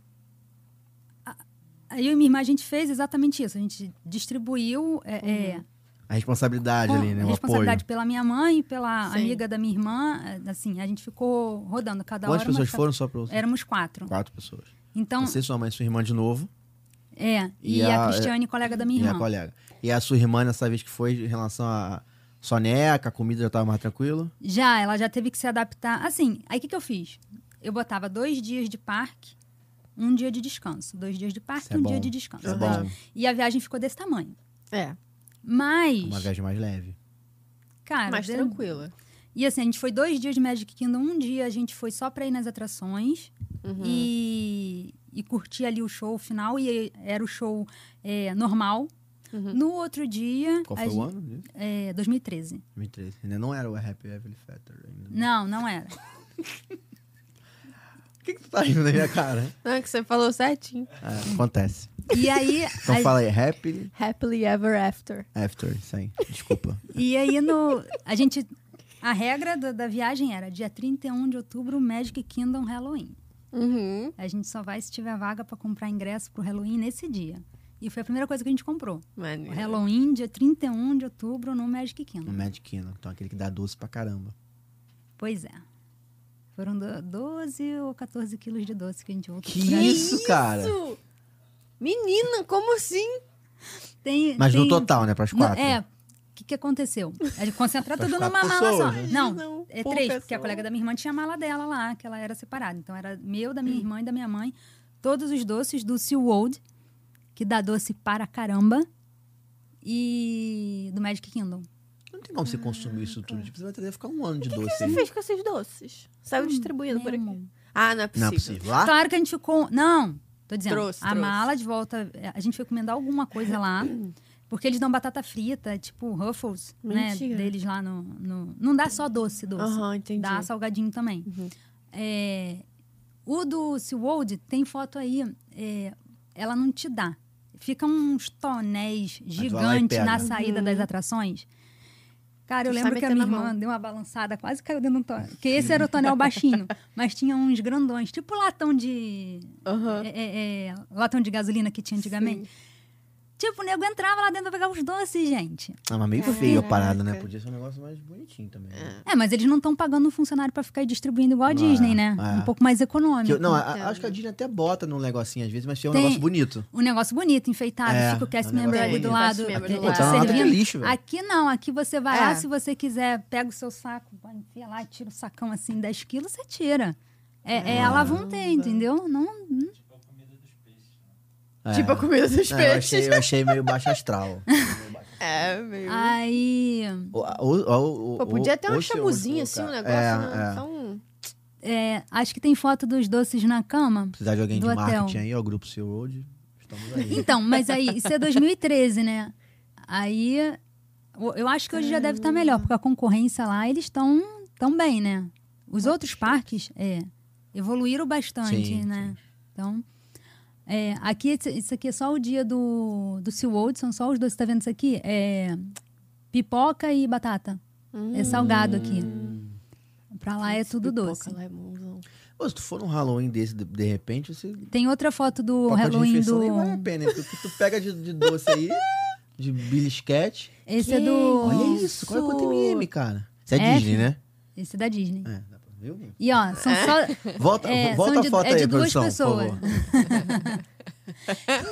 [SPEAKER 3] a- a- eu e minha irmã, a gente fez exatamente isso. A gente distribuiu é, é,
[SPEAKER 2] A responsabilidade
[SPEAKER 3] com-
[SPEAKER 2] Uhum. ali, né?
[SPEAKER 3] a
[SPEAKER 2] O apoio.
[SPEAKER 3] responsabilidade pela minha mãe e pela
[SPEAKER 1] Sim.
[SPEAKER 3] amiga da minha irmã. É, Assim, a gente ficou rodando cada
[SPEAKER 2] Quantas
[SPEAKER 3] hora. tá uma
[SPEAKER 2] pessoas
[SPEAKER 3] ca-
[SPEAKER 2] foram só pra você?
[SPEAKER 3] Éramos quatro.
[SPEAKER 2] Quatro pessoas.
[SPEAKER 3] Então,
[SPEAKER 2] Você, sua mãe e sua irmã de novo.
[SPEAKER 3] é. E,
[SPEAKER 2] E
[SPEAKER 3] a,
[SPEAKER 2] a-
[SPEAKER 3] Cristiane, colega da minha
[SPEAKER 2] E a
[SPEAKER 3] irmã.
[SPEAKER 2] colega. E a sua irmã, nessa vez que foi, em relação a soneca, a comida já tava mais tranquilo?
[SPEAKER 3] Já, ela já teve que se adaptar. Assim, aí o que, que eu fiz? Eu botava dois dias de parque, um dia de descanso. Dois dias de parque,
[SPEAKER 2] Isso é
[SPEAKER 3] um
[SPEAKER 2] bom.
[SPEAKER 3] dia de descanso.
[SPEAKER 2] É
[SPEAKER 1] Verdade.
[SPEAKER 2] bom.
[SPEAKER 3] E a viagem ficou desse tamanho.
[SPEAKER 1] É,
[SPEAKER 3] Mas,
[SPEAKER 2] Uma viagem mais leve.
[SPEAKER 3] cara,
[SPEAKER 1] mais
[SPEAKER 3] deu-
[SPEAKER 1] tranquila.
[SPEAKER 3] E assim, a gente foi dois dias de Magic Kingdom. Um dia a gente foi só pra ir nas atrações e, e curtir ali o show final. E era o show é, normal.
[SPEAKER 1] Uhum.
[SPEAKER 3] No outro dia...
[SPEAKER 2] Qual
[SPEAKER 3] a
[SPEAKER 2] foi o
[SPEAKER 3] gente-
[SPEAKER 2] ano? disso?
[SPEAKER 3] É, 2013.
[SPEAKER 2] 2013. Ainda não era o Happy Ever Factor ainda.
[SPEAKER 3] Não, não era.
[SPEAKER 2] O que, que tu tá rindo na minha cara?
[SPEAKER 1] Não, é que você falou certinho.
[SPEAKER 2] É, acontece.
[SPEAKER 3] E aí...
[SPEAKER 2] Então
[SPEAKER 3] a-
[SPEAKER 2] fala aí, Happy
[SPEAKER 1] Happily ever after.
[SPEAKER 2] After. Isso aí. Desculpa.
[SPEAKER 3] E aí no... A gente... A regra da, da viagem era dia 31 de outubro, Magic Kingdom Halloween.
[SPEAKER 1] Uhum.
[SPEAKER 3] A gente só vai se tiver vaga pra comprar ingresso pro Halloween nesse dia. E foi a primeira coisa que a gente comprou.
[SPEAKER 2] É.
[SPEAKER 3] O
[SPEAKER 1] Maneiro.
[SPEAKER 3] Halloween, dia 31 de outubro, no Magic
[SPEAKER 2] No
[SPEAKER 3] Kingdom.
[SPEAKER 2] Magic Kingdom. Então aquele que dá doce pra caramba.
[SPEAKER 3] Pois é. Foram do- 12 ou 14 quilos de doce que a gente voltou.
[SPEAKER 2] Que
[SPEAKER 3] pra-
[SPEAKER 2] isso, cara?
[SPEAKER 1] Isso! Menina, como assim?
[SPEAKER 3] Tem,
[SPEAKER 2] Mas
[SPEAKER 3] tem-
[SPEAKER 2] no total, né? Pras
[SPEAKER 3] no-
[SPEAKER 2] quatro.
[SPEAKER 3] É. O que, que aconteceu? A gente concentra
[SPEAKER 2] Faz
[SPEAKER 3] tudo numa
[SPEAKER 2] quatro
[SPEAKER 3] mala só.
[SPEAKER 2] pessoas, né?
[SPEAKER 3] Não,
[SPEAKER 1] Não,
[SPEAKER 3] é
[SPEAKER 1] pouca
[SPEAKER 3] três, porque a
[SPEAKER 1] só.
[SPEAKER 3] colega da minha irmã tinha a mala dela lá, que ela era separada. Então era meu, da minha irmã e da minha mãe. Todos os doces do SeaWorld, que dá doce para caramba. E do Magic Kingdom.
[SPEAKER 2] Não tem como você consumir isso
[SPEAKER 3] Ah,
[SPEAKER 2] tudo. Tipo, você vai ter que ficar um ano de doce.
[SPEAKER 1] O que
[SPEAKER 2] aí.
[SPEAKER 1] fez com esses doces? Saiu distribuindo por
[SPEAKER 3] Meu
[SPEAKER 1] aqui. Ah, não é possível.
[SPEAKER 2] Não é possível. Lá?
[SPEAKER 3] Claro que a gente ficou. Não, tô dizendo.
[SPEAKER 1] Trouxe,
[SPEAKER 3] a
[SPEAKER 1] trouxe.
[SPEAKER 3] mala de volta, é, a gente foi encomendar alguma coisa lá. Porque eles dão batata frita, tipo Ruffles,
[SPEAKER 1] Mentira.
[SPEAKER 3] né? Deles lá no, no- Não dá só doce, doce.
[SPEAKER 1] Aham, entendi.
[SPEAKER 3] Dá salgadinho também.
[SPEAKER 2] Uhum.
[SPEAKER 3] É, o do SeaWorld tem foto aí. é, ela não te dá. Fica uns tonéis
[SPEAKER 2] vai lá e
[SPEAKER 3] gigantes
[SPEAKER 2] pega. Uhum.
[SPEAKER 3] na saída das atrações. Cara, eu
[SPEAKER 1] Tu
[SPEAKER 3] lembro
[SPEAKER 1] sai
[SPEAKER 3] que a minha
[SPEAKER 1] metendo a
[SPEAKER 3] irmã
[SPEAKER 1] mão.
[SPEAKER 3] deu uma balançada, quase caiu dentro do tonel. Porque esse era o tonel baixinho, mas tinha uns grandões, tipo latão de.
[SPEAKER 1] Aham.
[SPEAKER 3] é, é, é, latão de gasolina que tinha antigamente. Tipo, o nego entrava lá dentro pra pegar os doces, gente.
[SPEAKER 2] Ah, mas meio feio a
[SPEAKER 1] Caraca.
[SPEAKER 2] parada, né? Podia ser um negócio mais bonitinho também. né?
[SPEAKER 3] É, mas eles não estão pagando um funcionário pra ficar aí distribuindo igual a
[SPEAKER 2] Não,
[SPEAKER 3] Disney,
[SPEAKER 2] é,
[SPEAKER 3] né?
[SPEAKER 2] é.
[SPEAKER 3] Um pouco mais
[SPEAKER 2] Que
[SPEAKER 3] econômico.
[SPEAKER 2] eu- não, é. a- a-
[SPEAKER 1] entendo.
[SPEAKER 2] acho que a Disney até bota num negocinho às vezes, mas é um
[SPEAKER 3] então. Tem-
[SPEAKER 2] negócio bonito.
[SPEAKER 3] Um negócio bonito, enfeitado,
[SPEAKER 2] É,
[SPEAKER 3] fica o cast
[SPEAKER 2] é um negócio
[SPEAKER 3] member ali
[SPEAKER 1] bonito.
[SPEAKER 3] do lado.
[SPEAKER 1] Cast member
[SPEAKER 3] te-
[SPEAKER 1] do
[SPEAKER 2] Pô,
[SPEAKER 1] lado.
[SPEAKER 2] tá uma nota de
[SPEAKER 3] servindo.
[SPEAKER 2] lixo, velho.
[SPEAKER 3] Aqui não, aqui você vai
[SPEAKER 1] É.
[SPEAKER 3] lá, se você quiser, pega o seu saco, enfia lá, tira o sacão assim, 10 quilos, você tira. É, é,
[SPEAKER 2] Caramba.
[SPEAKER 3] ela vão ter, entendeu? Não,
[SPEAKER 4] Tipo, a comida dos peixes. né?
[SPEAKER 3] Ah,
[SPEAKER 2] É.
[SPEAKER 1] Tipo a comida dos
[SPEAKER 2] É, eu,
[SPEAKER 1] peixes.
[SPEAKER 2] achei, eu achei meio baixo astral.
[SPEAKER 1] É, meio.
[SPEAKER 3] aí
[SPEAKER 2] O- a- o- o- o-
[SPEAKER 1] Pô, podia ter
[SPEAKER 2] o-
[SPEAKER 1] uma
[SPEAKER 2] oxe,
[SPEAKER 1] chamuzinha
[SPEAKER 2] oxe,
[SPEAKER 1] assim, um
[SPEAKER 2] é cara.
[SPEAKER 1] negócio. né?
[SPEAKER 2] É, é.
[SPEAKER 1] Só um-
[SPEAKER 3] é, acho que tem foto dos doces na cama.
[SPEAKER 2] Precisar de alguém de
[SPEAKER 3] Do hotel.
[SPEAKER 2] marketing aí, ó, Grupo Sea Road. Estamos aí.
[SPEAKER 3] Então, mas aí, isso é 2013, né? Aí o- eu acho que hoje já deve estar melhor, porque a concorrência lá, eles estão tão bem, né? Os outros parques é, evoluíram bastante,
[SPEAKER 2] Sim,
[SPEAKER 3] né? Então, é, aqui, esse- isso aqui é só o dia do, do SeaWorld, são só os dois, tá vendo isso aqui? É pipoca e batata.
[SPEAKER 2] Hum.
[SPEAKER 3] É salgado aqui. Pra lá é tudo
[SPEAKER 1] Pipoca
[SPEAKER 3] doce.
[SPEAKER 1] lá é bonzão.
[SPEAKER 2] Pô, se tu for num Halloween desse, de, de repente, você.
[SPEAKER 3] Tem outra foto do
[SPEAKER 2] pacote de
[SPEAKER 3] Halloween
[SPEAKER 2] refeição é nem
[SPEAKER 3] do...
[SPEAKER 2] vale a pena, hein? porque tu pega de, de doce aí, de belisquete.
[SPEAKER 3] Esse
[SPEAKER 1] Que
[SPEAKER 3] é do...
[SPEAKER 2] Olha isso, qual é quanto MM, cara? Isso é
[SPEAKER 3] É,
[SPEAKER 2] Disney, né?
[SPEAKER 3] Esse é da Disney.
[SPEAKER 2] É, dá pra ver, mano?
[SPEAKER 3] E ó, são só.
[SPEAKER 2] Volta,
[SPEAKER 3] É,
[SPEAKER 2] volta
[SPEAKER 3] são
[SPEAKER 2] a
[SPEAKER 3] de-
[SPEAKER 2] foto
[SPEAKER 3] é de
[SPEAKER 2] aí,
[SPEAKER 3] duas
[SPEAKER 2] produção, por
[SPEAKER 3] pessoas.
[SPEAKER 2] favor.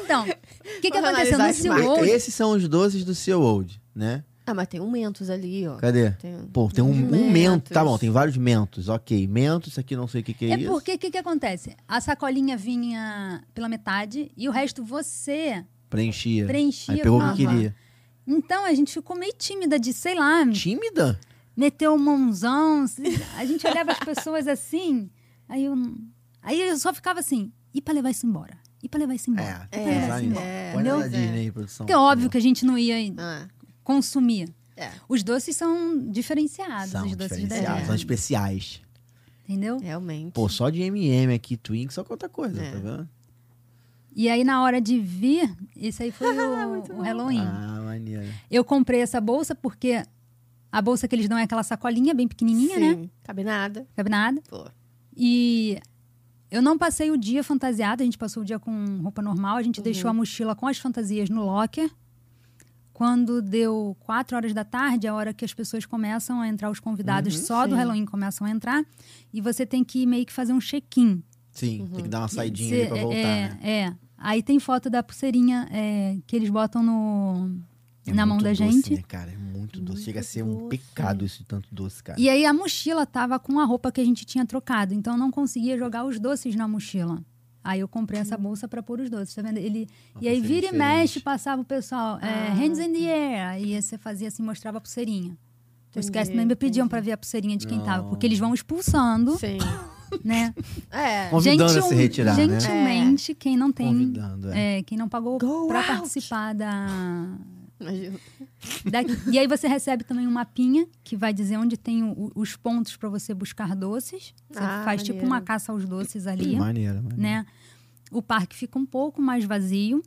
[SPEAKER 3] Então, o que, que
[SPEAKER 1] Vamos
[SPEAKER 3] aconteceu? No
[SPEAKER 1] analisar as
[SPEAKER 3] SeaWorld,
[SPEAKER 2] Esses são os doces do Sea World, né?
[SPEAKER 1] Ah, mas tem um Mentos ali, ó.
[SPEAKER 2] Cadê?
[SPEAKER 1] Tem-
[SPEAKER 2] Pô, tem um, um mento.
[SPEAKER 1] Mentos.
[SPEAKER 2] Tá bom, tem vários mentos. Ok, mentos, isso aqui não sei o que, que é,
[SPEAKER 3] é
[SPEAKER 2] isso.
[SPEAKER 3] porque o que, que acontece? A sacolinha vinha pela metade e o resto você
[SPEAKER 2] Preenchia.
[SPEAKER 3] preenchia.
[SPEAKER 2] Aí pegou o
[SPEAKER 3] com
[SPEAKER 2] que
[SPEAKER 3] a-
[SPEAKER 2] queria.
[SPEAKER 3] Então a gente ficou meio tímida de, sei lá,
[SPEAKER 2] Tímida?
[SPEAKER 3] meteu o mãozão. se- A gente olhava as pessoas assim. Aí eu, aí eu só ficava assim: e pra levar isso embora? E pra levar isso
[SPEAKER 2] É,
[SPEAKER 3] embora?
[SPEAKER 2] tem
[SPEAKER 1] É,
[SPEAKER 2] que pensar nisso.
[SPEAKER 1] é,
[SPEAKER 2] Põe na
[SPEAKER 1] pois
[SPEAKER 2] da
[SPEAKER 1] é.
[SPEAKER 2] Disney aí, produção.
[SPEAKER 3] Porque é óbvio que a gente não ia
[SPEAKER 1] Ah,
[SPEAKER 3] consumir.
[SPEAKER 1] é.
[SPEAKER 3] Os doces são diferenciados,
[SPEAKER 2] São
[SPEAKER 3] os doces da
[SPEAKER 2] diferenciados, É.
[SPEAKER 3] Disney,
[SPEAKER 2] são especiais.
[SPEAKER 3] Entendeu?
[SPEAKER 1] Realmente.
[SPEAKER 2] Pô, só de MM aqui, Twink, só quanta coisa,
[SPEAKER 1] É.
[SPEAKER 2] tá vendo?
[SPEAKER 3] E aí, na hora de vir, esse aí foi o, o Halloween.
[SPEAKER 2] Ah, maneiro.
[SPEAKER 3] Eu comprei essa bolsa porque a bolsa que eles dão é aquela sacolinha bem pequenininha, né?
[SPEAKER 1] Sim, Cabe nada.
[SPEAKER 3] Cabe nada.
[SPEAKER 1] Pô.
[SPEAKER 3] E eu não passei o dia fantasiada, a gente passou o dia com roupa normal, a gente deixou a mochila com as fantasias no locker. Quando deu quatro horas da tarde, é a hora que as pessoas começam a entrar, os convidados só do Halloween começam a entrar, e você tem que meio que fazer um check-in.
[SPEAKER 2] Sim, tem
[SPEAKER 3] Uhum.
[SPEAKER 2] que dar uma saidinha
[SPEAKER 3] Cê-
[SPEAKER 2] ali pra voltar,
[SPEAKER 3] é,
[SPEAKER 2] né?
[SPEAKER 3] é. Aí tem foto da pulseirinha é, que eles botam no,
[SPEAKER 2] É
[SPEAKER 3] na mão
[SPEAKER 2] muito
[SPEAKER 3] da
[SPEAKER 2] doce,
[SPEAKER 3] gente.
[SPEAKER 2] Né, cara? É muito doce. Chega a
[SPEAKER 1] Muito
[SPEAKER 2] ser um
[SPEAKER 1] doce.
[SPEAKER 2] pecado isso de tanto doce, cara.
[SPEAKER 3] E aí a mochila tava com a roupa que a gente tinha trocado, então eu não conseguia jogar os doces na mochila. Aí eu comprei essa bolsa pra pôr os doces, tá vendo? Ele,
[SPEAKER 2] Uma
[SPEAKER 3] e aí
[SPEAKER 2] pulseira
[SPEAKER 3] vira e
[SPEAKER 2] diferente.
[SPEAKER 3] mexe, passava o pessoal, é,
[SPEAKER 1] Ah,
[SPEAKER 3] hands in the air. Aí você fazia assim, mostrava a pulseirinha. Os
[SPEAKER 1] Entendi,
[SPEAKER 3] cast members
[SPEAKER 1] entendi.
[SPEAKER 3] pediam um pra ver a pulseirinha de quem tava,
[SPEAKER 2] Não.
[SPEAKER 3] porque eles vão expulsando,
[SPEAKER 1] Sim.
[SPEAKER 3] né?
[SPEAKER 1] É.
[SPEAKER 2] Convidando a
[SPEAKER 3] Gentil-
[SPEAKER 2] se retirar, né?
[SPEAKER 3] Gentilmente, quem não tem
[SPEAKER 2] Convidando, é.
[SPEAKER 3] É, quem não pagou
[SPEAKER 1] Go
[SPEAKER 3] pra
[SPEAKER 1] out.
[SPEAKER 3] participar da,
[SPEAKER 1] Imagina.
[SPEAKER 3] da- E aí você recebe também um mapinha que vai dizer onde tem o- os pontos pra você buscar doces. Você
[SPEAKER 1] Ah,
[SPEAKER 3] faz tipo
[SPEAKER 1] maneiro.
[SPEAKER 3] uma caça aos doces ali,
[SPEAKER 2] Maneiro, maneiro.
[SPEAKER 3] né? O parque fica um pouco mais vazio,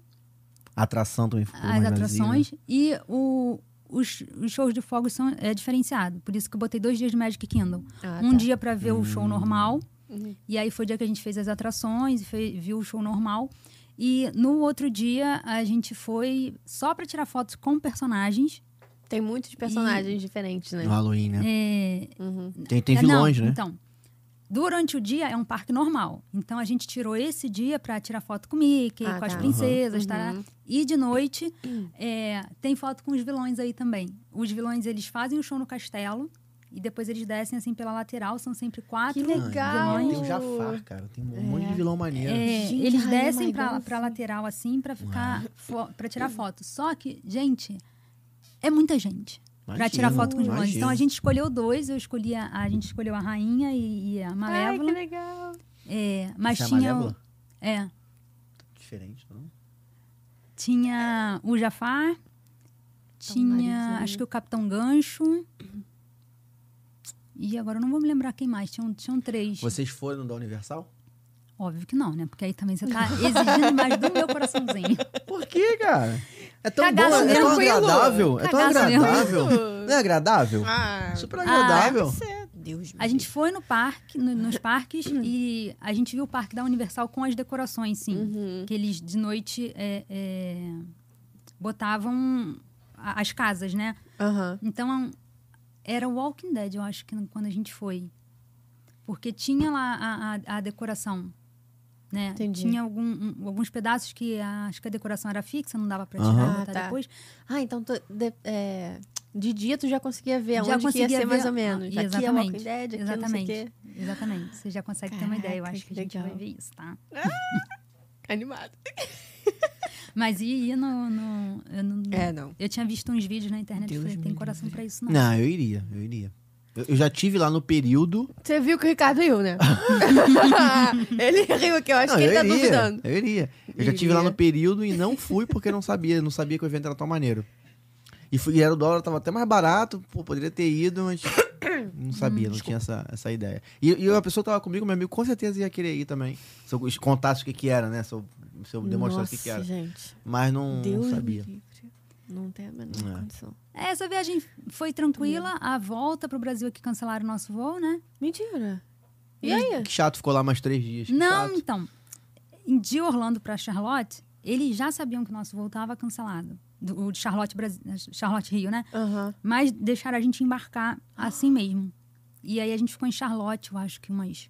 [SPEAKER 2] A atração também ficou
[SPEAKER 3] as
[SPEAKER 2] Um mais né? vazia,
[SPEAKER 3] atrações e o os, os shows de fogo são é diferenciado. Por isso que eu botei dois dias de Magic Kingdom.
[SPEAKER 1] Ah,
[SPEAKER 3] um
[SPEAKER 1] tá.
[SPEAKER 3] dia pra ver
[SPEAKER 2] Hum.
[SPEAKER 3] o show normal
[SPEAKER 1] Uhum.
[SPEAKER 3] e aí foi o dia que a gente fez as atrações e fe- viu o show normal. E no outro dia a gente foi só pra tirar fotos com personagens.
[SPEAKER 1] Tem muitos personagens diferentes, né?
[SPEAKER 2] né? No Halloween, né?
[SPEAKER 1] Uhum.
[SPEAKER 2] Tem, tem
[SPEAKER 3] É,
[SPEAKER 2] vilões,
[SPEAKER 3] não,
[SPEAKER 2] né?
[SPEAKER 3] Então, durante o dia é um parque normal. Então a gente tirou esse dia pra tirar foto com o Mickey,
[SPEAKER 1] Ah,
[SPEAKER 3] com as
[SPEAKER 1] tá.
[SPEAKER 3] princesas,
[SPEAKER 1] Uhum.
[SPEAKER 3] tá? E de noite é, tem foto com os vilões aí também. Os vilões eles fazem o show no castelo e depois eles descem assim pela lateral. São sempre quatro.
[SPEAKER 1] Que legal!
[SPEAKER 2] Ah, Tem o Jafar, cara. Tem um monte de vilão maneiro.
[SPEAKER 3] É,
[SPEAKER 1] Gente,
[SPEAKER 3] eles
[SPEAKER 1] a Rainha
[SPEAKER 3] descem pra,
[SPEAKER 1] Maidana,
[SPEAKER 3] pra
[SPEAKER 1] sim.
[SPEAKER 3] lateral assim pra ficar fo- pra tirar foto. Só que, gente, é muita gente. Pra
[SPEAKER 2] Imagino,
[SPEAKER 3] tirar foto com os vilões.
[SPEAKER 2] imagino.
[SPEAKER 3] Então a gente escolheu dois, eu escolhi a, a gente escolheu a rainha e, e a
[SPEAKER 1] Ai, que
[SPEAKER 3] malévola.
[SPEAKER 1] legal.
[SPEAKER 3] É, mas
[SPEAKER 2] Essa é a
[SPEAKER 3] tinha. o-
[SPEAKER 2] Malévola?
[SPEAKER 3] É.
[SPEAKER 2] Diferente, não?
[SPEAKER 3] Tinha o Jafar, tinha.
[SPEAKER 1] narizinho.
[SPEAKER 3] Acho que o Capitão Gancho. E agora eu não vou me lembrar quem mais. Tinham, tinham três.
[SPEAKER 2] Vocês foram da Universal?
[SPEAKER 3] Óbvio que não, né? Porque aí também você tá exigindo mais do meu coraçãozinho.
[SPEAKER 2] Por que, cara? É tão
[SPEAKER 3] Cagaço
[SPEAKER 2] boa, é tão
[SPEAKER 3] mesmo.
[SPEAKER 2] agradável. É tão
[SPEAKER 3] Cagaço mesmo.
[SPEAKER 2] agradável. Não é agradável?
[SPEAKER 1] Ah,
[SPEAKER 2] Super agradável.
[SPEAKER 1] você- Deus
[SPEAKER 3] A gente foi no parque, no- nos parques, e a gente viu o parque da Universal com as decorações, sim. Que eles de noite é, é, botavam a- as casas, né?
[SPEAKER 1] Aham.
[SPEAKER 3] Então era Walking Dead, eu acho que quando a gente foi. Porque tinha lá a, a- a decoração. Né?
[SPEAKER 1] Entendi.
[SPEAKER 3] Tinha algum- um- alguns pedaços que a- acho que a decoração era fixa, não dava pra
[SPEAKER 2] Aham.
[SPEAKER 3] tirar
[SPEAKER 1] Ah,
[SPEAKER 3] botar
[SPEAKER 1] tá.
[SPEAKER 3] depois.
[SPEAKER 1] Ah, então tu- de, é, de dia tu já conseguia ver
[SPEAKER 3] Já
[SPEAKER 1] onde que ia
[SPEAKER 3] conseguia
[SPEAKER 1] ser mais
[SPEAKER 3] ver-
[SPEAKER 1] ou menos.
[SPEAKER 3] Ah,
[SPEAKER 1] Aqui é
[SPEAKER 3] exatamente,
[SPEAKER 1] Walking Dead, aqui não sei o
[SPEAKER 3] exatamente.
[SPEAKER 1] quê.
[SPEAKER 3] Exatamente. Você já consegue ter uma ideia. Eu
[SPEAKER 1] Caraca,
[SPEAKER 3] acho que,
[SPEAKER 1] que
[SPEAKER 3] a gente vai
[SPEAKER 1] legal.
[SPEAKER 3] ver isso, tá?
[SPEAKER 1] Animado.
[SPEAKER 3] Mas ia no. no- eu, não-
[SPEAKER 1] É, não.
[SPEAKER 3] eu tinha visto uns vídeos na internet
[SPEAKER 2] Deus
[SPEAKER 3] e falei,
[SPEAKER 2] me
[SPEAKER 3] tem coração pra isso, não.
[SPEAKER 2] Não, eu iria, eu iria. Eu, eu já tive lá no período.
[SPEAKER 1] Você viu que o Ricardo riu, né? ele riu aqui, eu acho
[SPEAKER 2] não,
[SPEAKER 1] que ele
[SPEAKER 2] eu
[SPEAKER 1] tá
[SPEAKER 2] iria,
[SPEAKER 1] duvidando.
[SPEAKER 2] Eu iria. Eu já tive lá
[SPEAKER 1] Iria.
[SPEAKER 2] no período e não fui porque não sabia, não sabia que o evento era tão maneiro. E, fui, e era o dólar tava até mais barato, pô, poderia ter ido, mas não sabia, não tinha essa, essa ideia. E, e a pessoa que tava comigo, meu amigo, com certeza ia querer ir também. Se eu contasse o que que era, né? Se eu, se eu demonstrasse o que que era.
[SPEAKER 1] gente.
[SPEAKER 2] Mas não, não
[SPEAKER 1] Deus me
[SPEAKER 2] sabia.
[SPEAKER 1] livre. Não tem a menor
[SPEAKER 2] É.
[SPEAKER 1] condição.
[SPEAKER 3] Essa viagem foi tranquila. A volta pro Brasil é que cancelaram o nosso voo, né?
[SPEAKER 1] Mentira. E aí?
[SPEAKER 2] Que chato, ficou lá mais três dias. que
[SPEAKER 3] Não,
[SPEAKER 2] chato.
[SPEAKER 3] então. em- De Orlando para Charlotte, eles já sabiam que o nosso voo estava cancelado. Do, o de Charlotte, Brasi- Charlotte Rio, né?
[SPEAKER 1] Aham.
[SPEAKER 3] Mas deixaram a gente embarcar assim mesmo. E aí a gente ficou em Charlotte, eu acho que umas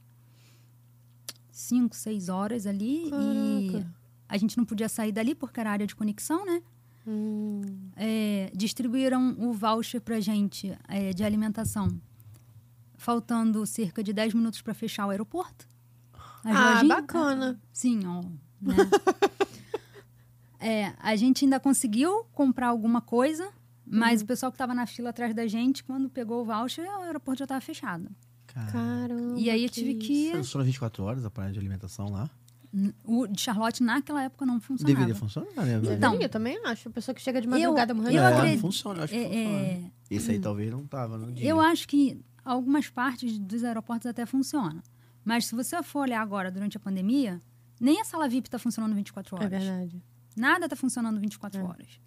[SPEAKER 3] cinco, seis horas ali. E
[SPEAKER 1] Caraca.
[SPEAKER 3] a gente não podia sair dali porque era área de conexão, né?
[SPEAKER 1] Hum.
[SPEAKER 3] É, distribuíram o voucher pra gente é, de alimentação. Faltando cerca de 10 minutos para fechar o aeroporto. As
[SPEAKER 1] Ah,
[SPEAKER 3] lojinhas-
[SPEAKER 1] bacana.
[SPEAKER 3] Sim, ó. né? é, a gente ainda conseguiu comprar alguma coisa, mas
[SPEAKER 1] Uhum.
[SPEAKER 3] o pessoal que estava na fila atrás da gente, quando pegou o voucher, o aeroporto já estava fechado.
[SPEAKER 2] Cara,
[SPEAKER 1] Caramba.
[SPEAKER 3] e aí eu tive que.
[SPEAKER 2] só funciona 24 horas a parada de alimentação lá.
[SPEAKER 3] O de Charlotte, naquela época, não funcionava.
[SPEAKER 2] Deveria funcionar, né?
[SPEAKER 1] Então,
[SPEAKER 2] velho?
[SPEAKER 1] Deveria, também acho. A pessoa que chega de madrugada morrendo
[SPEAKER 3] eu
[SPEAKER 1] de
[SPEAKER 2] é,
[SPEAKER 1] fome.
[SPEAKER 3] acredito-
[SPEAKER 2] funciona, acho que
[SPEAKER 3] É,
[SPEAKER 2] funciona.
[SPEAKER 3] é,
[SPEAKER 2] Esse aí talvez não tava no dia.
[SPEAKER 3] Eu acho que algumas partes dos aeroportos até funcionam. Mas se você for olhar agora, durante a pandemia, nem a sala VIP está tá funcionando 24
[SPEAKER 1] É
[SPEAKER 3] horas.
[SPEAKER 1] verdade.
[SPEAKER 3] Nada está funcionando 24
[SPEAKER 1] É.
[SPEAKER 3] horas.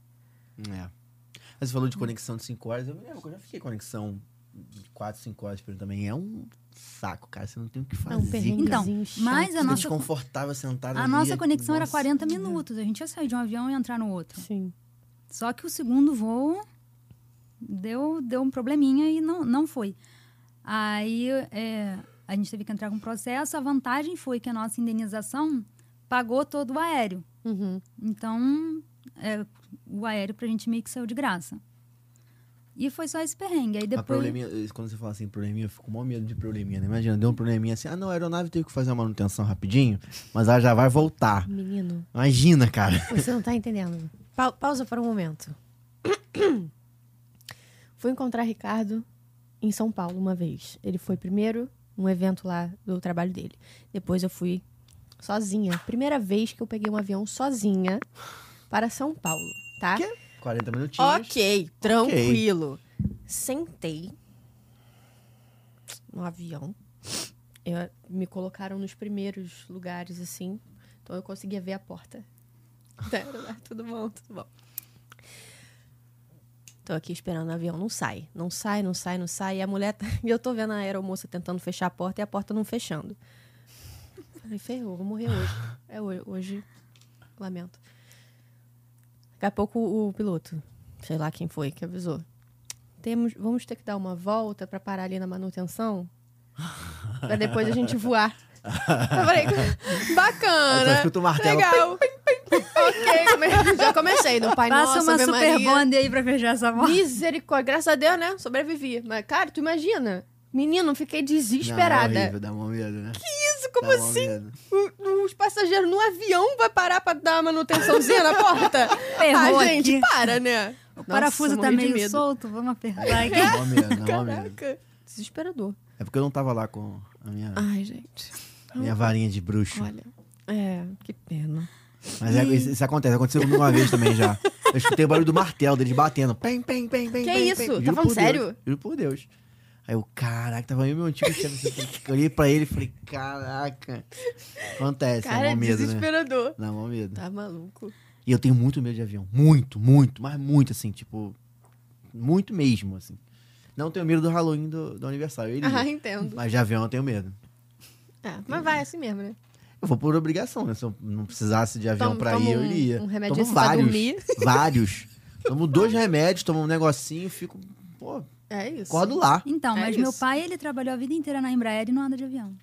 [SPEAKER 2] É. Mas você falou de conexão de 5 horas. Eu me lembro que eu já fiquei conexão de 4, 5 horas por dia também. É um saco, cara. Você não tem o que fazer.
[SPEAKER 1] É um perrenguezinho
[SPEAKER 3] Então,
[SPEAKER 1] chato.
[SPEAKER 3] mas a
[SPEAKER 2] Você tá
[SPEAKER 3] nossa-
[SPEAKER 2] desconfortável sentado
[SPEAKER 3] A
[SPEAKER 2] ali.
[SPEAKER 3] nossa conexão era
[SPEAKER 2] Nossa.
[SPEAKER 3] 40 minutos. A gente ia sair de um avião e entrar no outro.
[SPEAKER 1] Sim.
[SPEAKER 3] Só que o segundo voo deu, deu um probleminha e não, não foi. Aí é, a gente teve que entrar com processo. A vantagem foi que a nossa indenização pagou todo o aéreo.
[SPEAKER 1] Uhum.
[SPEAKER 3] Então, é, o aéreo pra gente meio que saiu de graça. E foi só esse perrengue. Aí
[SPEAKER 2] A
[SPEAKER 3] depois.
[SPEAKER 2] probleminha, quando você fala assim, probleminha, eu fico com maior medo de probleminha, né? Imagina, deu um probleminha assim, ah não, a aeronave teve que fazer uma manutenção rapidinho, mas ela já vai voltar.
[SPEAKER 1] Menino.
[SPEAKER 2] Imagina, cara.
[SPEAKER 1] Você não tá entendendo. Pa- pausa para um momento. fui encontrar Ricardo em São Paulo uma vez. Ele foi primeiro num evento lá do trabalho dele. Depois eu fui sozinha. Primeira vez que eu peguei um avião sozinha para São Paulo, tá?
[SPEAKER 2] Quê? 40 minutinhos.
[SPEAKER 1] Ok, tranquilo. Sentei no avião. Eu- me colocaram nos primeiros lugares, assim. Então eu conseguia ver a porta. Da aeronave. tudo bom, tudo bom. Tô aqui esperando o avião. Não sai. Não sai, não sai, não sai. E a mulher. tá- E eu tô vendo a aeromoça tentando fechar a porta e a porta não fechando. Falei, ferrou, vou morrer hoje. É hoje, hoje. Lamento. Daqui a pouco o piloto, sei lá quem foi, que avisou. Temos, vamos ter que dar uma volta pra parar ali na manutenção. pra depois a gente voar. Eu falei,
[SPEAKER 2] Aí só
[SPEAKER 1] bacana.
[SPEAKER 2] escuta o martelo.
[SPEAKER 1] Legal. ok, come- já comecei no Pai
[SPEAKER 3] Passa
[SPEAKER 1] Nosso,
[SPEAKER 3] uma
[SPEAKER 1] Ave
[SPEAKER 3] super
[SPEAKER 1] Maria.
[SPEAKER 3] bonde aí pra fechar essa voz.
[SPEAKER 1] Misericórdia, graças a Deus, né? Sobrevivi. Mas, cara, tu imagina? Menino, fiquei
[SPEAKER 2] Não, é
[SPEAKER 1] desesperada.
[SPEAKER 2] horrível, dá mó medo, né?
[SPEAKER 1] Isso, como
[SPEAKER 2] Dá mó
[SPEAKER 1] assim?
[SPEAKER 2] medo.
[SPEAKER 1] O- os passageiros no avião vai parar pra dar uma manutençãozinha na porta?
[SPEAKER 3] Ferrou
[SPEAKER 1] ah, gente,
[SPEAKER 3] aqui.
[SPEAKER 1] para, né?
[SPEAKER 3] O parafuso tá
[SPEAKER 1] morri de
[SPEAKER 3] meio
[SPEAKER 1] medo. É.
[SPEAKER 3] solto, vamos apertar aqui.
[SPEAKER 2] Dá mó medo, dá mó medo.
[SPEAKER 1] Caraca. Desesperador.
[SPEAKER 2] É porque eu não tava lá com a minha,
[SPEAKER 1] Ai, gente.
[SPEAKER 2] minha
[SPEAKER 3] Ah.
[SPEAKER 2] varinha de bruxo.
[SPEAKER 1] Olha. É, que pena.
[SPEAKER 2] Mas é- isso, isso acontece, aconteceu comigo uma vez também já. Eu escutei o barulho do martelo deles batendo. Pem, pem, pem, pem,
[SPEAKER 1] Que
[SPEAKER 2] pem,
[SPEAKER 1] isso?
[SPEAKER 2] pem.
[SPEAKER 1] Tá
[SPEAKER 2] Juro
[SPEAKER 1] falando
[SPEAKER 2] por
[SPEAKER 1] sério?
[SPEAKER 2] Deus, juro por Deus. Aí eu, caraca, tava eu e meu antigo chefe. assim, Eu olhei pra ele e falei, caraca. Acontece, dá
[SPEAKER 1] Cara, é
[SPEAKER 2] mó medo, né?
[SPEAKER 1] desesperador.
[SPEAKER 2] Dá mó medo.
[SPEAKER 1] Tá maluco.
[SPEAKER 2] E eu tenho muito medo de avião. Muito, muito, mas muito, assim, tipo... Muito mesmo, assim. Não tenho medo do Halloween do, do aniversário. Ele,
[SPEAKER 1] Ah, entendo.
[SPEAKER 2] Mas de avião eu tenho medo.
[SPEAKER 1] É, mas vai assim mesmo, né?
[SPEAKER 2] Eu Eu vou por obrigação, né? Se eu não precisasse de avião
[SPEAKER 1] Toma-
[SPEAKER 2] pra
[SPEAKER 1] toma
[SPEAKER 2] ir, eu
[SPEAKER 1] um-
[SPEAKER 2] iria.
[SPEAKER 1] um remedinho
[SPEAKER 2] tomo
[SPEAKER 1] assim pra
[SPEAKER 2] vários.
[SPEAKER 1] dormir.
[SPEAKER 2] Vários. Tomo dois remédios, tomo um negocinho, fico. Pô,
[SPEAKER 1] É isso.
[SPEAKER 2] acordo lá.
[SPEAKER 3] Então,
[SPEAKER 1] É
[SPEAKER 3] mas meu
[SPEAKER 1] isso.
[SPEAKER 3] pai, ele trabalhou a vida inteira na Embraer e não anda de avião.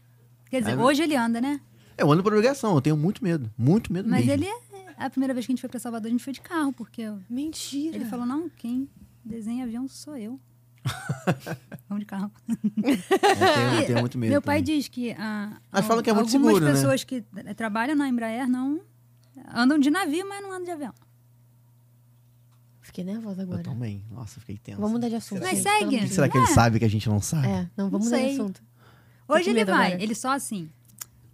[SPEAKER 3] Quer dizer,
[SPEAKER 2] É, mas-
[SPEAKER 3] hoje ele anda, né?
[SPEAKER 2] Eu ando por obrigação, eu tenho muito medo. Muito medo
[SPEAKER 3] Mas
[SPEAKER 2] mesmo.
[SPEAKER 3] ele é. A primeira vez que a gente foi pra Salvador, a gente foi de carro, porque eu-
[SPEAKER 1] Mentira.
[SPEAKER 3] ele falou: não, quem desenha avião sou eu. Vamos de carro.
[SPEAKER 2] Eu tenho, eu tenho muito medo.
[SPEAKER 3] é. Meu pai
[SPEAKER 2] também.
[SPEAKER 3] diz que. ah,
[SPEAKER 2] Mas
[SPEAKER 3] al-
[SPEAKER 2] falam né? que é muito
[SPEAKER 3] algumas
[SPEAKER 2] seguro, né?
[SPEAKER 3] pessoas que tra- trabalham na Embraer não andam de navio, mas não andam de avião.
[SPEAKER 1] Fiquei nervosa
[SPEAKER 2] Eu
[SPEAKER 1] agora.
[SPEAKER 2] também. Nossa, fiquei tenso.
[SPEAKER 1] Vamos mudar de assunto. gente,
[SPEAKER 3] Mas
[SPEAKER 1] pelo
[SPEAKER 3] segue.
[SPEAKER 1] amor
[SPEAKER 2] O
[SPEAKER 1] de
[SPEAKER 2] que será que ele sabe que a gente não sabe?
[SPEAKER 1] É, não, vamos
[SPEAKER 3] Não
[SPEAKER 1] mudar de
[SPEAKER 3] sei.
[SPEAKER 1] assunto. com
[SPEAKER 3] Hoje ele
[SPEAKER 1] medo
[SPEAKER 3] vai,
[SPEAKER 1] agora.
[SPEAKER 3] ele só assim.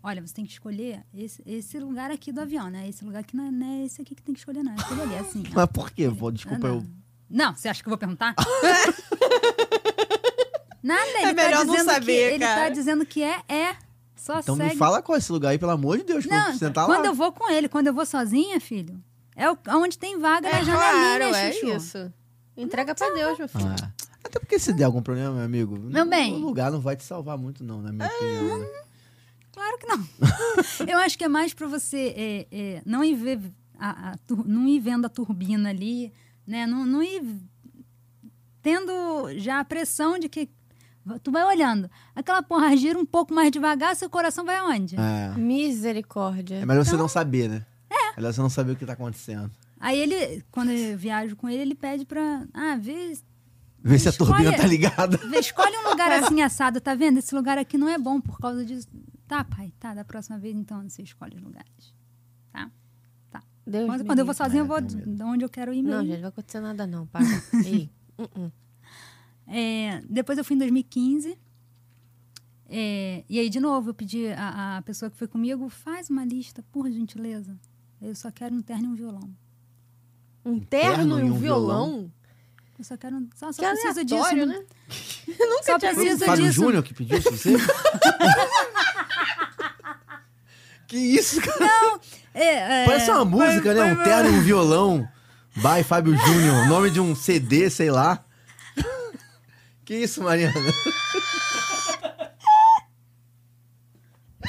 [SPEAKER 3] Olha, você tem que escolher esse, esse lugar aqui do avião, né? Esse lugar aqui não é, não é esse aqui que tem que escolher, não. É aquele ali, assim. ó.
[SPEAKER 2] Mas por quê? Pô, desculpa,
[SPEAKER 3] Ah,
[SPEAKER 2] eu.
[SPEAKER 3] Não, você acha que eu vou perguntar? Nada, ele tá
[SPEAKER 1] É melhor não
[SPEAKER 3] dizendo
[SPEAKER 1] saber,
[SPEAKER 3] que, Ele
[SPEAKER 1] cara.
[SPEAKER 3] tá dizendo que é, é. Só
[SPEAKER 2] Então
[SPEAKER 3] segue.
[SPEAKER 2] me fala qual é esse lugar aí, pelo amor de Deus, pra eu
[SPEAKER 3] não,
[SPEAKER 2] sentar
[SPEAKER 3] quando
[SPEAKER 2] lá.
[SPEAKER 3] eu vou com ele, quando eu vou sozinha, filho, é o- onde tem vaga na janelinha, né,
[SPEAKER 1] é
[SPEAKER 3] Chuchu.
[SPEAKER 1] isso. Entrega pra Deus, meu filho.
[SPEAKER 2] Ah, Até porque se der algum problema, meu amigo,
[SPEAKER 3] Meu bem. Ah,
[SPEAKER 2] o lugar não vai te salvar muito, não, na minha opinião. né?
[SPEAKER 3] Claro que não. eu acho que é mais pra você é, é, não, ir ver a, a tur- não ir vendo a turbina ali, né? Não, não ir tendo já a pressão de que tu vai olhando. Aquela porra gira um pouco mais devagar, seu coração vai aonde?
[SPEAKER 2] É.
[SPEAKER 1] Misericórdia.
[SPEAKER 2] É melhor
[SPEAKER 3] então
[SPEAKER 2] você não saber, né? É. Melhor você não saber o que tá acontecendo.
[SPEAKER 3] Aí ele, quando eu viajo com ele, ele pede pra. Ah, vê,
[SPEAKER 2] Vê se a
[SPEAKER 3] Escolhe-
[SPEAKER 2] turbina tá ligada.
[SPEAKER 3] vê escolhe um lugar assim assado, tá vendo? Esse lugar aqui não é bom por causa disso. Tá, pai, tá. Da próxima vez, então, você escolhe os lugares.
[SPEAKER 1] Deus
[SPEAKER 3] Quando,
[SPEAKER 1] me
[SPEAKER 3] quando eu vou
[SPEAKER 1] livre.
[SPEAKER 3] sozinha, eu
[SPEAKER 2] É,
[SPEAKER 3] vou
[SPEAKER 2] tenho medo.
[SPEAKER 3] de onde eu quero ir
[SPEAKER 1] Não,
[SPEAKER 3] mesmo.
[SPEAKER 1] gente, não vai acontecer nada não, para. Ei. uh-uh.
[SPEAKER 3] É, depois eu fui em 2015. É, e aí, de novo, eu pedi a, a pessoa que foi comigo, faz uma lista, por gentileza. Eu só quero um terno e um violão.
[SPEAKER 1] Um terno e um violão?
[SPEAKER 3] Eu só quero. um- Só, só
[SPEAKER 1] Que
[SPEAKER 3] preciso disso.
[SPEAKER 1] aleatório, né? Nunca
[SPEAKER 3] Só
[SPEAKER 1] tinha
[SPEAKER 3] preciso
[SPEAKER 1] visto.
[SPEAKER 2] Foi o
[SPEAKER 3] disso.
[SPEAKER 2] Fábio Júnior que pediu isso pra você? que isso, cara?
[SPEAKER 3] É, é,
[SPEAKER 2] Parece uma música, né? Um
[SPEAKER 3] foi-
[SPEAKER 2] terno e um violão. By Fábio Júnior. Nome de um CD, sei lá. Que isso, Mariana?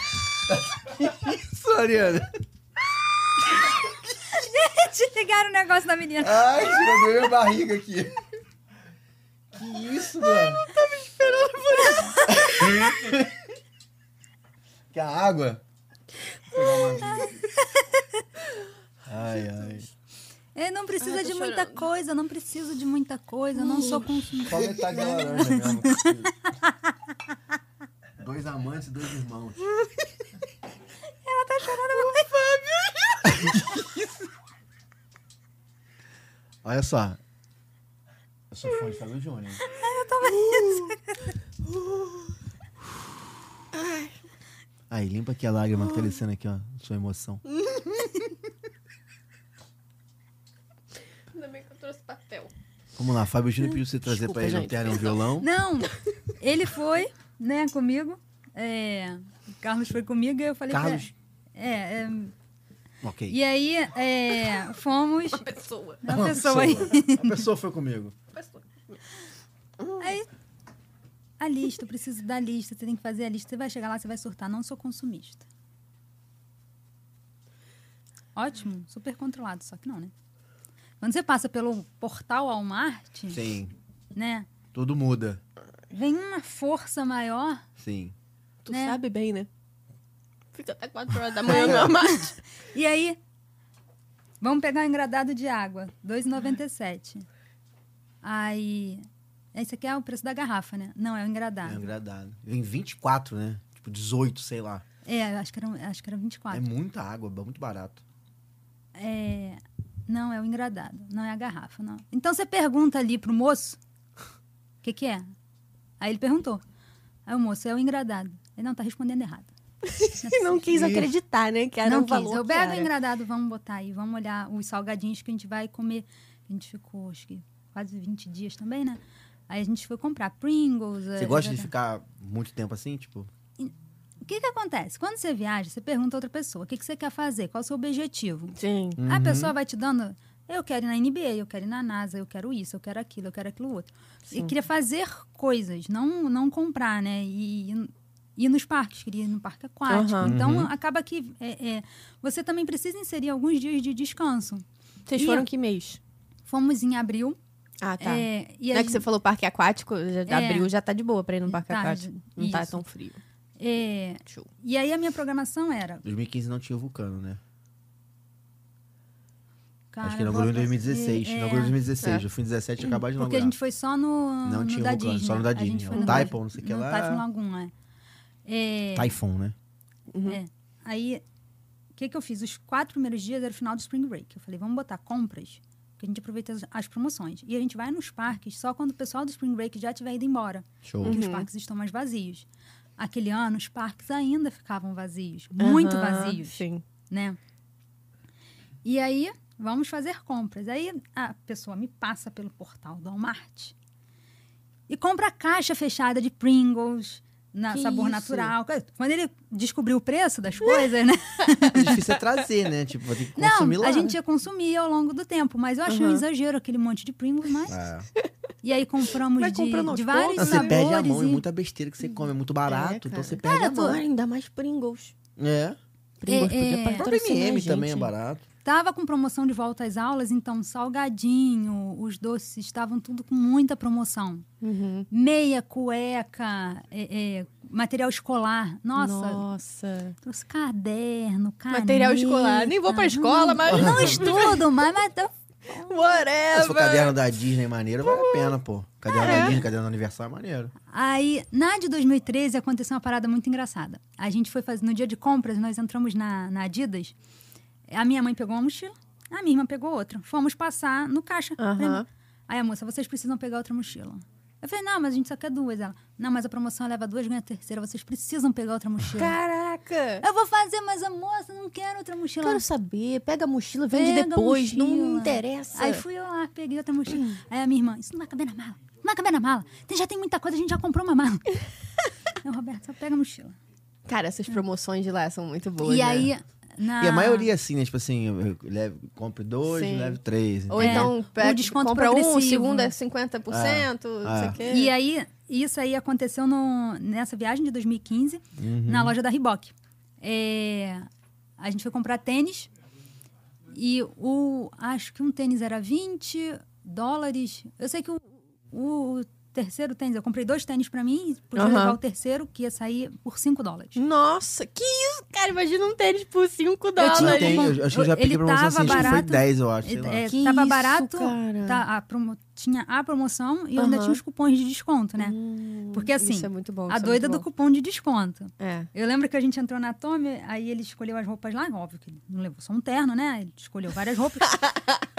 [SPEAKER 2] que isso, Mariana?
[SPEAKER 3] Desligaram o negócio da menina.
[SPEAKER 2] Ai, tirou minha barriga aqui. Que isso, mano? Eu não tava esperando por isso. Quer água? Ai, ai.
[SPEAKER 3] Eu É, não precisa
[SPEAKER 1] Ai, tô
[SPEAKER 3] de muita
[SPEAKER 1] chorando.
[SPEAKER 3] coisa, não preciso de muita coisa, não sou consumidor.
[SPEAKER 2] Qual metade da laranja mesmo? Dois amantes e dois irmãos.
[SPEAKER 3] Ela tá chorando muito. Fábio.
[SPEAKER 2] Olha só. Eu sou fã de Fábio Júnior.
[SPEAKER 3] Eu tava rindo.
[SPEAKER 2] Aí, limpa aqui a lágrima que tá descendo aqui, ó. Sua emoção.
[SPEAKER 1] Ainda bem que eu trouxe papel.
[SPEAKER 2] Vamos lá, Fábio Júnior pediu você trazer
[SPEAKER 1] Desculpa,
[SPEAKER 2] pra ele um
[SPEAKER 1] gente,
[SPEAKER 2] terno e um violão.
[SPEAKER 3] Não, ele foi, né, comigo. É, o Carlos foi comigo e eu falei
[SPEAKER 2] Carlos?
[SPEAKER 3] pra É, é,
[SPEAKER 2] Ok.
[SPEAKER 3] e aí é, fomos.
[SPEAKER 1] Pessoa.
[SPEAKER 3] Uma pessoa aí.
[SPEAKER 2] A pessoa foi comigo.
[SPEAKER 1] Pessoa.
[SPEAKER 3] Aí, a lista, eu preciso da lista, você tem que fazer a lista. Você vai chegar lá, você vai surtar. Não sou consumista. Ótimo, super controlado, só que não, né? Quando você passa pelo portal Walmart,
[SPEAKER 2] Sim.
[SPEAKER 3] né?
[SPEAKER 2] Tudo muda.
[SPEAKER 3] Vem uma força maior.
[SPEAKER 2] Sim.
[SPEAKER 1] Tu
[SPEAKER 3] Né?
[SPEAKER 1] sabe bem, né? Fica até 4 horas da manhã no armário.
[SPEAKER 3] E aí, vamos pegar um engradado de água, 2,97. Aí, esse aqui é o preço da garrafa, né? Não, é o
[SPEAKER 2] É
[SPEAKER 3] engradado.
[SPEAKER 2] agradável. Vem 24, né? Tipo, 18, sei lá.
[SPEAKER 3] É, eu acho que era, acho que era 24.
[SPEAKER 2] É muita água, é muito barato.
[SPEAKER 3] É, não, é o engradado, não é a garrafa, não. Então você pergunta ali pro moço o que, que é. Aí ele perguntou. Aí o moço, é o engradado. Ele não tá respondendo errado.
[SPEAKER 1] E não quis acreditar, né? Que era
[SPEAKER 3] não
[SPEAKER 1] um valor
[SPEAKER 3] Eu
[SPEAKER 1] que
[SPEAKER 3] pego o
[SPEAKER 1] era.
[SPEAKER 3] engradado, vamos botar aí, vamos olhar os salgadinhos que a gente vai comer. A gente ficou, acho que quase 20 dias também, né? Aí a gente foi comprar Pringles. é, tá.
[SPEAKER 2] Você gosta de ficar muito tempo assim, tipo?
[SPEAKER 3] O que que acontece? Quando você viaja, você pergunta a outra pessoa, o que que você quer fazer? Qual o seu objetivo?
[SPEAKER 1] Sim.
[SPEAKER 2] Uhum.
[SPEAKER 3] A pessoa vai te dando. Eu quero ir na NBA, eu quero ir na NASA, eu quero isso, eu quero aquilo, eu quero aquilo outro. E queria fazer coisas, não, não comprar, né? E, ir nos parques, queria ir no parque aquático.
[SPEAKER 1] Aham.
[SPEAKER 3] Então,
[SPEAKER 2] Uhum.
[SPEAKER 3] acaba que é, é, você também precisa inserir alguns dias de descanso.
[SPEAKER 1] Vocês
[SPEAKER 3] E-
[SPEAKER 1] foram que mês?
[SPEAKER 3] Fomos em abril.
[SPEAKER 1] Ah, tá.
[SPEAKER 3] é, e a
[SPEAKER 1] Não é que você
[SPEAKER 3] gente-
[SPEAKER 1] falou parque aquático, já
[SPEAKER 3] É.
[SPEAKER 1] abriu, já tá de boa pra ir no parque
[SPEAKER 3] Tá,
[SPEAKER 1] aquático. Não tá
[SPEAKER 3] isso.
[SPEAKER 1] tão frio.
[SPEAKER 3] é,
[SPEAKER 1] Show.
[SPEAKER 3] e aí a minha programação era...
[SPEAKER 2] 2015 não tinha o Vulcano, né?
[SPEAKER 3] Cara,
[SPEAKER 2] Acho que inaugurou em
[SPEAKER 3] vou-
[SPEAKER 2] 2016.
[SPEAKER 3] é, é,
[SPEAKER 2] Inaugurou em 2016.
[SPEAKER 1] É.
[SPEAKER 2] Eu fui em 17 e acabar de
[SPEAKER 3] Porque a
[SPEAKER 2] inaugurar.
[SPEAKER 3] gente foi só no,
[SPEAKER 2] um Não
[SPEAKER 3] no
[SPEAKER 2] tinha
[SPEAKER 3] da
[SPEAKER 2] vulcano,
[SPEAKER 3] Disney.
[SPEAKER 2] só no da
[SPEAKER 3] A gente
[SPEAKER 2] Disney.
[SPEAKER 3] foi
[SPEAKER 2] O
[SPEAKER 3] no
[SPEAKER 2] Taipon, não sei o que
[SPEAKER 3] no
[SPEAKER 2] lá.
[SPEAKER 3] Taipon Lagoon, é. É,
[SPEAKER 2] Typhoon, né?
[SPEAKER 3] Aí, o que, que eu fiz? Os quatro primeiros dias era o final do Spring Break. Eu falei, vamos botar compras, porque a gente aproveita as, as promoções. E a gente vai nos parques só quando o pessoal do Spring Break já tiver ido embora,
[SPEAKER 2] Show.
[SPEAKER 3] porque os
[SPEAKER 1] Uhum.
[SPEAKER 3] parques estão mais vazios. Aquele ano, os parques ainda ficavam vazios, muito
[SPEAKER 1] Aham,
[SPEAKER 3] vazios,
[SPEAKER 1] Sim.
[SPEAKER 3] né? E aí, vamos fazer compras. Aí, a pessoa me passa pelo portal do Walmart e compra a caixa fechada de Pringles, na
[SPEAKER 1] Que
[SPEAKER 3] sabor
[SPEAKER 1] isso?
[SPEAKER 3] natural. Quando ele descobriu o preço das coisas, né?
[SPEAKER 2] É difícil é trazer, né? Tipo, tem que
[SPEAKER 3] Não,
[SPEAKER 2] consumir lá.
[SPEAKER 3] a gente ia consumir ao longo do tempo, mas eu achei um
[SPEAKER 1] Uhum.
[SPEAKER 3] exagero aquele monte de Pringles, mas...
[SPEAKER 2] É.
[SPEAKER 3] E aí compramos
[SPEAKER 1] Vai
[SPEAKER 3] de,
[SPEAKER 1] comprando aos
[SPEAKER 3] de vários
[SPEAKER 1] poucos,
[SPEAKER 2] Não,
[SPEAKER 1] Os
[SPEAKER 2] você
[SPEAKER 3] sabores.
[SPEAKER 2] perde a mão, é
[SPEAKER 3] e-
[SPEAKER 2] muita besteira que você come, é muito barato, então você perde
[SPEAKER 1] Cara,
[SPEAKER 2] a
[SPEAKER 1] tô-
[SPEAKER 2] mão.
[SPEAKER 1] ainda mais Pringles.
[SPEAKER 2] É.
[SPEAKER 1] Pringles
[SPEAKER 3] É,
[SPEAKER 1] podia
[SPEAKER 3] é.
[SPEAKER 2] O
[SPEAKER 1] patrocinar
[SPEAKER 2] próprio
[SPEAKER 1] a
[SPEAKER 2] M
[SPEAKER 1] gente.
[SPEAKER 2] também é barato.
[SPEAKER 3] Tava com promoção de volta às aulas, então salgadinho, os doces estavam tudo com muita promoção.
[SPEAKER 1] Uhum.
[SPEAKER 3] Meia, cueca, é, é, material escolar. Nossa,
[SPEAKER 1] Nossa.
[SPEAKER 3] trouxe caderno, caneta.
[SPEAKER 1] Material escolar. Nem vou pra escola, mas-
[SPEAKER 3] Não estudo, mas... mas tô-
[SPEAKER 2] Se for
[SPEAKER 1] Whatever.
[SPEAKER 2] caderno da Disney maneiro, vale
[SPEAKER 1] Uhum.
[SPEAKER 2] a pena, pô. Caderno da Disney, caderno do Universal é maneiro.
[SPEAKER 3] Aí, na de 2013, aconteceu uma parada muito engraçada. A gente foi fazer, no dia de compras, nós entramos na, na Adidas. A minha mãe pegou uma mochila, a minha irmã pegou outra. Fomos passar no caixa.
[SPEAKER 1] Aham.
[SPEAKER 3] Aí a moça, vocês precisam pegar outra mochila. Eu falei, não, mas a gente só quer duas. Ela, não, mas a promoção leva duas, ganha a terceira. Vocês precisam pegar outra mochila.
[SPEAKER 1] Caraca.
[SPEAKER 3] Eu vou fazer, mas a moça não quer outra mochila.
[SPEAKER 1] Quero saber. Pega a mochila, vende
[SPEAKER 3] Pega a
[SPEAKER 1] depois. Não me
[SPEAKER 3] É, mochila.
[SPEAKER 1] interessa.
[SPEAKER 3] Aí fui eu lá, peguei outra mochila. Aí a minha irmã, isso não vai caber na mala. Não vai caber na mala. Tem- já tem muita coisa, a gente já comprou uma mala. Não, Roberto, só pega a mochila.
[SPEAKER 1] Cara, essas promoções de lá são muito boas.
[SPEAKER 3] e
[SPEAKER 1] né?
[SPEAKER 3] aí. Na...
[SPEAKER 2] E a maioria, assim, né? Tipo assim, eu leve, compre dois,
[SPEAKER 1] Sim.
[SPEAKER 2] leve três.
[SPEAKER 1] Ou
[SPEAKER 2] entendeu?
[SPEAKER 1] então pega,
[SPEAKER 3] o desconto
[SPEAKER 1] compra um, o
[SPEAKER 3] progressivo.
[SPEAKER 1] segundo é 50%, não
[SPEAKER 2] é.
[SPEAKER 1] sei o quê.
[SPEAKER 3] E aí, isso aí aconteceu no- nessa viagem de 2015,
[SPEAKER 1] Uhum.
[SPEAKER 3] na loja da Reebok. É, a gente foi comprar tênis e o acho que um tênis era 20 dólares. Eu sei que o, o terceiro tênis, eu comprei dois tênis pra mim, podia
[SPEAKER 1] Aham. Uhum.
[SPEAKER 3] levar o terceiro, que ia sair por 5
[SPEAKER 1] é-
[SPEAKER 3] dólares.
[SPEAKER 1] Nossa, que isso, cara? Imagina um tênis por 5
[SPEAKER 3] tinha
[SPEAKER 2] Não
[SPEAKER 1] dólares.
[SPEAKER 2] tem,
[SPEAKER 3] Ele-
[SPEAKER 2] eu, acho que eu já
[SPEAKER 3] ele
[SPEAKER 2] peguei pra você assim,
[SPEAKER 3] tava
[SPEAKER 2] acho que foi
[SPEAKER 3] barato.
[SPEAKER 2] 10, eu acho. Sei lá.
[SPEAKER 3] É,
[SPEAKER 1] Que
[SPEAKER 3] tava
[SPEAKER 1] isso,
[SPEAKER 3] barato,
[SPEAKER 1] cara.
[SPEAKER 3] tá- a promo- tinha a promoção e eu ainda
[SPEAKER 1] Aham. Uhum.
[SPEAKER 3] tinha os cupons de desconto, né? Porque assim,
[SPEAKER 1] Isso é muito bom.
[SPEAKER 3] a doida do cupom de desconto.
[SPEAKER 1] É.
[SPEAKER 3] Eu lembro que a gente entrou na Tommy, aí ele escolheu as roupas lá, óbvio que ele não levou só um terno, né? Ele escolheu várias roupas.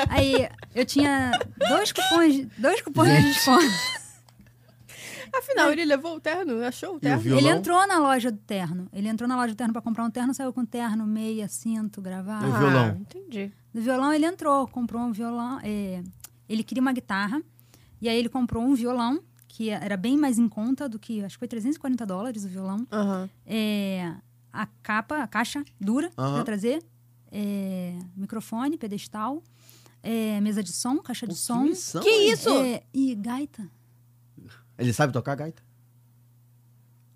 [SPEAKER 3] aí eu tinha dois cupons, dois cupons de desconto.
[SPEAKER 1] Afinal, ele levou o terno, achou o
[SPEAKER 2] E eu
[SPEAKER 1] terno.
[SPEAKER 2] vi
[SPEAKER 3] Ele
[SPEAKER 2] violão?
[SPEAKER 3] entrou na loja do terno. Ele entrou na loja do terno pra comprar um terno, saiu com terno, meia, cinto, gravata.
[SPEAKER 2] Eu vi o violão.
[SPEAKER 1] Ah, entendi.
[SPEAKER 3] No violão ele entrou, comprou um violão. é, ele queria uma guitarra. E aí ele comprou um violão, que era bem mais em conta do que. Acho que foi 340 dólares o violão.
[SPEAKER 1] Aham.
[SPEAKER 3] É, a capa, a caixa dura
[SPEAKER 2] Aham.
[SPEAKER 3] pra trazer. é, microfone, pedestal. é, mesa de som, caixa de
[SPEAKER 2] Pô, que
[SPEAKER 3] som.
[SPEAKER 2] missão,
[SPEAKER 1] tipo, um Que
[SPEAKER 2] hein?
[SPEAKER 1] isso?
[SPEAKER 3] é, e gaita.
[SPEAKER 2] Ele sabe tocar gaita?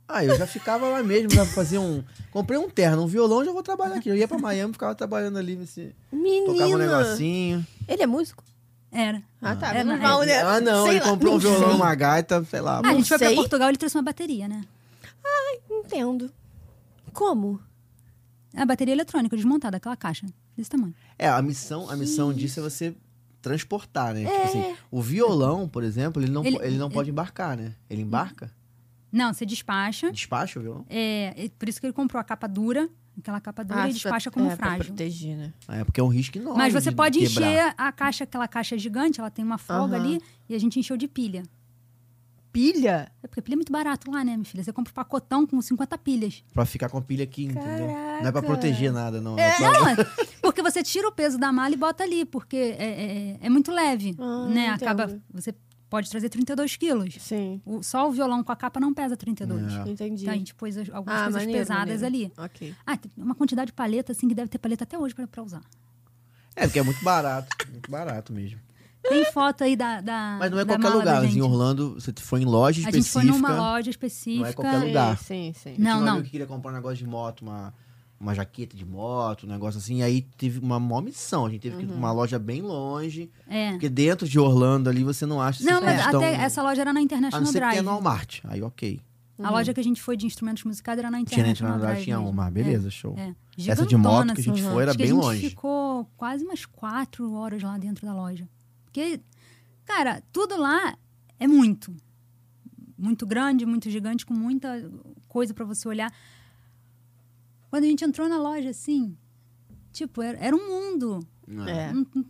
[SPEAKER 2] Ah, eu já ficava lá mesmo, já fazia um... Comprei um terno, um violão, já vou trabalhar aqui. Eu ia pra Miami, ficava trabalhando ali, nesse...
[SPEAKER 1] Menina.
[SPEAKER 2] tocava um negocinho.
[SPEAKER 1] Ele é músico?
[SPEAKER 3] Era.
[SPEAKER 1] Ah, tá.
[SPEAKER 3] É,
[SPEAKER 1] menos
[SPEAKER 3] não,
[SPEAKER 1] mal, né?
[SPEAKER 2] Ah, não,
[SPEAKER 1] Sei
[SPEAKER 2] ele
[SPEAKER 1] lá,
[SPEAKER 2] comprou um
[SPEAKER 1] não
[SPEAKER 2] violão,
[SPEAKER 1] sei.
[SPEAKER 2] uma gaita, sei lá.
[SPEAKER 3] Ah, a gente foi pra
[SPEAKER 1] sei.
[SPEAKER 3] Portugal ele trouxe uma bateria, né?
[SPEAKER 1] Entendo. Como?
[SPEAKER 3] A bateria eletrônica desmontada, aquela caixa desse tamanho.
[SPEAKER 2] É, a missão, a missão disso é você transportar, né? Tipo assim, o violão, por exemplo, ele não,
[SPEAKER 3] É. Ele- é
[SPEAKER 2] po- ele não pode embarcar, né? Ele embarca,
[SPEAKER 3] Não, você despacha.
[SPEAKER 2] despacha o violão.
[SPEAKER 3] É, e por isso que ele comprou a capa dura, aquela capa dura,
[SPEAKER 1] Ah,
[SPEAKER 3] e despacha como
[SPEAKER 1] é, pra
[SPEAKER 3] frágil.
[SPEAKER 1] proteger, né?
[SPEAKER 2] É, porque é um risco enorme
[SPEAKER 3] Mas você
[SPEAKER 2] de
[SPEAKER 3] pode
[SPEAKER 2] quebrar.
[SPEAKER 3] encher a caixa, aquela caixa gigante, ela tem uma folga
[SPEAKER 1] Aham.
[SPEAKER 3] ali, e a gente encheu de pilha.
[SPEAKER 1] Pilha?
[SPEAKER 3] É porque pilha é muito barato lá, né, minha filha? Você compra um pacotão com 50 pilhas.
[SPEAKER 2] Pra ficar com a pilha aqui, entendeu? Não é pra
[SPEAKER 1] Caraca.
[SPEAKER 2] proteger nada, não. É, pra...
[SPEAKER 3] Não, é porque você tira o peso da mala e bota ali, porque é, é- é muito leve,
[SPEAKER 1] Ah,
[SPEAKER 3] né?
[SPEAKER 1] entendo.
[SPEAKER 3] Acaba, você pode trazer 32 quilos.
[SPEAKER 1] Sim,
[SPEAKER 3] O- só o violão com a capa não pesa 32.
[SPEAKER 2] É.
[SPEAKER 1] entendi.
[SPEAKER 3] Então a gente pôs as- algumas
[SPEAKER 1] Ah,
[SPEAKER 3] coisas
[SPEAKER 1] maneiro,
[SPEAKER 3] pesadas
[SPEAKER 1] maneiro.
[SPEAKER 3] ali.
[SPEAKER 1] Ok.
[SPEAKER 3] Ah, tem uma quantidade de paleta, assim, que deve ter paleta até hoje pra, pra usar.
[SPEAKER 2] É, porque é muito barato. Muito barato mesmo.
[SPEAKER 3] Tem foto aí da. da
[SPEAKER 2] Mas não é
[SPEAKER 3] da
[SPEAKER 2] qualquer
[SPEAKER 3] Ah, mala da
[SPEAKER 2] lugar.
[SPEAKER 3] gente.
[SPEAKER 2] Em Orlando, você foi em loja
[SPEAKER 3] A gente
[SPEAKER 2] específica.
[SPEAKER 3] foi numa loja específica.
[SPEAKER 2] é qualquer lugar.
[SPEAKER 1] Ah, é, Sim, sim.
[SPEAKER 2] Eu tinha
[SPEAKER 3] Então, Não,
[SPEAKER 2] um
[SPEAKER 3] não.
[SPEAKER 2] amigo que queria comprar um negócio de moto, uma, uma jaqueta de moto, um negócio assim. Aí teve uma maior missão. A gente teve que ir
[SPEAKER 3] Uhum.
[SPEAKER 2] pra uma loja bem longe.
[SPEAKER 3] É.
[SPEAKER 2] Porque dentro de Orlando ali você não acha
[SPEAKER 3] Não,
[SPEAKER 2] esses
[SPEAKER 3] mas
[SPEAKER 2] caras
[SPEAKER 3] até
[SPEAKER 2] tão-
[SPEAKER 3] essa loja era na
[SPEAKER 2] A não
[SPEAKER 3] International
[SPEAKER 2] ser que
[SPEAKER 3] Drive.
[SPEAKER 2] tenha no Walmart. Aí, ok.
[SPEAKER 3] A loja que a gente foi de instrumentos musicais era na
[SPEAKER 2] Uhum. Tinha na International
[SPEAKER 3] International
[SPEAKER 2] Drive,
[SPEAKER 3] Drive.
[SPEAKER 2] tinha
[SPEAKER 3] mesmo.
[SPEAKER 2] uma. Beleza, show.
[SPEAKER 3] É.
[SPEAKER 2] Essa de moto
[SPEAKER 3] Gigantona,
[SPEAKER 2] que a gente
[SPEAKER 3] assim.
[SPEAKER 2] foi era
[SPEAKER 3] Acho que
[SPEAKER 2] bem
[SPEAKER 3] a gente
[SPEAKER 2] longe.
[SPEAKER 3] ficou quase umas quatro horas lá dentro da loja. Porque, cara, tudo lá é muito. Muito grande, muito gigante, com muita coisa pra você olhar. Quando a gente entrou na loja, assim, tipo, era, era um mundo.
[SPEAKER 1] É.
[SPEAKER 3] Não- não-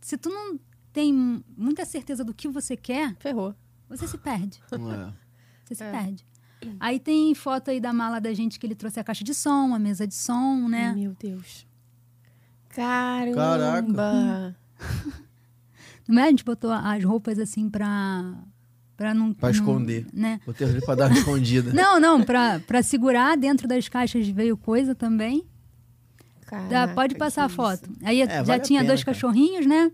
[SPEAKER 3] Se tu não tem muita certeza do que você quer,
[SPEAKER 1] Ferrou.
[SPEAKER 3] você se perde.
[SPEAKER 2] Não é.
[SPEAKER 3] Você se
[SPEAKER 1] É.
[SPEAKER 3] perde. Aí tem foto aí da mala da gente que ele trouxe a caixa de som, a mesa de som, né?
[SPEAKER 1] Meu Deus. Caramba.
[SPEAKER 3] Não é? A gente botou as roupas assim pra. pra não.
[SPEAKER 2] Pra
[SPEAKER 3] não-
[SPEAKER 2] esconder.
[SPEAKER 3] né?
[SPEAKER 2] Botei ali pra dar uma escondida.
[SPEAKER 3] Não, não, pra, pra segurar dentro das caixas veio coisa também. Dá-
[SPEAKER 1] Caraca,
[SPEAKER 3] pode passar a
[SPEAKER 1] que
[SPEAKER 3] foto.
[SPEAKER 1] isso.
[SPEAKER 3] Aí já
[SPEAKER 2] É, vale a
[SPEAKER 3] tinha
[SPEAKER 2] pena,
[SPEAKER 3] dois
[SPEAKER 2] cara.
[SPEAKER 3] cachorrinhos, né?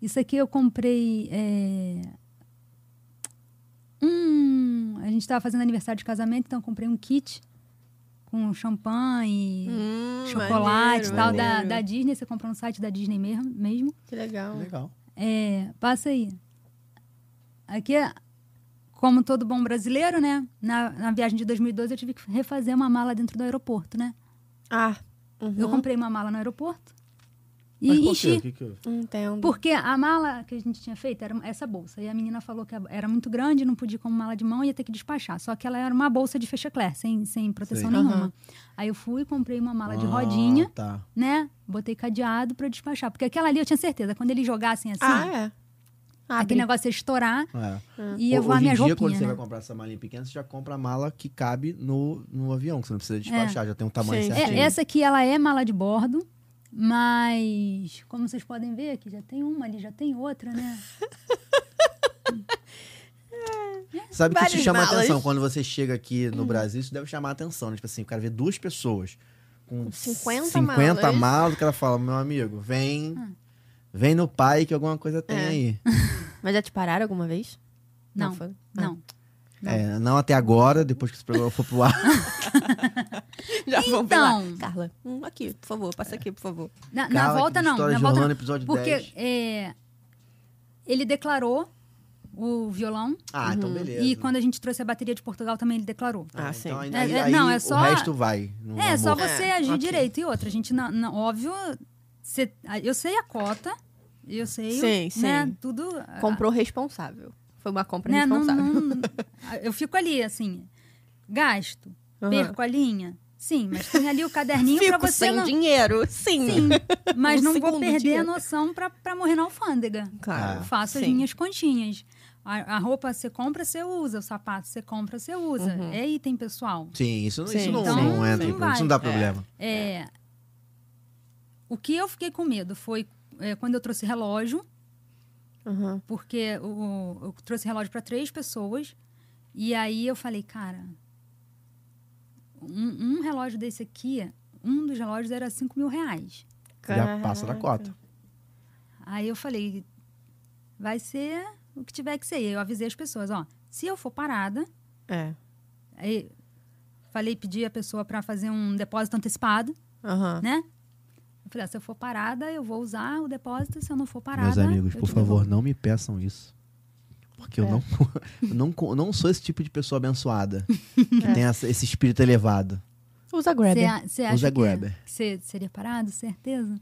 [SPEAKER 3] Isso aqui eu comprei. é, Um. A gente tava fazendo aniversário de casamento, então eu comprei um kit com champanhe.
[SPEAKER 1] Hum,
[SPEAKER 3] chocolate e tal
[SPEAKER 1] maneiro,
[SPEAKER 3] da,
[SPEAKER 1] maneiro.
[SPEAKER 3] da Disney. Você compra no site da Disney mesmo. mesmo.
[SPEAKER 1] Que legal.
[SPEAKER 2] Legal.
[SPEAKER 3] É, passa aí. Aqui, é, como todo bom brasileiro, né? Na, na viagem de 2012 eu tive que refazer uma mala dentro do aeroporto, né?
[SPEAKER 1] Ah,
[SPEAKER 3] Eu
[SPEAKER 1] uhum.
[SPEAKER 3] comprei uma mala no aeroporto e
[SPEAKER 2] Mas por quê? O
[SPEAKER 3] enchi.
[SPEAKER 2] que que houve?
[SPEAKER 1] entendo.
[SPEAKER 3] Porque a mala que a gente tinha feito era essa bolsa. E a menina falou que a- era muito grande, não podia ir como mala de mão, ia ter que despachar. Só que ela era uma bolsa de fechecler, sem, sem proteção
[SPEAKER 1] Sei.
[SPEAKER 3] nenhuma.
[SPEAKER 1] Aham.
[SPEAKER 3] Aí eu fui, comprei uma mala de
[SPEAKER 2] Ah,
[SPEAKER 3] rodinha.
[SPEAKER 2] Tá.
[SPEAKER 3] né? Botei cadeado pra despachar. Porque aquela ali eu tinha certeza, quando eles jogassem assim,
[SPEAKER 1] Ah, é. Abre. Ah.
[SPEAKER 3] aquele negócio ia estourar
[SPEAKER 2] É.
[SPEAKER 3] e
[SPEAKER 2] Ho-
[SPEAKER 3] ia voar
[SPEAKER 2] Hoje em
[SPEAKER 3] minhas
[SPEAKER 2] dia, quando
[SPEAKER 3] roupinhas.
[SPEAKER 2] você
[SPEAKER 3] Né?
[SPEAKER 2] vai comprar essa malinha pequena, você já compra a mala que cabe no, no avião, que você não precisa despachar, já tem um tamanho
[SPEAKER 1] Sim,
[SPEAKER 2] certinho.
[SPEAKER 3] É, essa aqui ela é mala de bordo, mas como vocês podem ver aqui, já tem uma ali, já tem outra, né?
[SPEAKER 2] Sabe o que te
[SPEAKER 1] Várias
[SPEAKER 2] chama a
[SPEAKER 1] malas.
[SPEAKER 2] atenção? Quando você chega aqui no Brasil, isso deve chamar a atenção. Né? Tipo assim, o cara vê duas pessoas com
[SPEAKER 1] 50
[SPEAKER 2] 50
[SPEAKER 1] malas.
[SPEAKER 2] malas, o cara fala, meu amigo, vem...
[SPEAKER 3] Hum.
[SPEAKER 2] Vem no pai que alguma coisa tem
[SPEAKER 1] É.
[SPEAKER 2] aí.
[SPEAKER 1] Mas já te pararam alguma vez?
[SPEAKER 3] Não,
[SPEAKER 1] foi?
[SPEAKER 3] não. Não.
[SPEAKER 2] É, não até agora, depois que esse programa for pro ar.
[SPEAKER 1] Já vão pra
[SPEAKER 3] Então.
[SPEAKER 1] lá. Carla, hum, aqui, por favor. Passa aqui, por favor.
[SPEAKER 3] Na, na
[SPEAKER 2] Carla, aqui
[SPEAKER 3] volta
[SPEAKER 2] do
[SPEAKER 3] não,
[SPEAKER 2] História
[SPEAKER 3] na
[SPEAKER 2] de
[SPEAKER 3] volta
[SPEAKER 2] Orlando,
[SPEAKER 3] não.
[SPEAKER 2] episódio
[SPEAKER 3] Porque
[SPEAKER 2] 10.
[SPEAKER 3] é, ele declarou o violão
[SPEAKER 2] Ah, então beleza.
[SPEAKER 3] Uhum. e quando a gente trouxe a bateria de Portugal também ele declarou.
[SPEAKER 1] Ah, sim.
[SPEAKER 2] Então, aí,
[SPEAKER 3] É, é,
[SPEAKER 2] aí
[SPEAKER 3] não, é
[SPEAKER 2] o
[SPEAKER 3] só-
[SPEAKER 2] resto vai. no
[SPEAKER 3] É,
[SPEAKER 2] amor.
[SPEAKER 3] só
[SPEAKER 1] amor.
[SPEAKER 3] você
[SPEAKER 1] É,
[SPEAKER 3] agir
[SPEAKER 1] ok.
[SPEAKER 3] direito e outra. A gente, não, não- óbvio, cê- a- eu sei a cota, eu sei,
[SPEAKER 1] Sim, sim.
[SPEAKER 3] né, tudo. a-
[SPEAKER 1] Comprou responsável. Foi uma compra
[SPEAKER 3] né, não-
[SPEAKER 1] responsável.
[SPEAKER 3] não- a- eu fico ali, assim, gasto,
[SPEAKER 1] Aham.
[SPEAKER 3] perco a linha, sim, mas tem ali o caderninho pra
[SPEAKER 1] Fico
[SPEAKER 3] você
[SPEAKER 1] sem
[SPEAKER 3] não...
[SPEAKER 1] dinheiro. Sim.
[SPEAKER 3] Sim, mas
[SPEAKER 1] Um
[SPEAKER 3] não vou
[SPEAKER 1] segundo
[SPEAKER 3] perder
[SPEAKER 1] dia.
[SPEAKER 3] a noção pra, pra morrer na alfândega.
[SPEAKER 1] Claro.
[SPEAKER 2] Ah,
[SPEAKER 3] Faço as
[SPEAKER 1] sim.
[SPEAKER 3] minhas continhas. A, a roupa você compra, você usa. O sapato você compra, você usa.
[SPEAKER 1] Uhum.
[SPEAKER 3] É item pessoal.
[SPEAKER 2] Sim, isso, isso
[SPEAKER 1] Sim,
[SPEAKER 2] não,
[SPEAKER 1] então,
[SPEAKER 2] não entra.
[SPEAKER 3] não
[SPEAKER 2] em problema, isso não dá
[SPEAKER 3] vai.
[SPEAKER 2] problema.
[SPEAKER 3] É, O que eu fiquei com medo foi é, quando eu trouxe relógio,
[SPEAKER 1] Aham.
[SPEAKER 3] porque o- eu trouxe relógio para três pessoas. E aí eu falei, cara, um, um relógio desse aqui, um dos relógios era 5 mil reais.
[SPEAKER 1] É.
[SPEAKER 2] Já passa da
[SPEAKER 1] Caraca.
[SPEAKER 2] cota.
[SPEAKER 3] Aí eu falei, vai ser o que tiver que ser. E Eu avisei as pessoas, ó, se eu for parada,
[SPEAKER 1] É.
[SPEAKER 3] aí falei, pedi a pessoa para fazer um depósito antecipado.
[SPEAKER 2] Ah.
[SPEAKER 1] Aham.
[SPEAKER 3] né? Eu falei, ah, se eu for parada, eu vou usar o depósito. Se eu não for parada.
[SPEAKER 2] Meus amigos,
[SPEAKER 3] eu
[SPEAKER 2] por
[SPEAKER 3] te
[SPEAKER 2] favor,
[SPEAKER 3] devolvo.
[SPEAKER 2] não me peçam isso. Porque eu,
[SPEAKER 1] É.
[SPEAKER 2] não, eu não, co- não sou esse tipo de pessoa abençoada. que tem essa- esse espírito elevado.
[SPEAKER 1] Usa
[SPEAKER 3] Você
[SPEAKER 1] Grab.
[SPEAKER 3] a- Você acha
[SPEAKER 2] Usa
[SPEAKER 3] que
[SPEAKER 2] Grabber.
[SPEAKER 3] Você seria parado, certeza?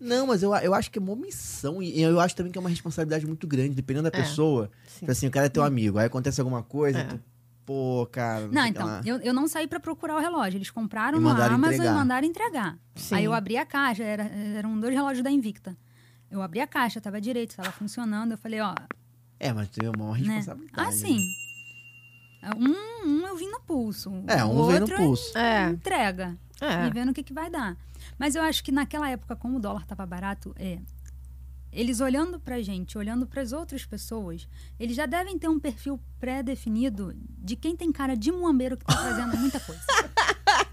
[SPEAKER 2] Não, mas eu, a- eu acho que é uma missão. E eu acho também que é uma responsabilidade muito grande, dependendo da
[SPEAKER 1] É.
[SPEAKER 2] pessoa.
[SPEAKER 1] Sim.
[SPEAKER 2] Tipo assim, o cara é teu amigo, aí acontece alguma coisa,
[SPEAKER 1] É.
[SPEAKER 2] tu, pô, cara.
[SPEAKER 3] Não,
[SPEAKER 2] sei
[SPEAKER 3] então,
[SPEAKER 2] lá.
[SPEAKER 3] eu, eu não saí pra procurar o relógio. Eles compraram
[SPEAKER 2] E
[SPEAKER 3] na
[SPEAKER 2] mandaram
[SPEAKER 3] Amazon
[SPEAKER 2] entregar.
[SPEAKER 3] e mandaram entregar.
[SPEAKER 1] Sim.
[SPEAKER 3] Aí eu abri a caixa, era, eram dois relógios da Invicta. Eu abri a caixa, tava direito, tava funcionando. Eu falei, ó,
[SPEAKER 2] É, mas tem uma
[SPEAKER 3] né?
[SPEAKER 2] responsabilidade.
[SPEAKER 3] Ah, sim. Um, um eu vim no pulso.
[SPEAKER 2] né? É,
[SPEAKER 3] o
[SPEAKER 2] um vem no
[SPEAKER 3] outro
[SPEAKER 2] pulso.
[SPEAKER 1] É.
[SPEAKER 3] Entrega. e
[SPEAKER 1] É.
[SPEAKER 3] vendo o que, que vai dar. Mas eu acho que naquela época, como o dólar estava barato, é, eles olhando para gente, olhando para as outras pessoas, eles já devem ter um perfil pré-definido de quem tem cara de muambeiro que tá fazendo muita coisa.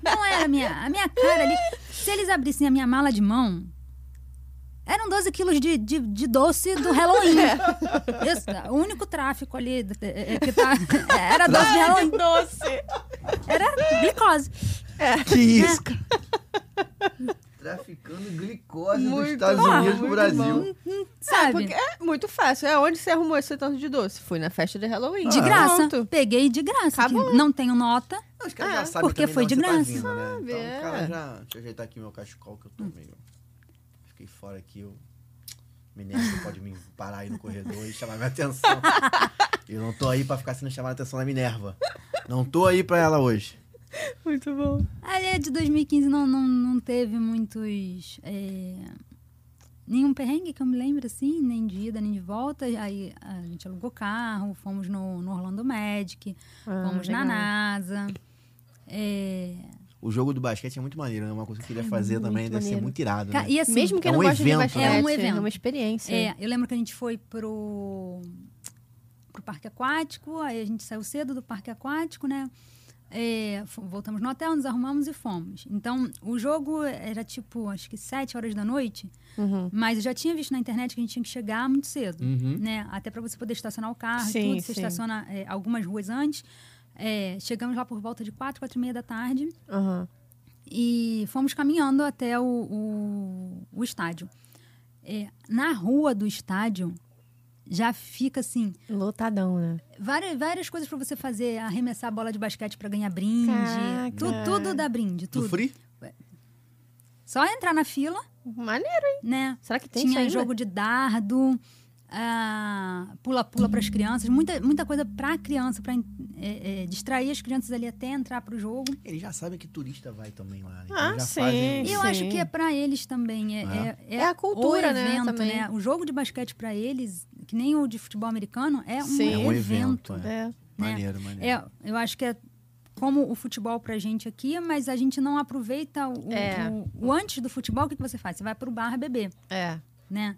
[SPEAKER 3] Não era a minha, a minha cara ali. Se eles abrissem a minha mala de mão, Eram 12 quilos de, de, de doce do Halloween.
[SPEAKER 1] É.
[SPEAKER 3] Isso, o único tráfico ali é, é, que tá, era doce de Halloween.
[SPEAKER 1] Doce. É,
[SPEAKER 3] Era glicose.
[SPEAKER 5] Que isso, cara.
[SPEAKER 2] Traficando glicose dos
[SPEAKER 5] Muito
[SPEAKER 2] Estados
[SPEAKER 5] bom,
[SPEAKER 2] Unidos pro
[SPEAKER 5] muito
[SPEAKER 2] Brasil.
[SPEAKER 1] Sabe?
[SPEAKER 3] Sabe?
[SPEAKER 1] porque é muito fácil. É onde você arrumou esse tanto de doce? Fui na festa de Halloween. Ah,
[SPEAKER 3] De graça.
[SPEAKER 1] Pronto.
[SPEAKER 3] Peguei de graça.
[SPEAKER 1] Acabou.
[SPEAKER 3] que Não tenho nota.
[SPEAKER 2] Não, os caras
[SPEAKER 1] Ah,
[SPEAKER 2] já sabem
[SPEAKER 3] É, porque
[SPEAKER 2] também
[SPEAKER 3] foi
[SPEAKER 2] de
[SPEAKER 3] de
[SPEAKER 2] onde
[SPEAKER 3] graça.
[SPEAKER 2] você tá vindo, né? Então,
[SPEAKER 1] Sabe,
[SPEAKER 2] o cara
[SPEAKER 1] é.
[SPEAKER 2] já... Deixa eu ajeitar aqui meu cachecol que eu tô meio... Fiquei fora aqui, o menino pode me parar aí no corredor e chamar minha atenção. Eu não tô aí pra ficar sendo chamada a atenção da Minerva. Não tô aí pra ela hoje.
[SPEAKER 1] Muito bom.
[SPEAKER 3] Ali é de 2015 não, não, não teve muitos. é, nenhum perrengue que eu me lembro, assim, nem de ida, nem de volta. Aí a gente alugou carro, fomos no, no Orlando Magic,
[SPEAKER 1] Ah,
[SPEAKER 3] fomos na NASA. É,
[SPEAKER 2] O jogo do basquete é muito maneiro, né? Uma coisa que eu queria
[SPEAKER 1] Cara,
[SPEAKER 2] fazer também,
[SPEAKER 1] muito
[SPEAKER 2] deve ser
[SPEAKER 1] maneiro.
[SPEAKER 2] muito irado,
[SPEAKER 3] ca-
[SPEAKER 2] né?
[SPEAKER 3] e assim,
[SPEAKER 1] Mesmo quem
[SPEAKER 5] É
[SPEAKER 1] não
[SPEAKER 5] um
[SPEAKER 1] gosta de
[SPEAKER 5] evento,
[SPEAKER 1] basquete,
[SPEAKER 3] né? É um evento.
[SPEAKER 1] uma experiência.
[SPEAKER 3] é, eu lembro que a gente foi pro, pro parque aquático, aí a gente saiu cedo do parque aquático, né? É, fo- voltamos no hotel, nos arrumamos e fomos. Então, o jogo era tipo, acho que sete horas da noite.
[SPEAKER 1] Uhum.
[SPEAKER 3] Mas eu já tinha visto na internet que a gente tinha que chegar muito cedo,
[SPEAKER 5] Uhum.
[SPEAKER 3] né? Até para você poder estacionar o carro
[SPEAKER 1] Sim,
[SPEAKER 3] e tudo. Você
[SPEAKER 1] sim.
[SPEAKER 3] estaciona é, algumas ruas antes. É, chegamos lá por volta de quatro, quatro e meia da tarde.
[SPEAKER 1] Aham.
[SPEAKER 3] E fomos caminhando até o, o- o estádio. É, na rua do estádio, já fica assim...
[SPEAKER 1] Lotadão, né?
[SPEAKER 3] Várias, várias coisas para você fazer. Arremessar a bola de basquete para ganhar brinde.
[SPEAKER 1] Caraca.
[SPEAKER 3] Tu- tudo dá brinde,
[SPEAKER 2] Do
[SPEAKER 3] tudo.
[SPEAKER 2] free?
[SPEAKER 3] Só entrar na fila,
[SPEAKER 1] Maneiro, hein?
[SPEAKER 3] né?
[SPEAKER 1] Será que tem isso
[SPEAKER 3] tinha
[SPEAKER 1] ainda?
[SPEAKER 3] jogo de dardo, ah, pula-pula para as crianças, muita, muita coisa para criança, para distrair as crianças ali até entrar para o jogo.
[SPEAKER 2] Eles já sabem que turista vai também lá, né?
[SPEAKER 1] Ah,
[SPEAKER 2] Eles já
[SPEAKER 1] sim.
[SPEAKER 2] fazem...
[SPEAKER 3] E eu acho
[SPEAKER 1] Sim.
[SPEAKER 3] que é para eles também.
[SPEAKER 2] É.
[SPEAKER 3] É, é- é
[SPEAKER 1] É a cultura,
[SPEAKER 3] o
[SPEAKER 1] né,
[SPEAKER 3] evento,
[SPEAKER 1] também.
[SPEAKER 3] O jogo de basquete para eles, que nem o de futebol americano, é um
[SPEAKER 1] Sim.
[SPEAKER 2] É
[SPEAKER 3] evento.
[SPEAKER 2] um evento, é.
[SPEAKER 1] É.
[SPEAKER 3] né?
[SPEAKER 2] Maneiro, maneiro.
[SPEAKER 3] É, eu acho que é como o futebol pra gente aqui, mas a gente não aproveita o,
[SPEAKER 1] É.
[SPEAKER 3] o- o antes do futebol, o que, que você faz? Você vai pro bar beber.
[SPEAKER 1] É.
[SPEAKER 3] né?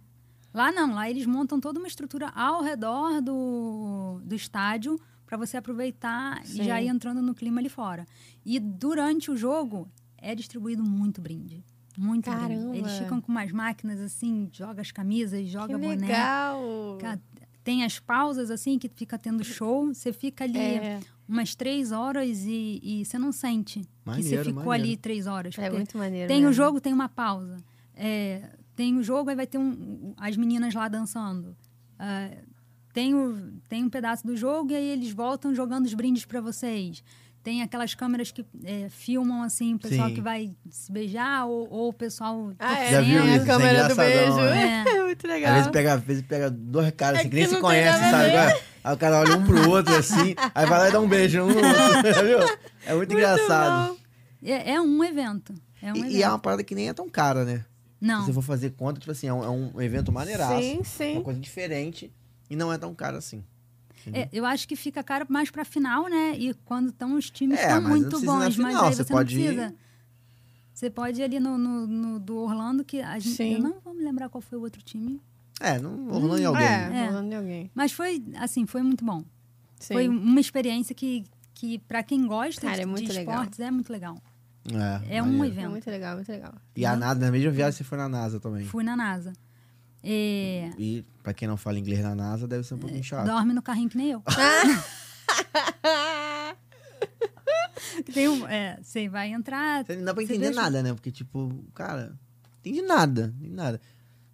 [SPEAKER 3] Lá não, lá eles montam toda uma estrutura ao redor do, do estádio para você aproveitar
[SPEAKER 1] Sim.
[SPEAKER 3] e já ir entrando no clima ali fora. E durante o jogo é distribuído muito brinde. Muito
[SPEAKER 1] Caramba.
[SPEAKER 3] brinde. Eles ficam com umas máquinas assim, joga as camisas,
[SPEAKER 1] Que
[SPEAKER 3] joga boné.
[SPEAKER 1] legal.
[SPEAKER 3] Cara, Tem as pausas assim que fica tendo show, você fica ali
[SPEAKER 1] É,
[SPEAKER 3] umas três horas e, e você não sente que você
[SPEAKER 2] Maneiro,
[SPEAKER 3] ficou
[SPEAKER 2] maneiro.
[SPEAKER 3] ali três horas.
[SPEAKER 1] é
[SPEAKER 3] porque-
[SPEAKER 1] muito maneiro.
[SPEAKER 3] tem o
[SPEAKER 1] mesmo.
[SPEAKER 3] jogo, tem uma pausa. É, tem o jogo, aí vai ter um- um- as meninas lá dançando. É, tem, o- tem um pedaço do jogo e aí eles voltam jogando os brindes para vocês. Tem aquelas câmeras que é, filmam assim o pessoal
[SPEAKER 2] Sim.
[SPEAKER 3] que vai se beijar ou, ou o pessoal
[SPEAKER 1] Ah, é,
[SPEAKER 2] Já viu
[SPEAKER 1] né?
[SPEAKER 2] isso?
[SPEAKER 1] A
[SPEAKER 2] É
[SPEAKER 1] câmera do
[SPEAKER 2] engraçadão,
[SPEAKER 1] beijo.
[SPEAKER 3] né?
[SPEAKER 1] É muito legal.
[SPEAKER 2] Às vezes pega, às vezes pega dois caras
[SPEAKER 1] É
[SPEAKER 2] assim, que nem
[SPEAKER 1] que
[SPEAKER 2] se
[SPEAKER 1] não tem
[SPEAKER 2] conhecem,
[SPEAKER 1] nada a
[SPEAKER 2] sabe?
[SPEAKER 1] ver.
[SPEAKER 2] Agora, aí o cara olha um pro outro assim, aí vai lá e dá um beijo um no outro, viu? É muito, engraçado.
[SPEAKER 3] É, é um evento. É um
[SPEAKER 2] E-
[SPEAKER 3] evento.
[SPEAKER 2] E, é uma parada que nem é tão cara, né? Se
[SPEAKER 3] Não,
[SPEAKER 2] você for fazer conta, tipo assim, é um, é um evento maneiraço.
[SPEAKER 1] Sim,
[SPEAKER 2] Uma
[SPEAKER 1] sim.
[SPEAKER 2] coisa diferente e não é tão cara assim.
[SPEAKER 3] é, eu acho que fica caro mais pra final, né? E quando estão os times
[SPEAKER 2] É,
[SPEAKER 3] tão
[SPEAKER 2] mas não
[SPEAKER 3] muito
[SPEAKER 2] precisa ir na
[SPEAKER 3] bons, mas
[SPEAKER 2] final,
[SPEAKER 3] aí
[SPEAKER 2] você
[SPEAKER 3] você,
[SPEAKER 2] pode
[SPEAKER 3] não
[SPEAKER 2] ir-
[SPEAKER 3] precisa. Você pode ir ali no, no- no do Orlando, que a gente.
[SPEAKER 1] Sim.
[SPEAKER 3] Eu não vou me lembrar qual foi o outro time.
[SPEAKER 2] É, não rolando em alguém. né?
[SPEAKER 1] É,
[SPEAKER 3] É.
[SPEAKER 1] falando de alguém.
[SPEAKER 3] Mas foi, assim, foi muito bom.
[SPEAKER 1] Sim.
[SPEAKER 3] Foi um uma experiência que, que para quem gosta
[SPEAKER 1] Cara,
[SPEAKER 3] de,
[SPEAKER 1] é muito
[SPEAKER 3] de
[SPEAKER 1] legal.
[SPEAKER 3] esportes, é muito legal.
[SPEAKER 2] É,
[SPEAKER 3] É um
[SPEAKER 2] maneiro.
[SPEAKER 1] É
[SPEAKER 3] evento.
[SPEAKER 1] muito legal, muito legal.
[SPEAKER 2] E a NASA, na mesma viagem você foi na NASA também.
[SPEAKER 3] Fui na NASA. É,
[SPEAKER 2] E pra quem não fala inglês na NASA, deve ser um pouquinho chato.
[SPEAKER 3] dorme no carrinho que nem eu. Tem um- é, você vai entrar.
[SPEAKER 2] Você não dá pra
[SPEAKER 3] Você
[SPEAKER 2] entender
[SPEAKER 3] deixa-
[SPEAKER 2] nada, né? Porque, tipo, cara, entende nada, entende nada.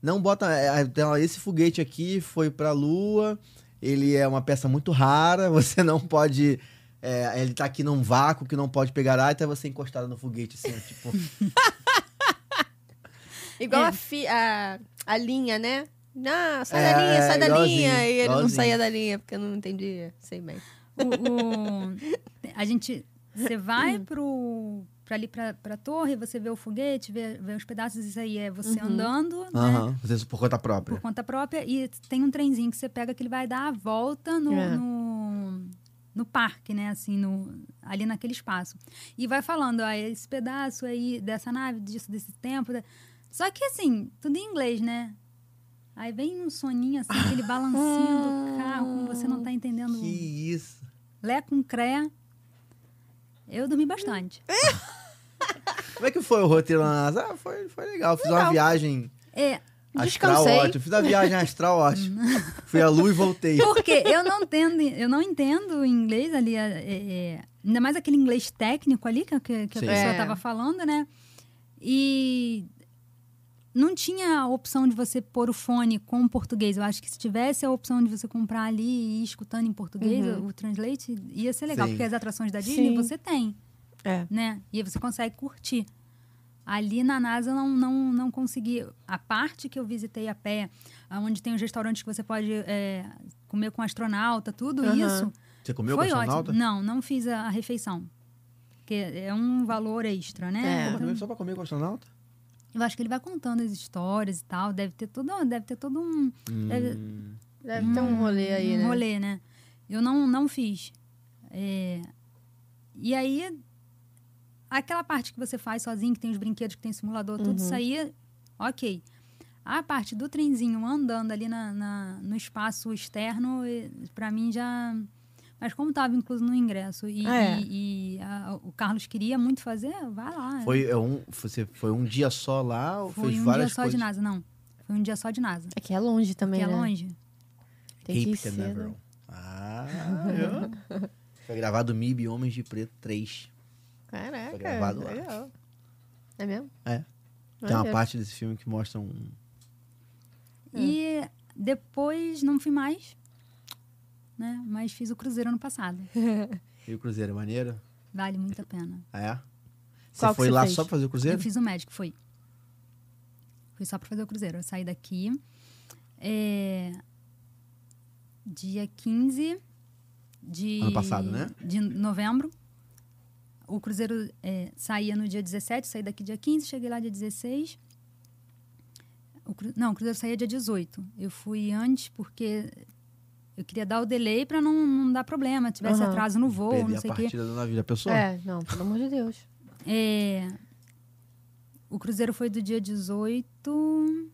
[SPEAKER 2] Não bota. é, Então, esse foguete aqui foi pra Lua, ele é uma peça muito rara, você não pode. é, ele tá aqui num vácuo que não pode pegar ar, até você encostado no foguete, assim, ó, tipo.
[SPEAKER 3] Né?
[SPEAKER 1] Igual
[SPEAKER 3] É.
[SPEAKER 1] a, fi- a, a linha, né? Não, sai da
[SPEAKER 2] É,
[SPEAKER 1] linha, sai da
[SPEAKER 2] igualzinho,
[SPEAKER 1] linha. E ele não
[SPEAKER 2] igualzinho.
[SPEAKER 1] saía da linha, porque eu não entendia. Sei bem.
[SPEAKER 3] O, o- a gente. Você vai pro. Pra ali pra, pra torre, você vê o foguete, vê, vê os pedaços, isso aí é você andando, né?
[SPEAKER 2] Aham, você por conta própria.
[SPEAKER 3] por conta própria. E tem um trenzinho que você pega que ele vai dar a volta no,
[SPEAKER 1] É.
[SPEAKER 3] no, no parque, né? Assim, no, ali naquele espaço. E vai falando, ó, esse pedaço aí dessa nave, disso, desse tempo. da- Só que, assim, tudo em inglês, né? Aí vem um soninho, assim, aquele balancinho do carro, você não tá entendendo.
[SPEAKER 2] Ah, Que isso.
[SPEAKER 3] Lé com cré. Eu dormi bastante.
[SPEAKER 2] Como é que foi o roteiro na NASA? Ah, foi, foi legal. Fiz uma viagem.
[SPEAKER 3] É,
[SPEAKER 2] Astral
[SPEAKER 1] Descansei.
[SPEAKER 2] ótimo. Fiz a viagem astral ótimo. Fui à lua e voltei.
[SPEAKER 3] Porque eu não entendo, eu não entendo inglês ali, é, é, ainda mais aquele inglês técnico ali que, que- que a
[SPEAKER 2] Sim.
[SPEAKER 3] pessoa
[SPEAKER 1] É.
[SPEAKER 3] estava falando, né? E não tinha a opção de você pôr o fone com o português. Eu acho que se tivesse a opção de você comprar ali e ir escutando em português,
[SPEAKER 1] Uhum.
[SPEAKER 3] o, o translate, ia ser legal,
[SPEAKER 2] Sim.
[SPEAKER 3] porque as atrações da Disney
[SPEAKER 1] Sim.
[SPEAKER 3] você tem,
[SPEAKER 1] É.
[SPEAKER 3] né? E aí você consegue curtir. Ali na NASA eu não, não, não consegui. A parte que eu visitei a pé, onde tem os restaurantes que você pode é, comer com astronauta, tudo
[SPEAKER 1] Aham.
[SPEAKER 3] isso.
[SPEAKER 2] Você comeu
[SPEAKER 3] foi
[SPEAKER 2] com astronauta?
[SPEAKER 3] ótimo. Não, não fiz a, a refeição. Porque é um valor extra, né?
[SPEAKER 1] É.
[SPEAKER 2] Pô,
[SPEAKER 3] Então,
[SPEAKER 2] mas Só pra comer com astronauta?
[SPEAKER 3] eu acho que ele vai contando as histórias e tal. Deve ter todo, deve ter todo um, Deve-
[SPEAKER 2] Hum,
[SPEAKER 1] Deve ter um rolê aí,
[SPEAKER 3] um
[SPEAKER 1] né?
[SPEAKER 3] rolê, né? Eu não, não fiz. É, E aí, aquela parte que você faz sozinho, que tem os brinquedos, que tem simulador,
[SPEAKER 1] Uhum.
[SPEAKER 3] tudo isso aí, ok. A parte do trenzinho andando ali na, na- no espaço externo, eh, pra mim já. Mas como estava incluso no ingresso e,
[SPEAKER 1] É.
[SPEAKER 3] e- e a- o Carlos queria muito fazer, vai lá.
[SPEAKER 2] Foi, é um, você, foi um dia só lá ou
[SPEAKER 3] Ah. Foi
[SPEAKER 2] fez
[SPEAKER 3] um dia
[SPEAKER 2] várias
[SPEAKER 3] só
[SPEAKER 2] coisas?
[SPEAKER 3] de NASA, não. Foi um dia só de NASA.
[SPEAKER 1] É que é longe também,
[SPEAKER 3] Que é
[SPEAKER 1] né?
[SPEAKER 3] longe.
[SPEAKER 1] Tem que ir
[SPEAKER 2] Cape
[SPEAKER 1] cedo.
[SPEAKER 2] Canaveral. Ah, eu? Foi gravado MIB Homens de Preto 3.
[SPEAKER 1] Caraca,
[SPEAKER 2] Foi gravado lá.
[SPEAKER 1] legal. É mesmo?
[SPEAKER 2] É. Tem uma
[SPEAKER 1] Maneiro.
[SPEAKER 2] parte desse filme que mostra um...
[SPEAKER 3] E depois não fui mais, né? Mas fiz o cruzeiro ano passado.
[SPEAKER 2] E o Cruzeiro é maneiro?
[SPEAKER 3] Vale muito a pena.
[SPEAKER 2] Ah, é? Você
[SPEAKER 1] Qual que
[SPEAKER 2] foi
[SPEAKER 1] você
[SPEAKER 2] lá
[SPEAKER 1] fez?
[SPEAKER 2] só pra fazer o
[SPEAKER 3] Eu
[SPEAKER 2] Cruzeiro?
[SPEAKER 3] fiz o médico, fui. Fui só pra fazer o cruzeiro. Eu saí daqui. é, dia 15 de...
[SPEAKER 2] Ano passado, né?
[SPEAKER 3] De novembro. O cruzeiro é, saía no dia 17, saí daqui dia 15, cheguei lá dia 16. O cru- Não, o cruzeiro saía dia 18. Eu fui antes porque eu queria dar o delay pra não, não dar problema. Tivesse
[SPEAKER 1] Aham.
[SPEAKER 3] atraso no voo,
[SPEAKER 2] Perder
[SPEAKER 3] não
[SPEAKER 2] a
[SPEAKER 3] sei o quê.
[SPEAKER 2] partida do navio da pessoa?
[SPEAKER 1] É, não, pelo amor de Deus.
[SPEAKER 3] É, o cruzeiro foi do dia 18,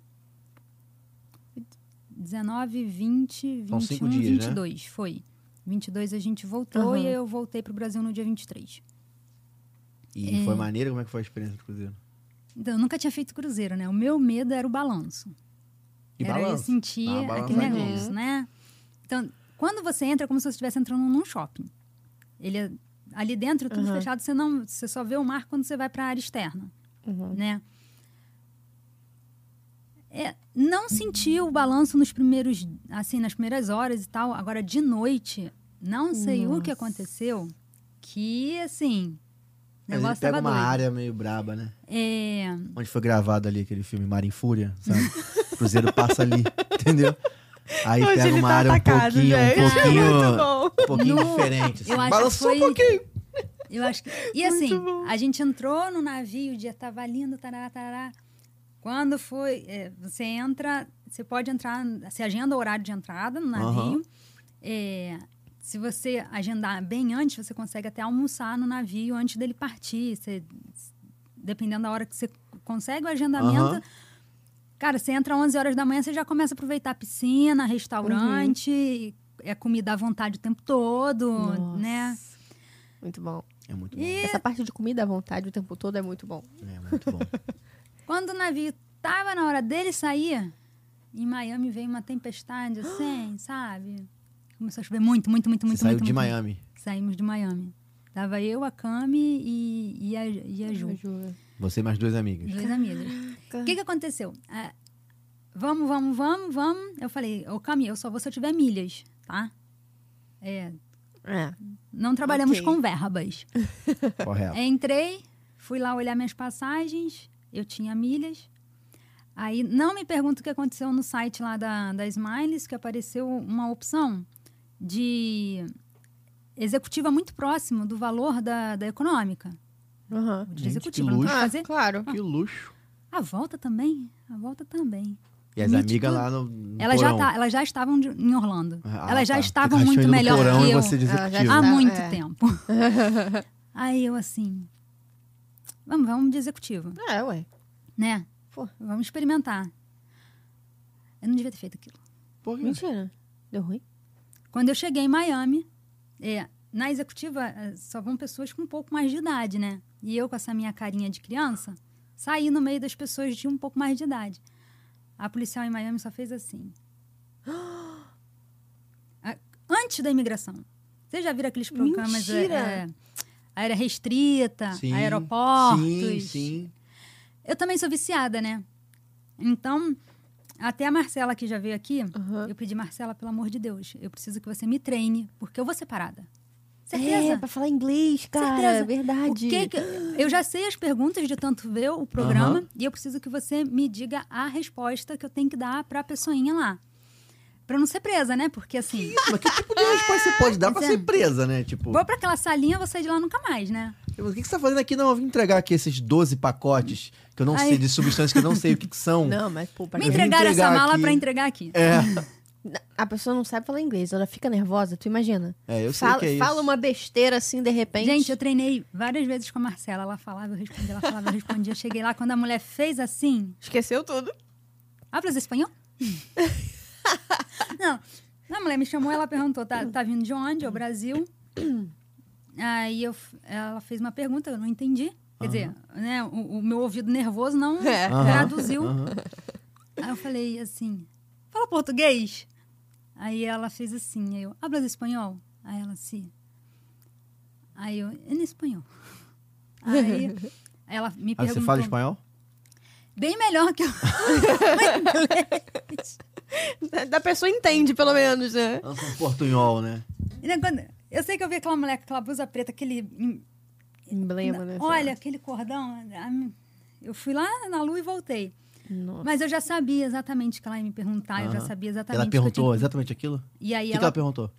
[SPEAKER 3] 19, 20,
[SPEAKER 2] São
[SPEAKER 3] 21,
[SPEAKER 2] cinco dias, né?
[SPEAKER 3] 22. Foi. 22 a gente voltou
[SPEAKER 1] Aham.
[SPEAKER 3] e eu voltei pro Brasil no dia 23.
[SPEAKER 2] E foi maneiro? Como é que foi a experiência do Cruzeiro?
[SPEAKER 3] Então, eu nunca tinha feito cruzeiro, né? O meu medo era o balanço.
[SPEAKER 2] E Ah,
[SPEAKER 3] era eu
[SPEAKER 2] balanço?
[SPEAKER 3] sentir
[SPEAKER 2] Dá uma
[SPEAKER 3] aquele
[SPEAKER 2] balançadinha.
[SPEAKER 3] negócio, né? Então, quando você entra, é como se você estivesse entrando num shopping. Ele é- ali dentro, tudo
[SPEAKER 1] Aham.
[SPEAKER 3] fechado, você não, você só vê o mar quando você vai para a área externa, né? É, não senti o balanço nos primeiros, assim, nas primeiras horas e tal. Agora de noite, não sei o que aconteceu, que assim, o
[SPEAKER 2] Mas ele
[SPEAKER 3] negócio
[SPEAKER 2] pega
[SPEAKER 3] tava
[SPEAKER 2] uma
[SPEAKER 3] doido.
[SPEAKER 2] área meio braba, né?
[SPEAKER 3] É,
[SPEAKER 2] Onde foi gravado ali aquele filme Mar em Fúria, sabe? O Cruzeiro passa ali, entendeu? Aí
[SPEAKER 1] Hoje
[SPEAKER 2] pega
[SPEAKER 1] ele
[SPEAKER 2] uma
[SPEAKER 1] tá
[SPEAKER 2] área
[SPEAKER 1] atacado,
[SPEAKER 2] um pouquinho,
[SPEAKER 1] gente.
[SPEAKER 2] um
[SPEAKER 3] É
[SPEAKER 2] pouquinho,
[SPEAKER 1] bom.
[SPEAKER 2] um pouquinho
[SPEAKER 3] No-
[SPEAKER 2] diferente.
[SPEAKER 3] eu acho
[SPEAKER 2] Balança
[SPEAKER 3] que
[SPEAKER 2] só
[SPEAKER 3] foi...
[SPEAKER 2] um pouquinho.
[SPEAKER 3] Eu acho que... E assim, a gente entrou no navio, o dia tava lindo, tarará, tarará. Quando foi... é, você entra... Você pode entrar... Você agenda o horário de entrada no
[SPEAKER 2] Aham.
[SPEAKER 3] navio. É, se você agendar bem antes, você consegue até almoçar no navio antes dele partir. Você- dependendo da hora que você consegue o agendamento...
[SPEAKER 2] Aham.
[SPEAKER 3] Cara, você entra 11 horas da manhã, você já começa a aproveitar a piscina, restaurante... É comida à vontade o tempo todo,
[SPEAKER 1] Nossa.
[SPEAKER 3] né?
[SPEAKER 1] Muito bom.
[SPEAKER 2] É muito bom.
[SPEAKER 3] E
[SPEAKER 1] Essa parte de comida à vontade o tempo todo é muito bom.
[SPEAKER 2] É muito bom.
[SPEAKER 3] Quando o navio tava na hora dele sair, em Miami veio uma tempestade assim, sabe? Começou a chover muito, muito, muito,
[SPEAKER 2] Você
[SPEAKER 3] muito.
[SPEAKER 2] saiu
[SPEAKER 3] muito,
[SPEAKER 2] de
[SPEAKER 3] muito.
[SPEAKER 2] Miami.
[SPEAKER 3] Saímos de Miami. Tava eu, a Cami e, e, a, e a Ju,
[SPEAKER 2] Você e mais duas amigas.
[SPEAKER 3] duas amigas.
[SPEAKER 1] Tá.
[SPEAKER 3] O que, que aconteceu? Ah, vamos, vamos, vamos, vamos. Eu falei, ô Cami, eu só vou se eu tiver milhas, tá? É,
[SPEAKER 1] É.
[SPEAKER 3] não trabalhamos
[SPEAKER 1] Ok.
[SPEAKER 3] com verbas.
[SPEAKER 2] Correto.
[SPEAKER 3] Entrei, fui lá olhar minhas passagens, eu tinha milhas. Aí não me pergunto o que aconteceu no site lá da, da Smiles, que apareceu uma opção de executiva muito próximo do valor da, da econômica.
[SPEAKER 1] Aham.
[SPEAKER 3] De
[SPEAKER 2] Gente,
[SPEAKER 3] executiva,
[SPEAKER 2] que
[SPEAKER 3] não tem o que
[SPEAKER 1] Ah,
[SPEAKER 3] fazer.
[SPEAKER 1] claro.
[SPEAKER 2] Que luxo.
[SPEAKER 3] A volta também, a volta também.
[SPEAKER 2] E as
[SPEAKER 3] Mítico.
[SPEAKER 2] amigas lá no, no
[SPEAKER 3] Elas já,
[SPEAKER 2] Um porão.
[SPEAKER 3] tá, elas já estavam de- em Orlando.
[SPEAKER 2] Ah,
[SPEAKER 3] elas já
[SPEAKER 2] tá.
[SPEAKER 3] estavam
[SPEAKER 2] Achou
[SPEAKER 3] muito
[SPEAKER 2] indo no
[SPEAKER 3] melhor
[SPEAKER 2] porão
[SPEAKER 3] que
[SPEAKER 2] e
[SPEAKER 3] eu.
[SPEAKER 2] você
[SPEAKER 1] Ela já
[SPEAKER 2] executiva.
[SPEAKER 1] tá-
[SPEAKER 3] Há muito
[SPEAKER 1] é.
[SPEAKER 3] tempo. Aí eu assim, vamos, vamos de executiva.
[SPEAKER 1] É, ué.
[SPEAKER 3] né?
[SPEAKER 1] Pô.
[SPEAKER 3] Vamos experimentar. Eu não devia ter feito aquilo.
[SPEAKER 2] Por quê?
[SPEAKER 1] Mentira. Deu ruim?
[SPEAKER 3] Quando eu cheguei em Miami, é, na executiva é, só vão pessoas com um pouco mais de idade, né? E eu, com essa minha carinha de criança, saí no meio das pessoas de um pouco mais de idade. A policial em Miami só fez assim. A- Antes da imigração. Vocês já viram aqueles programas? é,
[SPEAKER 1] Mentira!
[SPEAKER 3] é, área restrita,
[SPEAKER 2] Sim,
[SPEAKER 3] aeroportos.
[SPEAKER 2] Sim, sim.
[SPEAKER 3] Eu também sou viciada, né? Então, até a Marcela que já veio aqui, eu pedi, Marcela, pelo amor de Deus, eu preciso que você me treine, porque eu vou ser parada. Certeza?
[SPEAKER 1] É, pra falar inglês, cara. é
[SPEAKER 3] Certeza. O
[SPEAKER 1] Verdade.
[SPEAKER 3] que que- Eu já sei as perguntas de tanto ver o programa e eu preciso que você me diga a resposta que eu tenho que dar pra pessoinha lá. Pra não ser presa, né? Porque assim,
[SPEAKER 2] Mas que tipo de resposta você pode dar pra
[SPEAKER 3] Pois é.
[SPEAKER 2] ser presa, né? Tipo,
[SPEAKER 3] vou pra aquela salinha, vou sair de lá nunca mais, né?
[SPEAKER 2] o que que você tá fazendo aqui? Não, eu vim entregar aqui esses 12 pacotes que eu não
[SPEAKER 3] Ai.
[SPEAKER 2] sei, de substâncias que eu não sei o que, que são.
[SPEAKER 1] Não, mas pô, pra
[SPEAKER 3] Me
[SPEAKER 2] Eu vim
[SPEAKER 1] quem-
[SPEAKER 3] entregaram essa
[SPEAKER 2] entregar
[SPEAKER 3] mala
[SPEAKER 2] aqui. É.
[SPEAKER 3] pra entregar aqui.
[SPEAKER 1] A pessoa não sabe falar inglês, ela fica nervosa, tu imagina?
[SPEAKER 2] É, eu sei
[SPEAKER 1] fala,
[SPEAKER 2] que é isso.
[SPEAKER 1] fala uma besteira assim, de repente.
[SPEAKER 3] Gente, eu treinei várias vezes com a Marcela. Ela falava, eu respondia, ela falava, eu respondia. Cheguei lá, quando a mulher fez assim,
[SPEAKER 1] Esqueceu tudo.
[SPEAKER 3] Hablas espanhol? não. A mulher me chamou, ela perguntou, tá, tá vindo de onde? Ao Brasil. Aí eu, f- ela fez uma pergunta, eu não entendi. Quer dizer, né, o, o meu ouvido nervoso não
[SPEAKER 1] É.
[SPEAKER 2] Aham,
[SPEAKER 3] traduziu.
[SPEAKER 2] aham.
[SPEAKER 3] Aí eu falei assim, fala português. Aí ela fez assim, aí eu, hablas espanhol? Aí ela assim, aí eu, em espanhol. Aí ela me
[SPEAKER 2] Ah,
[SPEAKER 3] perguntou,
[SPEAKER 2] você fala espanhol?
[SPEAKER 3] bem melhor que eu.
[SPEAKER 1] Da- Da pessoa entende, pelo menos, né?
[SPEAKER 2] Eu sou portunhol, né?
[SPEAKER 3] E, né, quando- Eu sei que eu vi aquela mulher com aquela blusa preta, aquele. em-
[SPEAKER 1] Emblema, né?
[SPEAKER 3] Olha, aquele cordão. a mi- Eu fui lá na lua e voltei.
[SPEAKER 1] Nossa.
[SPEAKER 3] Mas eu já sabia exatamente o que ela ia me perguntar. Eu já
[SPEAKER 2] Aham.
[SPEAKER 3] sabia exatamente.
[SPEAKER 2] Ela
[SPEAKER 3] o que eu
[SPEAKER 2] perguntou
[SPEAKER 3] tinha
[SPEAKER 2] exatamente aquilo? O
[SPEAKER 3] que- Tá E aí
[SPEAKER 2] que, que
[SPEAKER 3] ela,
[SPEAKER 2] ela perguntou?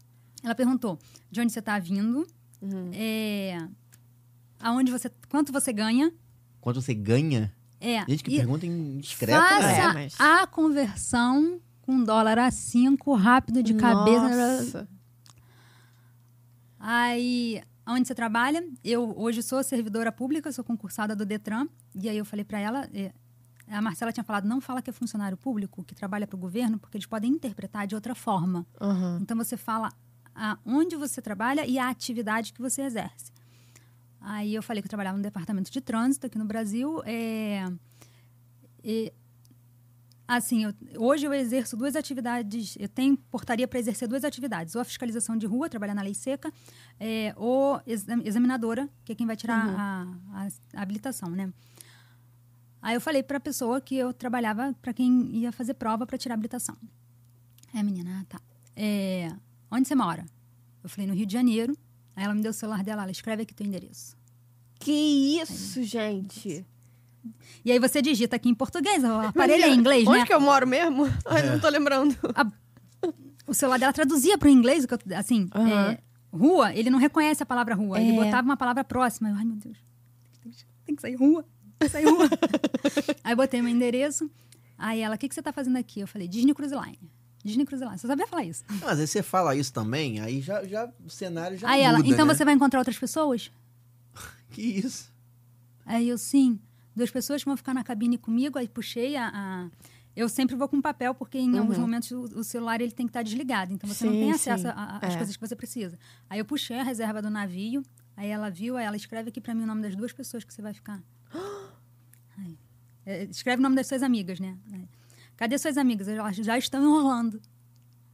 [SPEAKER 3] ela perguntou: de onde você tá vindo?
[SPEAKER 1] Uhum.
[SPEAKER 3] É, aonde você. Quanto você ganha?
[SPEAKER 2] Quanto você ganha?
[SPEAKER 3] É.
[SPEAKER 2] Gente, que
[SPEAKER 3] e
[SPEAKER 2] pergunta indiscreta, né?
[SPEAKER 3] faça
[SPEAKER 1] É, mas-
[SPEAKER 3] a conversão com dólar a 5 rápido de cabeça.
[SPEAKER 1] né? Nossa.
[SPEAKER 3] Aí, onde você trabalha? Eu hoje sou servidora pública, sou concursada do Detran. E aí eu falei pra ela, eh, a Marcela tinha falado, não fala que é funcionário público, que trabalha pro governo, porque eles podem interpretar de outra forma.
[SPEAKER 1] Aham.
[SPEAKER 3] Então você fala a- onde você trabalha e a atividade que você exerce. Aí eu falei que eu trabalhava no departamento de trânsito aqui no Brasil. É, e, assim, eu- hoje eu exerço duas atividades. Eu tenho portaria para exercer duas atividades: ou a fiscalização de rua, trabalhar na lei seca, é, ou exam- examinadora, que é quem vai tirar a, a habilitação, né? Aí eu falei para a pessoa que eu trabalhava para quem ia fazer prova para tirar a habilitação. É, menina, ah, tá. É, onde você mora? Eu falei, no Rio de Janeiro. Aí ela me deu o celular dela, ela escreve aqui teu endereço.
[SPEAKER 1] Que isso, gente?
[SPEAKER 3] E aí você digita aqui em português, o aparelho é em inglês,
[SPEAKER 1] Onde
[SPEAKER 3] né?
[SPEAKER 1] que eu moro mesmo? Ai,
[SPEAKER 2] É.
[SPEAKER 1] não tô lembrando.
[SPEAKER 3] O celular dela traduzia para o inglês, o que eu- assim,
[SPEAKER 1] Aham.
[SPEAKER 3] é, rua, ele não reconhece a palavra rua, ele
[SPEAKER 1] É.
[SPEAKER 3] botava uma palavra próxima. Eu, ai, meu Deus, tem que sair rua, tem que sair rua. aí botei meu endereço, aí ela, o que, que você tá fazendo aqui? Eu falei, Disney Cruise Line. Disney Cruise Line, você sabia falar isso?
[SPEAKER 2] Ah, Mas aí você fala isso também, aí já, já o cenário já
[SPEAKER 3] aí ela,
[SPEAKER 2] muda,
[SPEAKER 3] então
[SPEAKER 2] né?
[SPEAKER 3] você vai encontrar outras pessoas?
[SPEAKER 2] Que isso?
[SPEAKER 3] Aí eu, sim, duas pessoas vão ficar na cabine comigo. Aí puxei a. a- Eu sempre vou com papel, porque em alguns momentos o, o celular ele tem que estar desligado. Então você não
[SPEAKER 1] Sim,
[SPEAKER 3] tem
[SPEAKER 1] sim.
[SPEAKER 3] acesso a- a- às
[SPEAKER 1] É.
[SPEAKER 3] coisas que você precisa. Aí eu puxei a reserva do navio. Aí ela viu, aí ela escreve aqui pra mim o nome das duas pessoas que você vai ficar. Aí, é, escreve o nome das suas amigas, né? Aí, Cadê suas amigas? Elas já estão em Orlando.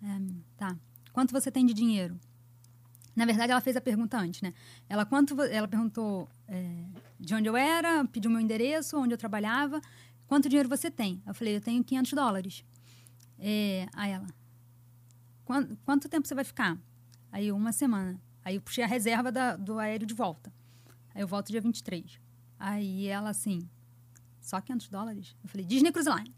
[SPEAKER 3] É, tá. Quanto você tem de dinheiro? Na verdade, ela fez a pergunta antes, né? Ela, quanto, vo- ela perguntou é, de onde eu era, pediu meu endereço, onde eu trabalhava, quanto dinheiro você tem? Eu falei, eu tenho 500 dólares. É, aí ela, "Quan- quanto, tempo você vai ficar? Aí eu, uma semana. Aí eu puxei a reserva da- do aéreo de volta. Aí eu volto dia 23. Aí ela assim, só 500 dólares? Eu falei, Disney Cruise Line.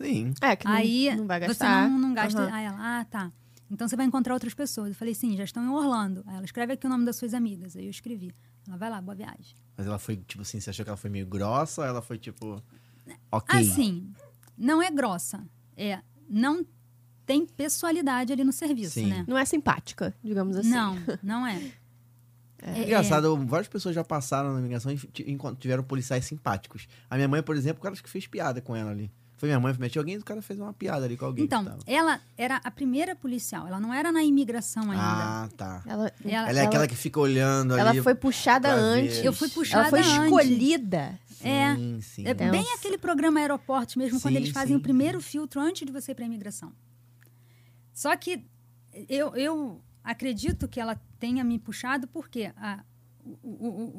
[SPEAKER 2] Sim.
[SPEAKER 1] É, que não,
[SPEAKER 3] Aí
[SPEAKER 1] não vai
[SPEAKER 3] você
[SPEAKER 1] gastar.
[SPEAKER 3] não, não gasta.
[SPEAKER 1] Aham.
[SPEAKER 3] Aí ela, ah, tá. Então você vai encontrar outras pessoas. Eu falei, sim, já estão em Orlando. Aí ela escreve aqui o nome das suas amigas. Aí eu escrevi. Ela vai lá, boa viagem.
[SPEAKER 2] Mas ela foi, tipo assim, você achou que ela foi meio grossa? ou Ela foi, tipo, ok.
[SPEAKER 3] Assim, não é grossa. É, não tem pessoalidade ali no serviço,
[SPEAKER 2] Sim.
[SPEAKER 3] né?
[SPEAKER 1] Não é simpática, digamos assim.
[SPEAKER 3] Não, não é. É, é.
[SPEAKER 2] Engraçado, várias pessoas já passaram na imigração e ti- encont- tiveram policiais simpáticos. A minha mãe, por exemplo, o cara acho que fez piada com ela ali. Foi minha mãe, foi minha tia, alguém, o cara fez uma piada ali com alguém. que
[SPEAKER 3] Então,
[SPEAKER 2] tava.
[SPEAKER 3] ela era a primeira policial. Ela não era na imigração ainda.
[SPEAKER 2] Ah, tá.
[SPEAKER 1] Ela,
[SPEAKER 3] Ela- é
[SPEAKER 2] Ela é aquela que fica olhando
[SPEAKER 1] ela
[SPEAKER 2] ali.
[SPEAKER 1] foi puxada
[SPEAKER 2] pra ver.
[SPEAKER 1] antes.
[SPEAKER 3] Eu fui puxada
[SPEAKER 1] Ela foi
[SPEAKER 3] antes.
[SPEAKER 1] escolhida.
[SPEAKER 3] É.
[SPEAKER 2] Sim, sim.
[SPEAKER 3] É
[SPEAKER 1] Então,
[SPEAKER 3] bem aquele programa Aeroportos mesmo, quando
[SPEAKER 2] Sim,
[SPEAKER 3] eles fazem
[SPEAKER 2] sim.
[SPEAKER 3] o primeiro filtro antes de você ir para a imigração. Só que eu, eu acredito que ela tenha me puxado porque a- o- o-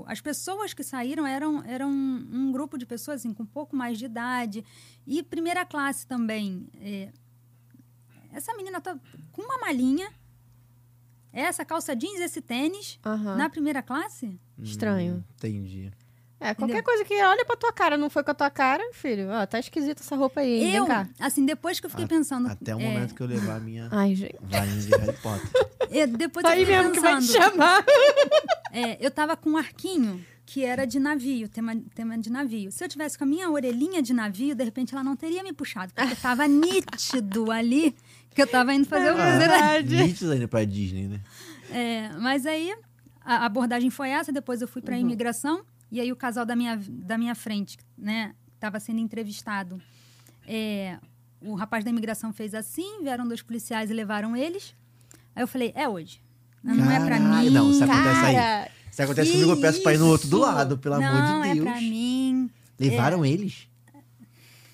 [SPEAKER 3] o- as pessoas que saíram eram, eram um grupo de pessoas assim, com um pouco mais de idade e primeira classe também. É, essa menina tá com uma malinha, é essa calça jeans, esse tênis,
[SPEAKER 1] Aham.
[SPEAKER 3] na primeira classe?
[SPEAKER 1] Estranho.
[SPEAKER 2] hum, Entendi.
[SPEAKER 1] É, qualquer coisa que olha pra tua cara, não foi com a tua cara, filho. Ó, tá esquisita essa roupa aí, hein?
[SPEAKER 3] Eu,
[SPEAKER 1] Vem cá.
[SPEAKER 3] assim, depois que eu fiquei pensando.
[SPEAKER 2] Até o
[SPEAKER 3] é,
[SPEAKER 2] momento que eu levar a minha
[SPEAKER 1] Ai, gente. Tá
[SPEAKER 2] varinha de Harry Potter.
[SPEAKER 3] É, depois
[SPEAKER 1] Aí
[SPEAKER 3] eu fiquei
[SPEAKER 1] mesmo que vai te
[SPEAKER 3] pensando.
[SPEAKER 1] chamar.
[SPEAKER 3] É, eu tava com um arquinho que era de navio, tema, tema de navio. Se eu tivesse com a minha orelhinha de navio, de repente ela não teria me puxado, porque tava nítido ali que eu tava indo
[SPEAKER 1] É
[SPEAKER 3] fazer o cruzeiro.
[SPEAKER 2] Nítido ainda pra Disney, né?
[SPEAKER 3] É, mas aí a a abordagem foi essa, depois eu fui
[SPEAKER 1] Uhum.
[SPEAKER 3] pra imigração e aí o casal da minha, da minha frente, né, estava sendo entrevistado. É, o rapaz da imigração fez assim, vieram dois policiais e levaram eles. Aí eu falei, é hoje. Não é pra
[SPEAKER 2] Caralho,
[SPEAKER 3] mim.
[SPEAKER 2] não, sabe- Acontece aí.
[SPEAKER 1] Cara,
[SPEAKER 2] Se acontece comigo, eu peço pra ir no outro do lado, pelo
[SPEAKER 3] não,
[SPEAKER 2] amor de
[SPEAKER 3] é
[SPEAKER 2] Deus.
[SPEAKER 3] pra mim.
[SPEAKER 1] É.
[SPEAKER 2] Levaram eles?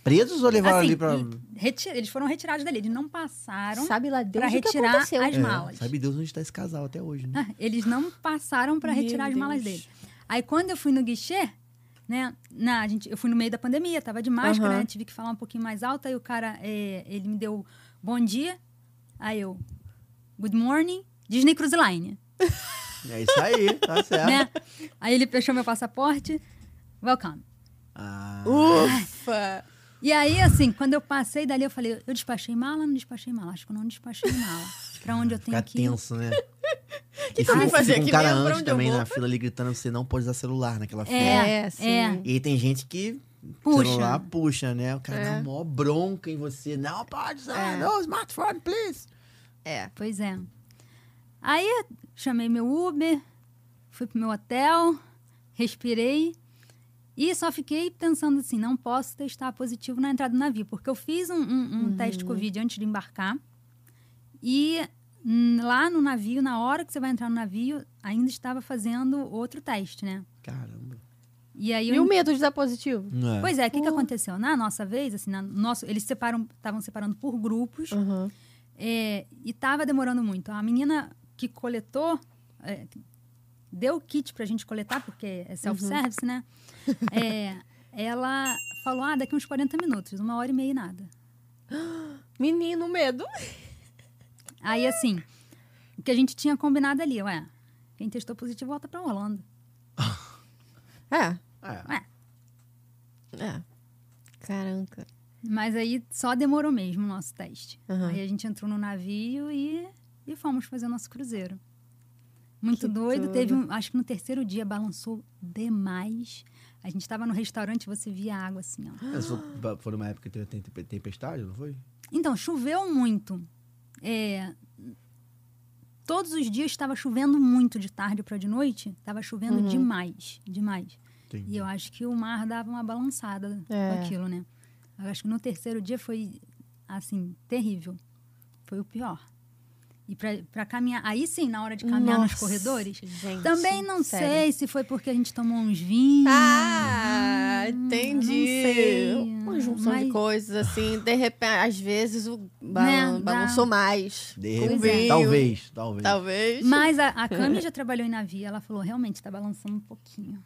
[SPEAKER 2] Presos ou levaram
[SPEAKER 3] Assim,
[SPEAKER 2] ali pra.
[SPEAKER 3] reti- Eles foram retirados dali, eles não passaram.
[SPEAKER 1] sabe lá Deus
[SPEAKER 3] pra
[SPEAKER 1] o que
[SPEAKER 3] retirar
[SPEAKER 1] aconteceu.
[SPEAKER 3] as malas.
[SPEAKER 2] É, Sabe Deus onde tá esse casal até hoje, né?
[SPEAKER 3] Ah, Eles não passaram para
[SPEAKER 1] Meu
[SPEAKER 3] retirar as malas
[SPEAKER 1] Deus.
[SPEAKER 3] dele. Aí quando eu fui no guichê, né? Na, gente, eu fui no meio da pandemia, tava de máscara,
[SPEAKER 1] Aham.
[SPEAKER 3] né, tive que falar um pouquinho mais alto. Aí o cara, é, ele me deu bom dia. Aí eu, good morning, Disney Cruise Line,
[SPEAKER 2] É isso aí, tá certo.
[SPEAKER 3] né? Aí ele fechou meu passaporte, welcome.
[SPEAKER 2] Ah,
[SPEAKER 1] Uh, Ufa!
[SPEAKER 3] E aí, assim, quando eu passei dali, eu falei, eu despachei mala, não despachei mala. Acho que eu não despachei mala. Pra onde eu tenho
[SPEAKER 2] fica
[SPEAKER 3] que ir?
[SPEAKER 2] tenso, né?
[SPEAKER 1] que eu
[SPEAKER 2] e
[SPEAKER 1] vim
[SPEAKER 2] fica-
[SPEAKER 1] fazer
[SPEAKER 2] fica um
[SPEAKER 1] aqui
[SPEAKER 2] cara
[SPEAKER 1] mesmo? Pra onde
[SPEAKER 2] antes
[SPEAKER 1] eu
[SPEAKER 2] também
[SPEAKER 1] vou?
[SPEAKER 2] na fila ali gritando você não pode usar celular naquela fila.
[SPEAKER 3] É,
[SPEAKER 1] É, sim.
[SPEAKER 3] é.
[SPEAKER 2] E aí tem gente que
[SPEAKER 3] Puxa.
[SPEAKER 2] celular puxa, né? O cara
[SPEAKER 1] É.
[SPEAKER 2] dá mó bronca em você. Não pode usar,
[SPEAKER 1] É.
[SPEAKER 2] no smartphone, please.
[SPEAKER 1] É.
[SPEAKER 3] Pois é. Aí chamei meu Uber, fui pro meu hotel, respirei e só fiquei pensando assim: não posso testar positivo na entrada do navio, porque eu fiz um, um- um teste Covid antes de embarcar e hum, lá no navio, na hora que você vai entrar no navio, ainda estava fazendo outro teste, né?
[SPEAKER 2] Caramba.
[SPEAKER 3] E aí
[SPEAKER 1] E
[SPEAKER 3] eu
[SPEAKER 1] o medo de dar positivo?
[SPEAKER 2] Não é.
[SPEAKER 3] Pois é, o que, que
[SPEAKER 1] Pô.
[SPEAKER 3] aconteceu? Na nossa vez, assim, na nosso, eles separam, estavam separando por grupos.
[SPEAKER 1] Aham.
[SPEAKER 3] É, e tava demorando muito. A menina que coletou, é, deu o kit pra gente coletar, porque é self-service, né? É, ela falou, ah, daqui uns 40 minutos, uma hora e meia e nada.
[SPEAKER 1] Menino, medo.
[SPEAKER 3] Aí, assim, o que a gente tinha combinado ali, ué, quem testou positivo volta pra Orlando.
[SPEAKER 1] É.
[SPEAKER 2] É.
[SPEAKER 1] É. Caraca.
[SPEAKER 3] Mas aí só demorou mesmo o nosso teste.
[SPEAKER 1] Uhum.
[SPEAKER 3] Aí a gente entrou no navio e, e fomos fazer o nosso cruzeiro.
[SPEAKER 1] Que
[SPEAKER 3] Muito doido.
[SPEAKER 1] tudo.
[SPEAKER 3] Teve um, acho que no terceiro dia balançou demais. A gente estava no restaurante e você via água assim, ó.
[SPEAKER 2] Mas foi- Foi numa época que teve tem- tempestade, não foi?
[SPEAKER 3] Então, choveu muito. É, todos os dias estava chovendo muito de tarde para de noite. Estava chovendo
[SPEAKER 1] Uhum.
[SPEAKER 3] demais, demais.
[SPEAKER 2] Entendi.
[SPEAKER 3] E eu acho que o mar dava uma balançada
[SPEAKER 1] É.
[SPEAKER 3] com aquilo, né? Eu acho que no terceiro dia foi, assim, terrível. Foi o pior. E pra, pra caminhar... Aí sim, na hora de caminhar nos
[SPEAKER 1] Nossa,
[SPEAKER 3] corredores...
[SPEAKER 1] gente,
[SPEAKER 3] Também não
[SPEAKER 1] sério.
[SPEAKER 3] sei se foi porque a gente tomou uns vinhos.
[SPEAKER 1] Ah,
[SPEAKER 3] Hum,
[SPEAKER 1] entendi.
[SPEAKER 3] não sei.
[SPEAKER 1] Uma junção de
[SPEAKER 3] Mas-
[SPEAKER 1] coisas, assim, de repente, às vezes o ba-
[SPEAKER 3] Né,
[SPEAKER 1] balançou mais.
[SPEAKER 2] De
[SPEAKER 1] Com
[SPEAKER 2] repente.
[SPEAKER 3] é,
[SPEAKER 1] vinho,
[SPEAKER 2] Talvez, talvez.
[SPEAKER 1] Talvez.
[SPEAKER 3] Mas a, a Cami já trabalhou em navio. Ela falou, realmente, tá balançando um pouquinho.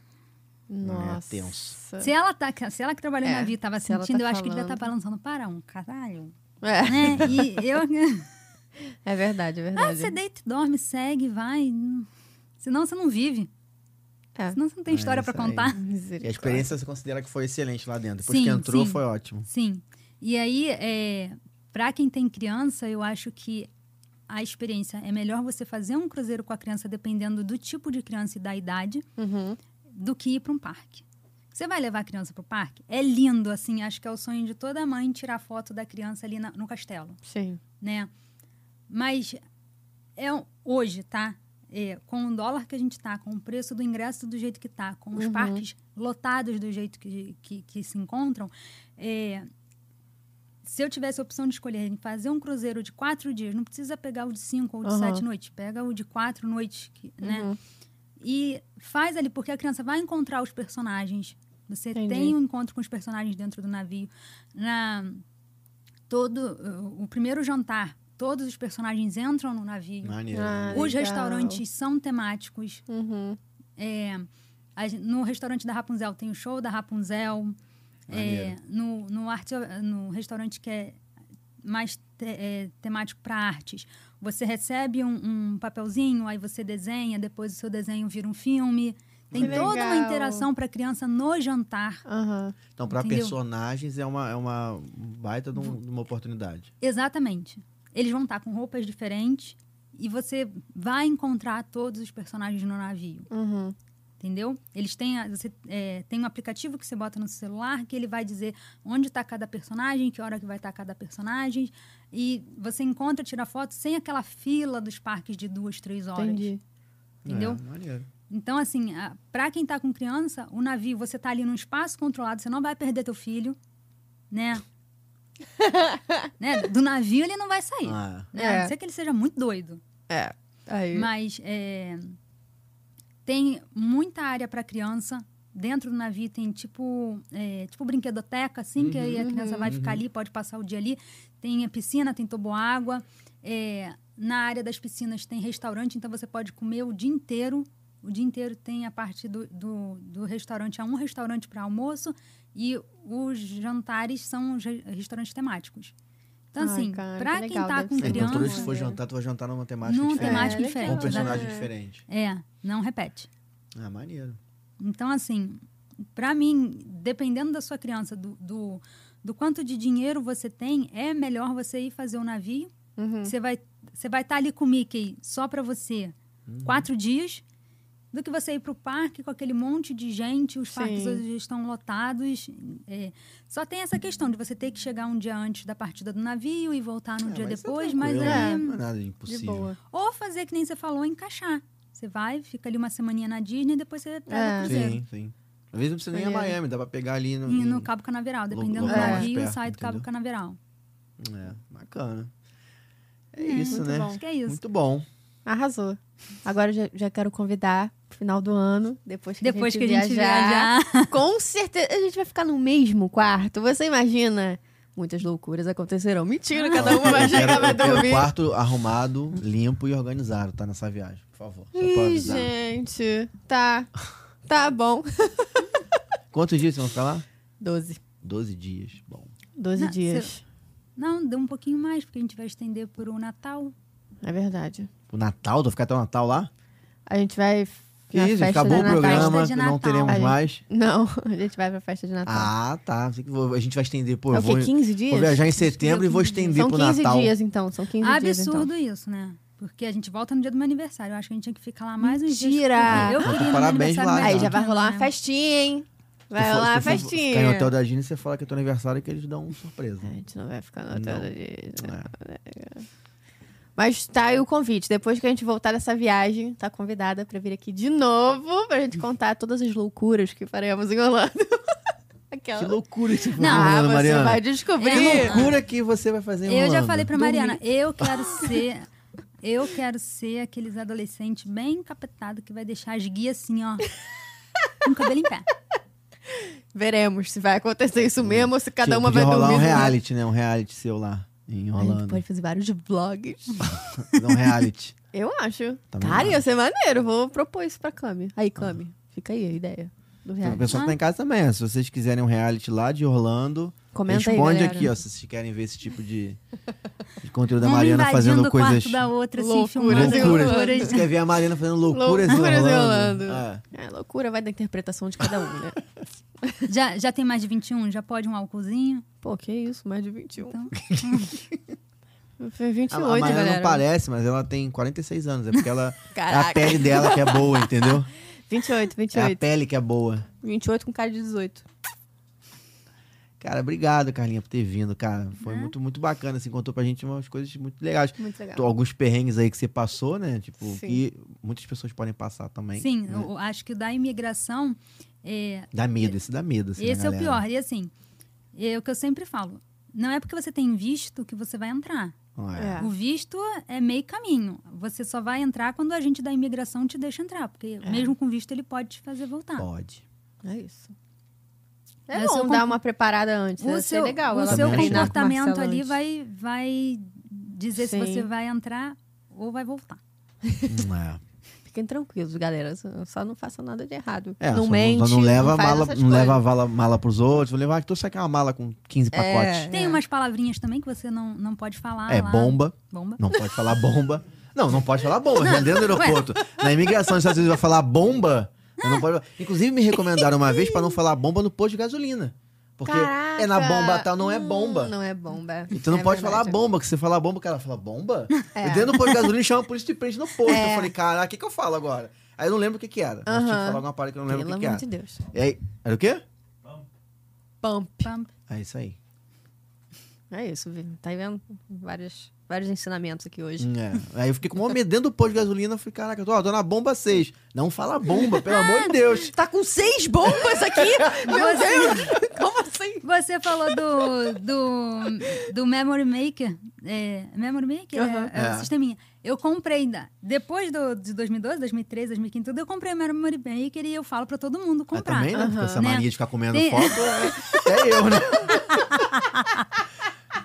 [SPEAKER 1] Nossa.
[SPEAKER 2] É tenso.
[SPEAKER 3] Se ela, tá, se ela que trabalhou em
[SPEAKER 1] É,
[SPEAKER 3] navio tava
[SPEAKER 1] se ela tá
[SPEAKER 3] sentindo, eu acho que devia estar
[SPEAKER 1] falando.
[SPEAKER 3] tá balançando para um caralho.
[SPEAKER 1] É,
[SPEAKER 3] Né? E eu...
[SPEAKER 1] é verdade, é
[SPEAKER 3] Ah,
[SPEAKER 1] verdade.
[SPEAKER 3] você deita, e dorme, segue, vai. Senão você não vive.
[SPEAKER 1] É.
[SPEAKER 3] Senão você não tem
[SPEAKER 2] É
[SPEAKER 3] história
[SPEAKER 2] isso
[SPEAKER 3] pra
[SPEAKER 2] aí.
[SPEAKER 3] contar.
[SPEAKER 2] E a
[SPEAKER 1] Misericórdia.
[SPEAKER 2] experiência você considera que foi excelente lá dentro. Depois
[SPEAKER 3] Sim,
[SPEAKER 2] que entrou,
[SPEAKER 3] sim.
[SPEAKER 2] foi ótimo.
[SPEAKER 3] Sim. E aí, é, para quem tem criança, eu acho que a experiência é melhor você fazer um cruzeiro com a criança, dependendo do tipo de criança e da idade,
[SPEAKER 1] Uhum.
[SPEAKER 3] do que ir pra um parque. Você vai levar a criança pro parque? É lindo, assim. Acho que é o sonho de toda mãe tirar foto da criança ali na- no castelo.
[SPEAKER 1] Sim.
[SPEAKER 3] né? Mas é um- hoje, tá? É, com o dólar que a gente tá, com o preço do ingresso do jeito que tá, com os
[SPEAKER 1] Uhum.
[SPEAKER 3] parques lotados do jeito que, que, que se encontram, é, se eu tivesse a opção de escolher em fazer um cruzeiro de quatro dias, não precisa pegar o de cinco ou de
[SPEAKER 1] Aham.
[SPEAKER 3] sete noites, pega o de quatro noites, que- né?
[SPEAKER 1] Uhum.
[SPEAKER 3] E faz ali, porque a criança vai encontrar os personagens, Você
[SPEAKER 1] Entendi.
[SPEAKER 3] tem um encontro com os personagens dentro do navio. Na todo o primeiro jantar, todos os personagens entram no navio.
[SPEAKER 2] Maneiro.
[SPEAKER 1] Ah,
[SPEAKER 3] Os
[SPEAKER 1] legal.
[SPEAKER 3] restaurantes são temáticos.
[SPEAKER 1] Uhum.
[SPEAKER 3] É, a gen- no restaurante da Rapunzel tem o show da Rapunzel. É,
[SPEAKER 2] Maneiro.
[SPEAKER 3] no, no, arte, no restaurante que é mais te- é, temático para artes, você recebe um, um papelzinho, aí você desenha, depois o seu desenho vira um filme. Tem
[SPEAKER 1] Que
[SPEAKER 3] toda uma
[SPEAKER 1] legal.
[SPEAKER 3] interação para criança no jantar.
[SPEAKER 1] Aham.
[SPEAKER 2] Então, pra
[SPEAKER 3] Entendeu?
[SPEAKER 2] personagens, é uma, é uma baita de, um- de uma oportunidade.
[SPEAKER 3] Exatamente. Eles vão estar com roupas diferentes e você vai encontrar todos os personagens no navio.
[SPEAKER 1] Uhum.
[SPEAKER 3] Entendeu? Eles têm. a- Você, é, tem um aplicativo que você bota no celular que ele vai dizer onde está cada personagem, que hora que vai estar cada personagem. E você encontra, tira foto sem aquela fila dos parques de duas, três horas.
[SPEAKER 1] Entendi.
[SPEAKER 3] Entendeu?
[SPEAKER 2] É, maneiro.
[SPEAKER 3] Então, assim, a- pra quem tá com criança, o navio, você tá ali num espaço controlado, você não vai perder teu filho, né? Né? Do navio ele não vai sair.
[SPEAKER 2] Ah,
[SPEAKER 3] Né? A
[SPEAKER 1] É.
[SPEAKER 3] não ser que ele seja muito doido.
[SPEAKER 1] Aí.
[SPEAKER 3] Mas é, tem muita área para criança. Dentro do navio tem tipo, é, tipo brinquedoteca, assim, que aí a
[SPEAKER 1] Uhum.
[SPEAKER 3] criança vai ficar ali, pode passar o dia ali. Tem a piscina, tem toboágua. É, na área das piscinas tem restaurante, então você pode comer o dia inteiro. O dia inteiro tem a parte do, do, do restaurante, há um restaurante para almoço e os jantares são os re- restaurantes temáticos. Então,
[SPEAKER 1] Ai,
[SPEAKER 3] assim,
[SPEAKER 1] cara,
[SPEAKER 3] para
[SPEAKER 1] que
[SPEAKER 3] quem
[SPEAKER 1] legal,
[SPEAKER 3] tá
[SPEAKER 1] deve
[SPEAKER 3] com
[SPEAKER 1] ser.
[SPEAKER 2] então,
[SPEAKER 3] criança.
[SPEAKER 2] toda vez que for
[SPEAKER 1] Maneiro.
[SPEAKER 2] jantar, tu vai jantar numa temática
[SPEAKER 3] Numa
[SPEAKER 2] diferente.
[SPEAKER 3] temática
[SPEAKER 1] É,
[SPEAKER 3] diferente,
[SPEAKER 2] Com um
[SPEAKER 1] legal.
[SPEAKER 2] personagem
[SPEAKER 1] né?
[SPEAKER 2] diferente.
[SPEAKER 3] É, não repete.
[SPEAKER 2] Ah, maneiro.
[SPEAKER 3] Então, assim, pra mim, dependendo da sua criança, do, do, do quanto de dinheiro você tem, é melhor você ir fazer o navio.
[SPEAKER 2] Hum.
[SPEAKER 1] Uhum.
[SPEAKER 3] Você vai estar vai tá ali com o Mickey só pra você
[SPEAKER 2] Uhum.
[SPEAKER 3] quatro dias, do que você ir pro parque com aquele monte de gente, os parques
[SPEAKER 1] Sim.
[SPEAKER 3] hoje estão lotados. é. só tem essa questão de você ter que chegar um dia antes da partida do navio e voltar no
[SPEAKER 2] Ah,
[SPEAKER 3] dia
[SPEAKER 2] mas isso é
[SPEAKER 3] depois, mas
[SPEAKER 2] tranquilo,
[SPEAKER 3] aí
[SPEAKER 2] né? Não é nada impossível.
[SPEAKER 1] De boa.
[SPEAKER 3] ou fazer que nem você falou, encaixar. Você vai, fica ali uma semaninha na Disney e depois você pega
[SPEAKER 1] É.
[SPEAKER 3] o cruzeiro.
[SPEAKER 2] Sim, sim. Às vezes não precisa nem ir a
[SPEAKER 1] Maneiro.
[SPEAKER 2] Miami, dá pra pegar ali no.
[SPEAKER 3] E é. no
[SPEAKER 2] em-
[SPEAKER 3] Cabo Canaveral,
[SPEAKER 2] Lo-
[SPEAKER 3] dependendo do
[SPEAKER 1] local mais
[SPEAKER 3] navio,
[SPEAKER 2] perto,
[SPEAKER 3] sai do Cabo
[SPEAKER 2] entendeu?
[SPEAKER 3] Canaveral.
[SPEAKER 2] É, bacana. É isso,
[SPEAKER 1] muito
[SPEAKER 2] né?
[SPEAKER 1] bom.
[SPEAKER 3] Acho que é isso.
[SPEAKER 2] Muito bom.
[SPEAKER 1] Arrasou. Agora eu já, já quero convidar pro final do ano, depois que
[SPEAKER 3] Depois
[SPEAKER 1] a
[SPEAKER 3] que
[SPEAKER 1] gente
[SPEAKER 3] a gente viajar,
[SPEAKER 1] Com certeza a gente vai ficar no mesmo quarto. Você imagina? Muitas loucuras acontecerão. Mentira, cada uma vai
[SPEAKER 2] Eu quero-
[SPEAKER 1] chegar, vai um
[SPEAKER 2] eu quero
[SPEAKER 1] dormir.
[SPEAKER 2] quarto arrumado, limpo e organizado, tá? Nessa viagem, por favor. Só pra
[SPEAKER 1] Ih,
[SPEAKER 2] avisar.
[SPEAKER 1] gente. Tá. Tá bom.
[SPEAKER 2] Quantos dias vocês vão ficar lá?
[SPEAKER 1] Doze.
[SPEAKER 2] Doze dias. Bom.
[SPEAKER 1] Doze
[SPEAKER 3] Não,
[SPEAKER 1] dias.
[SPEAKER 3] Não, deu um pouquinho mais, porque a gente vai estender por o Natal.
[SPEAKER 1] É verdade.
[SPEAKER 2] O Natal, tô ficar até o Natal lá?
[SPEAKER 1] A gente vai
[SPEAKER 2] Que
[SPEAKER 1] na
[SPEAKER 2] isso,
[SPEAKER 1] festa
[SPEAKER 2] acabou o
[SPEAKER 1] de Natal.
[SPEAKER 2] programa,
[SPEAKER 3] Festa de
[SPEAKER 2] não
[SPEAKER 3] Natal.
[SPEAKER 2] teremos
[SPEAKER 1] Aí.
[SPEAKER 2] mais.
[SPEAKER 1] Não, a gente vai pra festa de Natal.
[SPEAKER 2] Ah, tá. Sei que vou- A gente vai estender, pô,
[SPEAKER 1] é
[SPEAKER 2] eu
[SPEAKER 1] o
[SPEAKER 2] vou,
[SPEAKER 1] quê? 15
[SPEAKER 2] vou
[SPEAKER 1] dias?
[SPEAKER 2] viajar em setembro e vou estender
[SPEAKER 1] São
[SPEAKER 2] pro
[SPEAKER 1] 15
[SPEAKER 2] Natal.
[SPEAKER 1] dias, então. São 15 dias, então.
[SPEAKER 3] Absurdo isso, né? Porque a gente volta no dia do meu aniversário. Eu acho que a gente tinha que ficar lá mais uns dias.
[SPEAKER 1] Mentira!
[SPEAKER 3] porque Eu
[SPEAKER 2] Então,
[SPEAKER 3] queria no meu
[SPEAKER 2] parabéns
[SPEAKER 3] aniversário
[SPEAKER 2] lá,
[SPEAKER 3] mais
[SPEAKER 1] Aí
[SPEAKER 2] Exato.
[SPEAKER 1] já vai rolar uma
[SPEAKER 3] né?
[SPEAKER 1] festinha, hein?
[SPEAKER 2] Se
[SPEAKER 1] Vai
[SPEAKER 2] for-
[SPEAKER 1] rolar uma
[SPEAKER 2] se for
[SPEAKER 1] festinha.
[SPEAKER 2] Ficar no hotel da Gina, você fala que é teu aniversário que eles dão uma surpresa.
[SPEAKER 1] A gente não vai ficar no hotel
[SPEAKER 2] Não.
[SPEAKER 1] da Disney.
[SPEAKER 2] É.
[SPEAKER 1] Mas tá aí o convite. Depois que a gente voltar dessa viagem, tá convidada pra vir aqui de novo pra gente contar todas as loucuras que faremos em Orlando. Aquela.
[SPEAKER 2] Que loucura isso que você
[SPEAKER 3] Não,
[SPEAKER 2] tá
[SPEAKER 1] ah,
[SPEAKER 2] falando,
[SPEAKER 1] É. você
[SPEAKER 2] Mariana.
[SPEAKER 1] vai descobrir.
[SPEAKER 2] Que loucura que você vai fazer em
[SPEAKER 3] Eu já
[SPEAKER 2] Orlando.
[SPEAKER 3] falei pra
[SPEAKER 1] Dormir.
[SPEAKER 3] Mariana, eu quero ser... Eu quero ser aqueles adolescentes bem encapetados que vai deixar as guias assim, ó. com o cabelo em pé.
[SPEAKER 1] Veremos se vai acontecer isso mesmo ou se cada
[SPEAKER 2] Tipo,
[SPEAKER 1] uma vai
[SPEAKER 2] podia rolar
[SPEAKER 1] dormir.
[SPEAKER 2] um
[SPEAKER 1] no- É,
[SPEAKER 2] reality, né? Um reality seu lá em
[SPEAKER 1] A gente
[SPEAKER 2] Orlando.
[SPEAKER 1] pode fazer vários vlogs.
[SPEAKER 2] Um reality.
[SPEAKER 1] Eu acho.
[SPEAKER 2] Também
[SPEAKER 1] Cara,
[SPEAKER 2] acho.
[SPEAKER 1] ia ser maneiro. Vou propor isso pra Cami. Aí, Cami, fica aí a ideia do
[SPEAKER 2] Então, O
[SPEAKER 1] reality.
[SPEAKER 2] pessoal que tá em casa também, ó, se vocês quiserem um reality lá de Orlando,
[SPEAKER 1] Comenta aí,
[SPEAKER 2] responde
[SPEAKER 1] galera.
[SPEAKER 2] aqui, ó, se vocês querem ver esse tipo de, de conteúdo da
[SPEAKER 3] Uma
[SPEAKER 2] Mariana
[SPEAKER 3] invadindo
[SPEAKER 2] fazendo
[SPEAKER 3] o quarto
[SPEAKER 2] coisas
[SPEAKER 3] da outra, assim,
[SPEAKER 1] Loucuras
[SPEAKER 3] filmando
[SPEAKER 1] em
[SPEAKER 2] loucuras.
[SPEAKER 1] Orlando.
[SPEAKER 2] Você quer ver a Mariana fazendo loucuras,
[SPEAKER 1] Loucuras em
[SPEAKER 2] em
[SPEAKER 1] Orlando.
[SPEAKER 2] Orlando?
[SPEAKER 1] É, loucura vai da interpretação de cada um, né?
[SPEAKER 3] Já, já tem mais de 21? Já pode um álcoolzinho?
[SPEAKER 1] Pô, que isso, mais de 21.
[SPEAKER 3] Então.
[SPEAKER 1] Foi
[SPEAKER 2] É. A,
[SPEAKER 1] 28,
[SPEAKER 2] a Mariana
[SPEAKER 1] galera.
[SPEAKER 2] um. não parece, mas ela tem 46 anos, é porque ela é a
[SPEAKER 1] Caraca.
[SPEAKER 2] pele dela que é boa, entendeu?
[SPEAKER 1] 28,
[SPEAKER 2] É a
[SPEAKER 1] 28.
[SPEAKER 2] pele que é boa.
[SPEAKER 1] 28 com cara de 18.
[SPEAKER 2] Cara, obrigado, Carlinha, por ter vindo, cara. Foi muito, muito bacana, assim, contou pra gente umas coisas muito legais.
[SPEAKER 1] Muito legal.
[SPEAKER 2] Tô- Alguns perrengues aí que você passou, né? Tipo,
[SPEAKER 1] Sim.
[SPEAKER 2] que muitas pessoas podem passar também.
[SPEAKER 3] Sim,
[SPEAKER 2] né?
[SPEAKER 3] eu eu acho que o da imigração, é,
[SPEAKER 2] Dá medo, esse dá medo. Assim, né,
[SPEAKER 3] esse é o
[SPEAKER 2] galera?
[SPEAKER 3] pior. E assim, é o que eu sempre falo. Não é porque você tem visto que você vai entrar.
[SPEAKER 2] Não é.
[SPEAKER 1] É.
[SPEAKER 3] O visto é meio caminho. Você só vai entrar quando o agente da
[SPEAKER 1] É.
[SPEAKER 3] imigração te deixa entrar. Porque mesmo com visto ele pode te fazer voltar.
[SPEAKER 2] Pode.
[SPEAKER 1] É isso. É
[SPEAKER 3] Mas
[SPEAKER 1] bom
[SPEAKER 3] eu
[SPEAKER 1] dar
[SPEAKER 3] comp-
[SPEAKER 1] uma preparada antes.
[SPEAKER 3] o
[SPEAKER 1] Deve ser
[SPEAKER 3] seu,
[SPEAKER 1] legal.
[SPEAKER 3] o
[SPEAKER 1] ela
[SPEAKER 3] seu
[SPEAKER 1] treinar com o
[SPEAKER 3] comportamento
[SPEAKER 1] Marcelo
[SPEAKER 3] ali
[SPEAKER 1] antes.
[SPEAKER 3] vai, vai dizer
[SPEAKER 1] Sim.
[SPEAKER 3] se você vai entrar ou vai voltar.
[SPEAKER 2] Hum, é.
[SPEAKER 1] Fiquem tranquilos, galera. Só- Só não façam nada de errado.
[SPEAKER 2] É,
[SPEAKER 1] não
[SPEAKER 2] só
[SPEAKER 1] mente.
[SPEAKER 2] Não, leva, a
[SPEAKER 1] faz
[SPEAKER 2] mala,
[SPEAKER 1] essas
[SPEAKER 2] não
[SPEAKER 1] coisas.
[SPEAKER 2] leva a vala- mala pros outros. Vou levar, "Ah, tô sacar uma mala com 15 pacotes.
[SPEAKER 1] É.
[SPEAKER 3] Tem umas palavrinhas também que você não, não pode falar.
[SPEAKER 2] É,
[SPEAKER 3] Ah, lá.
[SPEAKER 2] bomba.
[SPEAKER 3] Bomba.
[SPEAKER 2] Não pode falar bomba. Não, não pode falar bomba. né? Dentro do aeroporto. Na imigração dos Estados Unidos vai falar bomba. Eu não posso- Inclusive, me recomendaram uma vez pra não falar bomba no posto de gasolina. Porque é na bomba
[SPEAKER 1] Caraca!
[SPEAKER 2] tal, não é bomba.
[SPEAKER 1] Hum, não é bomba.
[SPEAKER 2] E tu não
[SPEAKER 1] É
[SPEAKER 2] pode
[SPEAKER 1] verdade.
[SPEAKER 2] falar bomba, que você falar bomba, o cara fala bomba?
[SPEAKER 1] É.
[SPEAKER 2] Eu dentro do posto de gasolina chama a polícia e prende no posto.
[SPEAKER 1] É.
[SPEAKER 2] Eu falei, caraca, o que, que eu falo agora? Aí eu não lembro o que que era. Mas tinha que
[SPEAKER 1] Aham.
[SPEAKER 2] falar alguma parada que eu não lembro
[SPEAKER 1] Pelo
[SPEAKER 2] o que é? que
[SPEAKER 1] amor
[SPEAKER 2] era.
[SPEAKER 1] de Deus.
[SPEAKER 2] E aí, era o quê?
[SPEAKER 1] Pump.
[SPEAKER 3] Pam.
[SPEAKER 2] É isso aí.
[SPEAKER 1] É isso, Vi. tá vendo? Vários, vários ensinamentos aqui hoje.
[SPEAKER 2] Hum, é. Aí eu fiquei com o homem dentro do posto de gasolina. Eu falei, caraca, eu tô, ó, tô na bomba 6. Não fala bomba, pelo amor de Deus.
[SPEAKER 1] Tá com seis bombas aqui? Meu Deus! Como assim?
[SPEAKER 3] Você falou do, do, do Memory Maker. É, Memory Maker
[SPEAKER 1] Aham.
[SPEAKER 3] é, é
[SPEAKER 2] É.
[SPEAKER 3] o sisteminha. Eu comprei, da- depois do, de 2012, 2013, 2015, tudo, eu comprei o Memory Maker e eu falo pra todo mundo
[SPEAKER 2] Mas
[SPEAKER 3] comprar.
[SPEAKER 2] também, né? Com essa
[SPEAKER 3] Né?
[SPEAKER 2] mania de ficar comendo
[SPEAKER 3] Tem-
[SPEAKER 2] foto, é- é eu, né?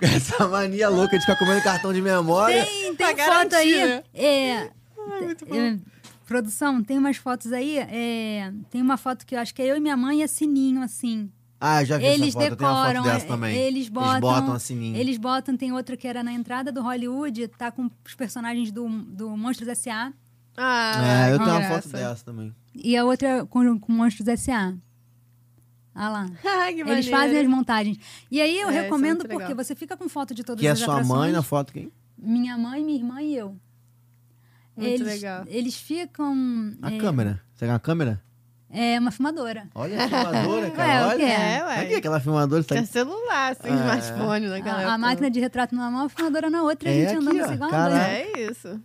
[SPEAKER 2] essa mania louca de ficar comendo cartão de memória.
[SPEAKER 3] Tem,
[SPEAKER 1] Pra
[SPEAKER 3] tem
[SPEAKER 1] garantir,
[SPEAKER 3] foto aí.
[SPEAKER 1] né?
[SPEAKER 3] É, é, produção, tem umas fotos aí. é, tem uma foto que eu acho que é eu e minha mãe e a Sininho, assim.
[SPEAKER 2] Ah, eu já vi
[SPEAKER 3] Eles
[SPEAKER 2] essa foto. eu tenho uma
[SPEAKER 3] decoram, é,
[SPEAKER 2] foto dessa também.
[SPEAKER 3] eles botam.
[SPEAKER 2] Eles botam assim. em-
[SPEAKER 3] Eles botam, tem outra que era na entrada do Hollywood, tá com os personagens do, do Monstros S.A.
[SPEAKER 1] Ah,
[SPEAKER 2] É, eu tenho uma
[SPEAKER 1] graça.
[SPEAKER 2] foto dessa também.
[SPEAKER 3] e a outra com, com Monstros S.A. Ah lá.
[SPEAKER 1] Ai, que
[SPEAKER 3] Eles
[SPEAKER 1] maneiro.
[SPEAKER 3] fazem as montagens. E aí eu
[SPEAKER 1] É, isso é
[SPEAKER 3] recomendo
[SPEAKER 1] muito
[SPEAKER 3] porque
[SPEAKER 1] legal.
[SPEAKER 3] você fica com foto de todas
[SPEAKER 2] Que é
[SPEAKER 3] as
[SPEAKER 2] sua
[SPEAKER 3] atrações.
[SPEAKER 2] mãe na foto, quem?
[SPEAKER 3] Minha mãe, minha irmã e eu.
[SPEAKER 1] Muito
[SPEAKER 3] eles,
[SPEAKER 1] legal.
[SPEAKER 3] Eles ficam.
[SPEAKER 2] A
[SPEAKER 3] é,
[SPEAKER 2] câmera. Você quer uma câmera?
[SPEAKER 3] É uma filmadora.
[SPEAKER 2] Olha a filmadora,
[SPEAKER 3] Ué,
[SPEAKER 2] cara.
[SPEAKER 3] o
[SPEAKER 2] Olha.
[SPEAKER 3] que
[SPEAKER 1] É, ué.
[SPEAKER 2] Aqui, aquela filmadora tá
[SPEAKER 1] Tem celular, sem
[SPEAKER 2] É.
[SPEAKER 1] smartphone da galera.
[SPEAKER 3] A, a máquina de retrato numa mão, a filmadora na outra.
[SPEAKER 2] É
[SPEAKER 3] a gente
[SPEAKER 2] aqui,
[SPEAKER 3] andando
[SPEAKER 2] ó,
[SPEAKER 3] assim igual uma
[SPEAKER 2] caralho.
[SPEAKER 3] doida.
[SPEAKER 1] É isso.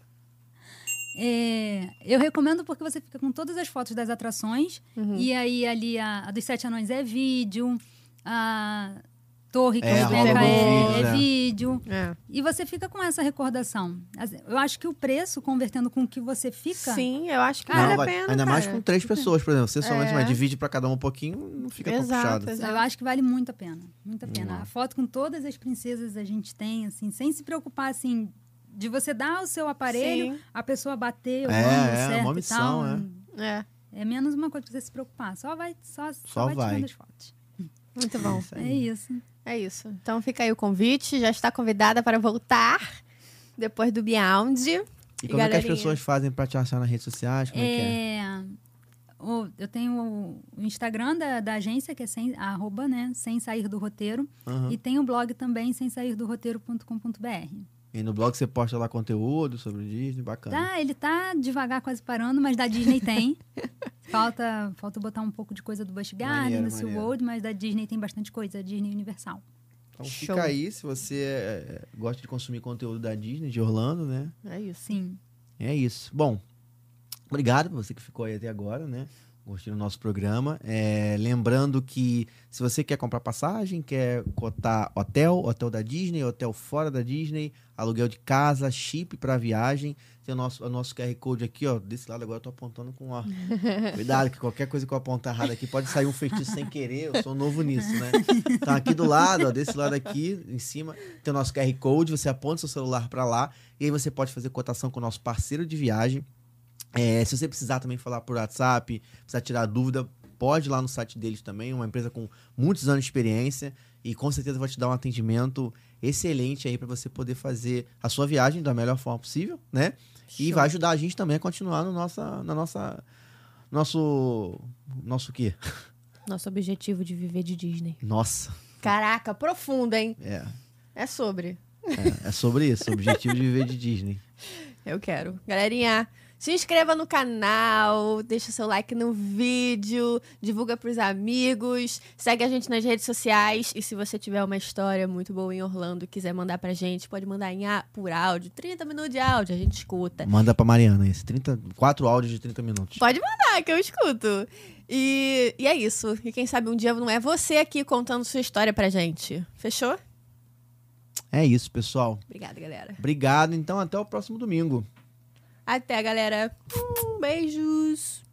[SPEAKER 3] É, eu recomendo porque você fica com todas as fotos das atrações.
[SPEAKER 1] Uhum.
[SPEAKER 3] E aí, ali, a, a dos sete anões é vídeo. A torre que
[SPEAKER 2] É,
[SPEAKER 3] é,
[SPEAKER 1] rola alguns
[SPEAKER 3] é,
[SPEAKER 2] vídeos,
[SPEAKER 3] é
[SPEAKER 2] é.
[SPEAKER 3] vídeo.
[SPEAKER 1] É.
[SPEAKER 3] E você fica com essa recordação. As- Eu acho que o preço, convertendo com o que você fica...
[SPEAKER 1] Sim, eu acho que
[SPEAKER 2] Não,
[SPEAKER 1] vale a
[SPEAKER 2] vai-
[SPEAKER 1] pena.
[SPEAKER 2] Ainda mais
[SPEAKER 1] cara.
[SPEAKER 2] com três pessoas, por exemplo. Você somente
[SPEAKER 1] É.
[SPEAKER 2] mas divide pra cada um um pouquinho, não fica tão
[SPEAKER 1] Exato,
[SPEAKER 2] puxado.
[SPEAKER 1] exato.
[SPEAKER 3] Eu acho que vale muito a pena. Muito a
[SPEAKER 2] Vamos
[SPEAKER 3] pena.
[SPEAKER 2] lá.
[SPEAKER 3] A foto com todas as princesas a gente tem, assim, sem se preocupar, assim, de você dar o seu aparelho,
[SPEAKER 1] Sim.
[SPEAKER 3] a pessoa bater o
[SPEAKER 2] É,
[SPEAKER 3] ângulo
[SPEAKER 2] é,
[SPEAKER 3] certo
[SPEAKER 2] uma
[SPEAKER 3] e
[SPEAKER 2] missão,
[SPEAKER 3] tal.
[SPEAKER 2] é.
[SPEAKER 1] É,
[SPEAKER 3] É menos uma coisa pra você se preocupar. Só vai, só, só,
[SPEAKER 2] Só
[SPEAKER 3] vai,
[SPEAKER 2] vai.
[SPEAKER 3] tirando as fotos.
[SPEAKER 1] muito bom.
[SPEAKER 2] Isso aí.
[SPEAKER 3] É isso.
[SPEAKER 1] É isso. Então fica aí o convite. Já está convidada para voltar depois do Beyond.
[SPEAKER 2] E como é que as
[SPEAKER 1] galerinha?
[SPEAKER 2] pessoas fazem pra te achar nas redes sociais? Como é, que é?
[SPEAKER 3] o- eu tenho o- o Instagram da, da agência, que é sem, arroba, né? Sem sair do roteiro.
[SPEAKER 2] Aham.
[SPEAKER 3] E tem o blog também, sem sair do roteiro.com.br.
[SPEAKER 2] E no blog você posta lá conteúdo sobre o Disney, bacana.
[SPEAKER 3] Tá, ele tá devagar, quase parando, mas da Disney tem. falta, falta botar um pouco de coisa do Busch Garden,
[SPEAKER 2] Maneiro,
[SPEAKER 3] do SeaWorld, mas da Disney tem bastante coisa, Disney Universal.
[SPEAKER 2] Então
[SPEAKER 1] Show.
[SPEAKER 2] fica aí, se você é, é, gosta de consumir conteúdo da Disney, de Orlando, né?
[SPEAKER 1] É isso.
[SPEAKER 3] Sim.
[SPEAKER 2] É isso. Bom, obrigado pra você que ficou aí até agora, né? Gostou do nosso programa. É, lembrando que se você quer comprar passagem, quer cotar hotel, hotel da Disney, hotel fora da Disney, aluguel de casa, chip pra viagem, tem o nosso, o nosso QR Code aqui, ó. Desse lado agora eu tô apontando com ó. Cuidado, que qualquer coisa que eu apontar errado aqui pode sair um feitiço sem querer. Eu sou novo nisso, né? Então aqui do lado, ó, desse lado aqui, em cima, tem o nosso QR Code. Você aponta seu celular pra lá e aí você pode fazer cotação com o nosso parceiro de viagem. É, se você precisar também falar por WhatsApp, precisar tirar dúvida, pode ir lá no site deles também, uma empresa com muitos anos de experiência e com certeza vai te dar um atendimento excelente aí para você poder fazer a sua viagem da melhor forma possível, né? E
[SPEAKER 1] Show.
[SPEAKER 2] vai ajudar a gente também a continuar no nossa, na nossa nosso nosso o quê?
[SPEAKER 1] Nosso objetivo de viver de Disney.
[SPEAKER 2] Nossa,
[SPEAKER 1] Caraca, profundo, hein?
[SPEAKER 2] é,
[SPEAKER 1] É sobre.
[SPEAKER 2] é, é sobre isso, o objetivo de viver de Disney.
[SPEAKER 1] Eu quero. Galerinha, se inscreva no canal, deixa seu like no vídeo, divulga pros amigos, segue a gente nas redes sociais e se você tiver uma história muito boa em Orlando e quiser mandar pra gente, pode mandar em á- por áudio, 30 minutos de áudio, a gente escuta.
[SPEAKER 2] Manda pra Mariana esse 30, quatro áudios de 30 minutos.
[SPEAKER 1] Pode mandar, que eu escuto. E, e é isso. E quem sabe um dia não é você aqui contando sua história pra gente. Fechou?
[SPEAKER 2] É isso, pessoal.
[SPEAKER 1] Obrigada, galera.
[SPEAKER 2] Obrigado, então até o próximo domingo.
[SPEAKER 1] Até, galera. Hum, beijos.